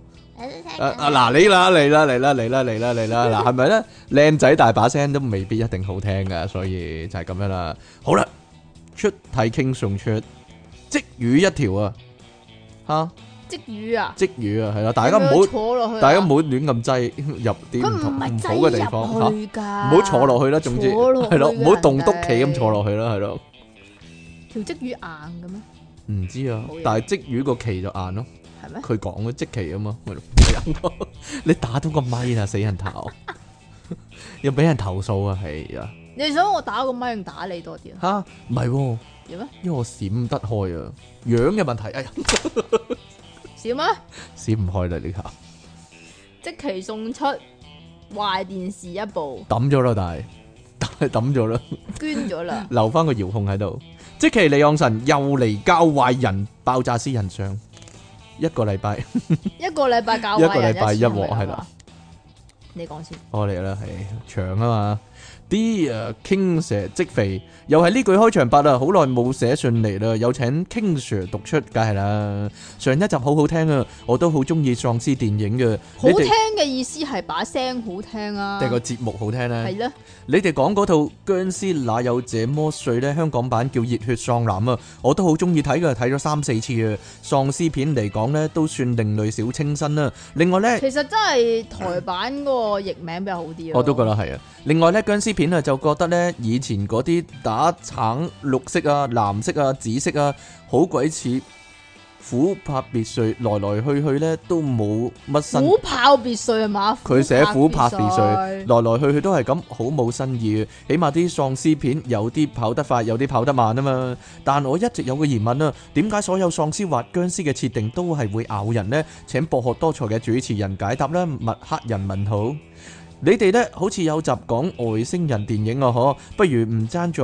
[SPEAKER 1] 啊啊嗱，你啦嚟啦嚟啦嚟啦嚟啦
[SPEAKER 2] [LAUGHS]
[SPEAKER 1] 嚟啦嗱，係咪咧？靚仔大把聲都未必一定好聽噶，所以就係咁樣啦。好啦，出體傾送出即語一條啊，吓
[SPEAKER 2] 即魚啊！
[SPEAKER 1] 即語啊，係啦，大家唔
[SPEAKER 2] 有冇
[SPEAKER 1] 好
[SPEAKER 2] 坐落去啊，
[SPEAKER 1] 大家唔好亂咁擠入啲唔
[SPEAKER 2] 佢
[SPEAKER 1] 同
[SPEAKER 2] 唔係
[SPEAKER 1] 唔
[SPEAKER 2] 擠
[SPEAKER 1] 好嘅地方吓，嚇
[SPEAKER 2] 入去㗎
[SPEAKER 1] 唔好坐落去啦。總之
[SPEAKER 2] 坐落去啊
[SPEAKER 1] 係咯，唔好棟篤企咁坐
[SPEAKER 2] 㗎
[SPEAKER 1] 落去啦，係咯。
[SPEAKER 2] 人哋條鯽魚硬嘅咩？
[SPEAKER 1] 唔知啊
[SPEAKER 2] 冇嘢，
[SPEAKER 1] 但係即語個旗就硬咯。
[SPEAKER 2] 係咩？
[SPEAKER 1] 佢講嘅即期啊嘛，咪咯 [LAUGHS] 你打到個咪啦，死人頭， [LAUGHS] 又俾人投訴啊，係啊，
[SPEAKER 2] 你想我打個咪定打你多啲啊？
[SPEAKER 1] 吓唔係喎，
[SPEAKER 2] 有咩？
[SPEAKER 1] 因為我閃得開啊，樣嘅問題，哎呀，
[SPEAKER 2] 少咩？
[SPEAKER 1] 閃唔開啦呢下，
[SPEAKER 2] 啊即期送出壞電視一部，
[SPEAKER 1] 抌咗啦，但係但係 [LAUGHS] 抌咗啦，。
[SPEAKER 2] 捐咗啦
[SPEAKER 1] [LAUGHS] 留翻個遙控喺度。即期李昂臣又嚟教壞人爆炸私人相，一個禮拜，
[SPEAKER 2] 一個禮拜教
[SPEAKER 1] 一個
[SPEAKER 2] 壞人
[SPEAKER 1] 禮拜
[SPEAKER 2] 次
[SPEAKER 1] 一鑊
[SPEAKER 2] 係咪
[SPEAKER 1] 係
[SPEAKER 2] 咁
[SPEAKER 1] 啦
[SPEAKER 2] 啊。你講先，
[SPEAKER 1] 我嚟啦，係長啊嘛。啲誒傾 Sir 即肥，又係呢句開場白啊！好耐冇寫信嚟啦，有請傾 Sir 讀出，梗係啦。上一集好好聽啊，我都好中意喪屍電影嘅。
[SPEAKER 2] 好
[SPEAKER 1] 你哋
[SPEAKER 2] 聽啊嘅意思係把聲好聽啊。
[SPEAKER 1] 定個節目好聽咧
[SPEAKER 2] 係。啦，
[SPEAKER 1] 你哋講嗰套《僵屍哪有這麼碎》呢？香港版叫《熱血喪男》啊，我都好中意睇嘅，睇咗三四次啊。喪屍片嚟講呢，都算另類小清新啦。另外呢。
[SPEAKER 2] 其實真係台版嗰個譯名比較好啲啊。
[SPEAKER 1] 我都覺得係啊。另外咧，僵屍片啊，就覺得咧以前嗰啲打橙、綠色啊、藍色啊、紫色啊，好鬼似虎豹別墅，來來去去咧都冇乜新。
[SPEAKER 2] 虎豹別墅係嘛？
[SPEAKER 1] 佢寫虎豹別墅，
[SPEAKER 2] 別墅
[SPEAKER 1] 來來去去都係咁，好冇新意嘅。起碼啲喪屍片有啲跑得快，有啲跑得慢啊嘛。但我一直有個疑問啊，點解所有喪屍或僵屍嘅設定都係會咬人呢？請博學多才嘅主持人解答啦，麥克人問號。你哋呢好似有集講外星人電影啊，嗬，不如唔爭在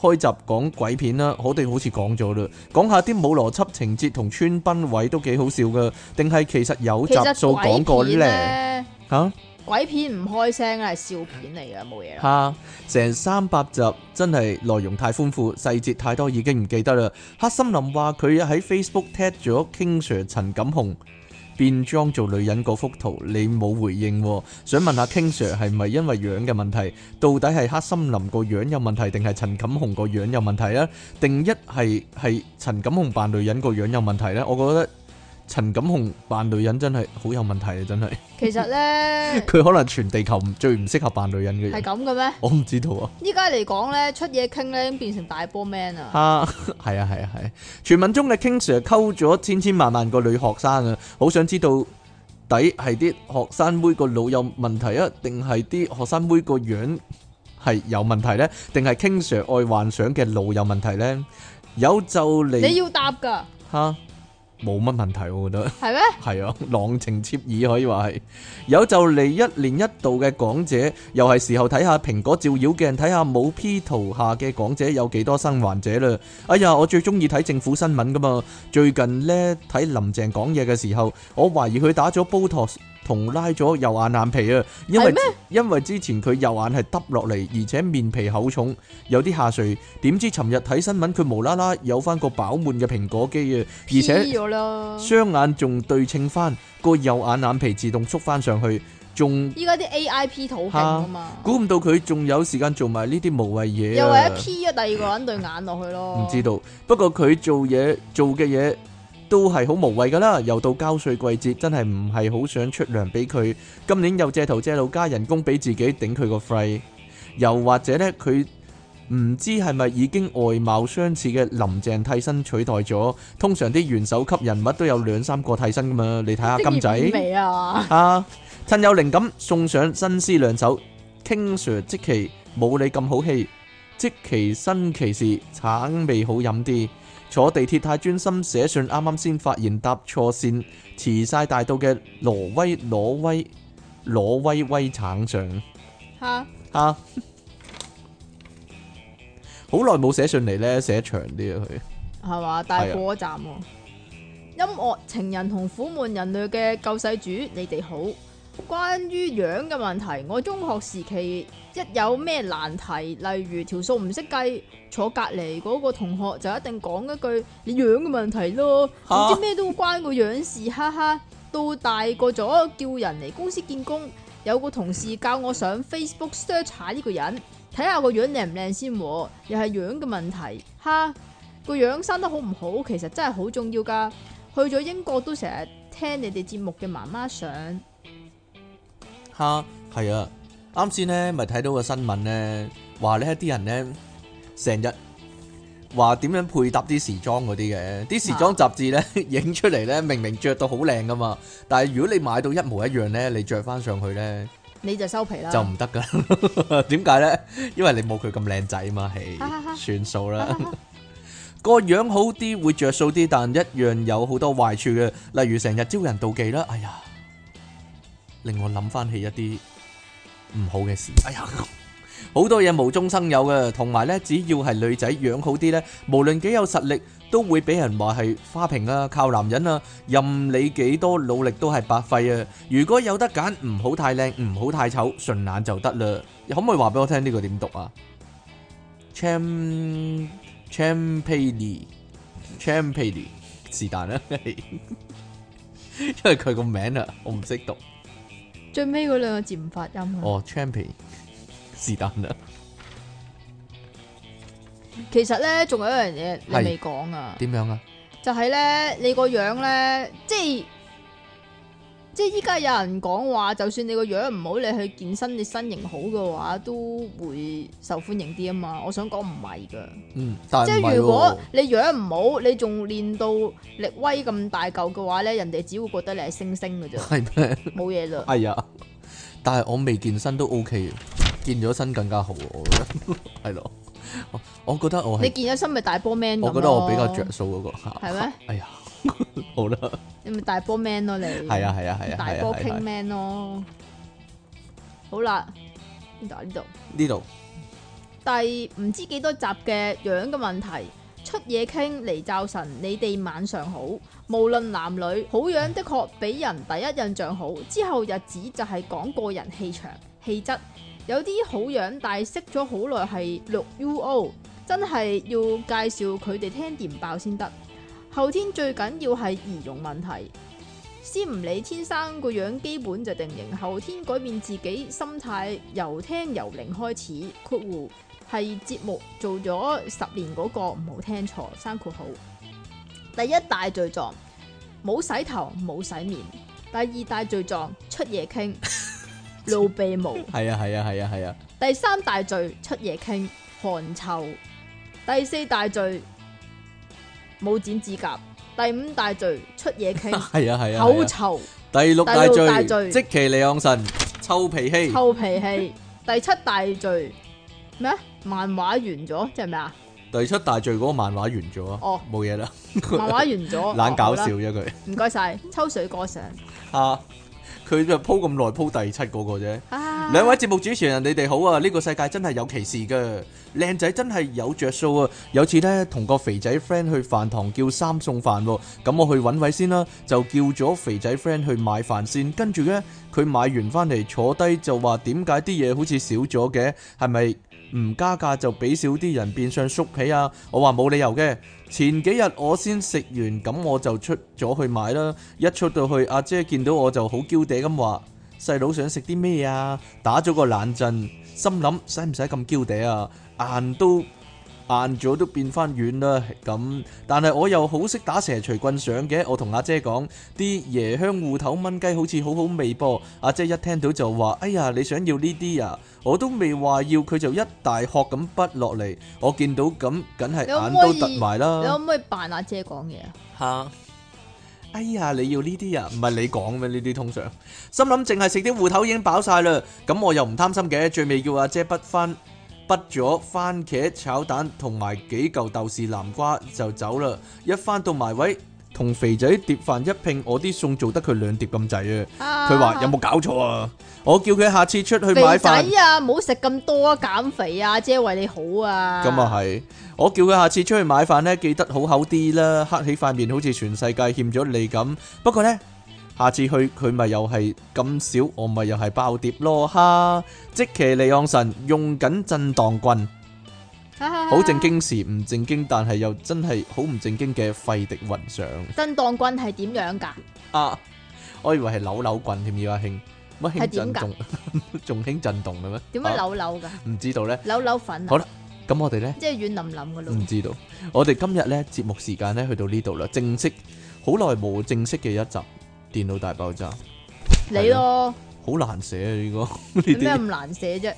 [SPEAKER 1] 開集講鬼片啦，我哋好似講咗啦，講下啲冇邏輯情節同穿崩位都幾好笑噶，定係其實有集
[SPEAKER 2] 其實
[SPEAKER 1] 數講過
[SPEAKER 2] 鬼片
[SPEAKER 1] 呢？
[SPEAKER 2] 咧，
[SPEAKER 1] 嚇、
[SPEAKER 2] 鬼片唔開聲係笑片嚟嘅，冇嘢啦。
[SPEAKER 1] 吓，成三百集真係內容太豐富，細節太多已經唔記得啦。黑森林話佢喺 Facebook tag 咗 King Sir 陳錦鴻變裝做女人嗰幅圖，你冇回應喎。想問下 King Sir 係咪因為樣嘅問題？到底係黑森林個樣有問題，定係陳錦鴻個樣有問題呢？定一係係陳錦鴻扮女人個樣有問題呢？我覺得陳錦鴻扮女人真係好有問題啊！真係，
[SPEAKER 2] 其實咧
[SPEAKER 1] [LAUGHS] 佢可能全地球唔最唔適合扮女人嘅
[SPEAKER 2] 係
[SPEAKER 1] 人，
[SPEAKER 2] 咁嘅咩？
[SPEAKER 1] 我唔知道啊。
[SPEAKER 2] 依家嚟講咧，出嘢傾咧已經變成大波 man 啊！
[SPEAKER 1] 啊，係啊，係啊，係啊。傳聞中嘅 King Sir 溝咗千千萬萬個女學生啊，好想知道底係啲學生妹個腦有問題啊，定係啲學生妹個樣係有問題呢？定係 King Sir 愛幻想嘅腦有問題呢？有就嚟
[SPEAKER 2] 你要答噶，
[SPEAKER 1] 吓，冇乜問題，我覺得。
[SPEAKER 2] 係咩？
[SPEAKER 1] 系啊，浪情妾耳可以話係有就嚟一年一度嘅港姐，又係時候睇下蘋果照妖鏡，睇下冇 P 圖下嘅港姐有幾多生還者啦。哎呀，我最中意睇政府新聞噶嘛。最近呢，睇林鄭講嘢嘅時候，我懷疑佢打咗 Botox 同拉咗右眼眼皮啊，因
[SPEAKER 2] 係
[SPEAKER 1] 為
[SPEAKER 2] 咩
[SPEAKER 1] 因為之前佢右眼係耷落嚟，而且面皮厚重，有啲下垂。點知尋日睇新聞，佢無啦啦有翻個飽滿嘅蘋果肌啊，而且。
[SPEAKER 2] P E 咗啦。
[SPEAKER 1] 雙眼仲對稱翻，個右眼眼皮自動縮翻上去，仲
[SPEAKER 2] 依家啲 A I P 土勁啊嘛，
[SPEAKER 1] 估唔到佢仲有時間做埋呢啲無謂嘢
[SPEAKER 2] 又或者
[SPEAKER 1] 啊！
[SPEAKER 2] P 咗第二個人對眼落去
[SPEAKER 1] 唔
[SPEAKER 2] 咯。
[SPEAKER 1] 知道，不過佢做嘢做嘅嘢都係好無謂噶啦。又到交税季節，真係唔係好想出糧俾佢。今年又借頭借路加人工俾自己頂佢個肺，又或者呢，佢。唔知係咪已經外貌相似嘅林鄭替身取代咗？通常啲元首級人物都有兩三個替身噶嘛，你睇下
[SPEAKER 2] 即係
[SPEAKER 1] 金仔
[SPEAKER 2] 熱。味啊！
[SPEAKER 1] 啊！趁有靈感送上新詩兩首，King Sir 即期冇你咁好氣，即期新奇事橙味好飲啲。坐地鐵太專心寫信，啱啱先發現搭錯線，遲晒大到嘅挪威挪威挪威威橙上
[SPEAKER 2] 嚇，
[SPEAKER 1] 啊！好耐冇寫信嚟呢，寫長啲啊佢。
[SPEAKER 2] 係嘛？
[SPEAKER 1] 啊
[SPEAKER 2] 但係過咗站喎。音樂情人同苦悶人類嘅救世主，你哋好。關於樣嘅問題，我中學時期一有咩難題，例如條數唔識計，坐隔離嗰個同學就一定講一句你樣嘅問題咯，
[SPEAKER 1] 嚇
[SPEAKER 2] 唔知咩都關個樣事，哈哈。到大個咗，叫人嚟公司見工，有個同事教我上 Facebook search 下呢個人，睇下個樣靚唔靚先喎，又係樣嘅問題，哈。個樣生得好唔好，其實真係好重要噶。去咗英國都成日聽你哋節目嘅媽媽上，
[SPEAKER 1] 吓，係啊！啱先咧，咪睇到個新聞咧，話咧啲人咧成日話點樣配搭啲時裝嗰啲嘅，啲時裝雜誌咧影出嚟咧，明明着到好靚噶嘛，但係如果你買到一模一樣咧，你着翻上去咧
[SPEAKER 2] 你就收皮啦。
[SPEAKER 1] 就唔得 [LAUGHS] 噶。點解咧？因為你冇佢咁靚仔嘛，係算數啦。個樣好啲會着數啲，但一樣有好多壞處嘅，例如成日招人妒忌啦。哎呀，令我諗翻起一啲唔好嘅事。哎呀，好多嘢無中生有嘅，同埋呢，只要係女仔樣好啲呢，無論幾有實力，都會俾人話係花瓶啊，靠男人啊，任你幾多努力都係白費啊。如果有得揀，唔好太靚，唔好太醜，順眼就得啦。可唔可以話俾我聽呢個點讀啊？Cham Champany Champany 是但啦， [LAUGHS] 因為佢個名啊，我唔識讀。
[SPEAKER 2] 最尾嗰兩個字唔發音啊。
[SPEAKER 1] 哦，Champany 是但啦，
[SPEAKER 2] 其實咧，仲有一樣嘢你
[SPEAKER 1] 係
[SPEAKER 2] 未講啊，
[SPEAKER 1] 點樣啊？
[SPEAKER 2] 就係咧你個樣咧，即係即係依家有人講話，就算你個樣唔好，你去健身，你身形好嘅話，都會受歡迎啲啊嘛。我想講唔係噶。
[SPEAKER 1] 嗯，但
[SPEAKER 2] 即
[SPEAKER 1] 係唔
[SPEAKER 2] 係
[SPEAKER 1] 係
[SPEAKER 2] 如
[SPEAKER 1] 喎
[SPEAKER 2] 果。你樣唔好，你仲練到力威咁大嚿嘅話咧，人哋只會覺得你係星
[SPEAKER 1] [LAUGHS]
[SPEAKER 2] 星嘅啫，
[SPEAKER 1] 係咩？
[SPEAKER 2] 冇嘢啦。
[SPEAKER 1] 哎呀，但係我未健身都 OK 嘅，健咗身更加好，我覺
[SPEAKER 2] [LAUGHS]
[SPEAKER 1] 得係咯。我我覺得我
[SPEAKER 2] 你
[SPEAKER 1] 係，
[SPEAKER 2] 健咗身咪大波 man 咁
[SPEAKER 1] 我覺
[SPEAKER 2] 咯
[SPEAKER 1] 得我比較着，數嗰個。
[SPEAKER 2] 係咩？
[SPEAKER 1] [LAUGHS] 哎呀，好啦，
[SPEAKER 2] 你咪大波 man 咯你。
[SPEAKER 1] 係啊，係啊，係啊，
[SPEAKER 2] 大
[SPEAKER 1] 係
[SPEAKER 2] 波
[SPEAKER 1] 啊，
[SPEAKER 2] king
[SPEAKER 1] 係啊
[SPEAKER 2] man 咯。好啦，呢度啊呢度。
[SPEAKER 1] 呢度
[SPEAKER 2] 第唔知幾多集嘅樣嘅問題，出嘢傾嚟罩神，你哋晚上好。無論男女，好樣的確俾人第一印象好，之後日子就係講個人氣場、氣質。有啲好樣，但係識咗好耐係六 UO，真係要介紹佢哋聽電爆先得。後天最緊要係儀容問題，先唔理天生個樣基本就定型，後天改變自己心態，由聽由零開始。括弧係節目做咗十年嗰、個，唔好聽錯，生括號。第一大罪狀冇洗頭冇洗面，第二大罪狀出嘢傾
[SPEAKER 1] [LAUGHS]
[SPEAKER 2] 露鼻毛。
[SPEAKER 1] 係啊，係啊，係啊，係啊， [LAUGHS]
[SPEAKER 2] 第三大罪出嘢傾汗臭，第四大罪冇剪指甲，第五大罪出嘢
[SPEAKER 1] [LAUGHS]
[SPEAKER 2] 傾
[SPEAKER 1] 係啊，係啊。
[SPEAKER 2] 口
[SPEAKER 1] 係啊 [LAUGHS]
[SPEAKER 2] 臭、
[SPEAKER 1] 第六大
[SPEAKER 2] 第六大罪
[SPEAKER 1] 罪，即其利昂神，臭脾氣， [LAUGHS]
[SPEAKER 2] 臭脾氣，第七大罪咩？漫畫完咗即係咩啊？
[SPEAKER 1] 第七大罪嗰個漫畫完咗啊，
[SPEAKER 2] 哦
[SPEAKER 1] 冇嘢啦，
[SPEAKER 2] 漫畫
[SPEAKER 1] [LAUGHS]
[SPEAKER 2] 完咗，
[SPEAKER 1] 懶搞笑
[SPEAKER 2] 好啦，
[SPEAKER 1] 啫佢
[SPEAKER 2] 唔該晒，抽水果上，
[SPEAKER 1] 啊，佢就鋪咁耐鋪第七嗰個啫。
[SPEAKER 2] 啊
[SPEAKER 1] 兩位節目主持人，你哋好啊！呢、個世界真係有歧視嘅，靚仔真係有着數啊！有次呢，同個肥仔 friend 去飯堂叫三餸飯喎，咁我去揾位先啦，就叫咗肥仔 friend 去買飯先，跟住呢，佢買完翻嚟坐低就話點解啲嘢好似少咗嘅？係咪唔加價就俾少啲人變相縮皮啊？我話冇理由嘅。前幾日我先食完，咁我就出咗去買啦。一出到去，阿姐見到我就好嬌嗲咁話。細佬想食啲咩啊？打咗個冷震，心諗使唔使咁嬌嗲啊？硬都硬咗都變翻軟啦咁，但係我又好識打蛇隨棍上嘅，我同阿姐講啲椰香芋頭炆雞好似好好味噃，阿姐一聽到就話：哎呀，你想要呢啲啊？我都未話要，佢就一大殼咁滗落嚟，我見到咁，梗係
[SPEAKER 2] 你可唔
[SPEAKER 1] 眼都
[SPEAKER 2] 可以
[SPEAKER 1] 突埋啦。
[SPEAKER 2] 你可唔可以扮阿姐講嘢啊？
[SPEAKER 1] 吓！哎呀，你要呢啲啊？唔係你講咩？呢啲通常心諗淨係食啲芋頭已經飽晒啦。咁我又唔貪心嘅，最尾叫阿姐畢翻畢咗番茄炒蛋同埋幾嚿豆豉南瓜就走啦。一翻到埋位，同肥仔碟飯一拼，我啲餸做得佢兩碟咁滯啊！
[SPEAKER 2] 啊
[SPEAKER 1] 佢話有冇搞錯啊？我叫佢下次出去買
[SPEAKER 2] 肥仔
[SPEAKER 1] 飯。
[SPEAKER 2] 啊，唔好食咁多啊，減肥啊，阿姐為你好啊。
[SPEAKER 1] 咁啊係，我叫佢下次出去買飯呢，記得好口啲啦，黑起塊面好似全世界欠咗你咁。不過呢，下次去佢咪又係咁少，我咪又係爆碟咯哈！即其利昂神用緊震盪棍，
[SPEAKER 2] 係
[SPEAKER 1] 好正。經時唔正經，但係又真係好唔正經嘅費迪雲上
[SPEAKER 2] 震盪棍係點樣㗎？
[SPEAKER 1] 啊！我以為係扭扭棍添，要阿興乜興
[SPEAKER 2] 係點
[SPEAKER 1] 震
[SPEAKER 2] 㗎
[SPEAKER 1] 動， [LAUGHS] 仲興震動嘅咩？
[SPEAKER 2] 點樣
[SPEAKER 1] 啊
[SPEAKER 2] 扭扭㗎？
[SPEAKER 1] 唔知道呢。
[SPEAKER 2] 扭扭粉
[SPEAKER 1] 好
[SPEAKER 2] 啊，
[SPEAKER 1] 啦咁我哋呢。
[SPEAKER 2] 即係軟腍腍嘅咯
[SPEAKER 1] 唔。知道。我哋今日呢節目時間呢去到呢度啦，正式好耐冇正式嘅一集《電腦大爆炸》，
[SPEAKER 2] 你咯，
[SPEAKER 1] 好難寫啊！呢個
[SPEAKER 2] 有咩
[SPEAKER 1] [LAUGHS]
[SPEAKER 2] 咁
[SPEAKER 1] 呢
[SPEAKER 2] 難寫啫？
[SPEAKER 1] 啲，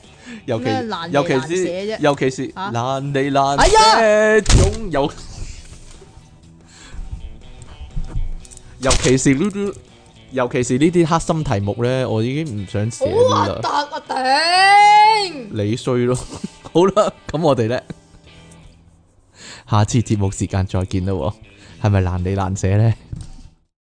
[SPEAKER 1] 尤
[SPEAKER 2] 咩難
[SPEAKER 1] 其
[SPEAKER 2] 離
[SPEAKER 1] 尤
[SPEAKER 2] 難
[SPEAKER 1] 其
[SPEAKER 2] 捨
[SPEAKER 1] 是
[SPEAKER 2] 啫
[SPEAKER 1] 尤其是
[SPEAKER 2] 啊
[SPEAKER 1] 難離難
[SPEAKER 2] 哎
[SPEAKER 1] 捨總有，尤其是呢啲，尤其是呢啲黑心題目呢，我已經唔想寫
[SPEAKER 2] 好
[SPEAKER 1] 啦
[SPEAKER 2] 核。突啊！頂，
[SPEAKER 1] 你衰咯。 [LAUGHS] 好啦，咁我哋咧，下次節目時間再見啦喎，係咪難離難捨咧？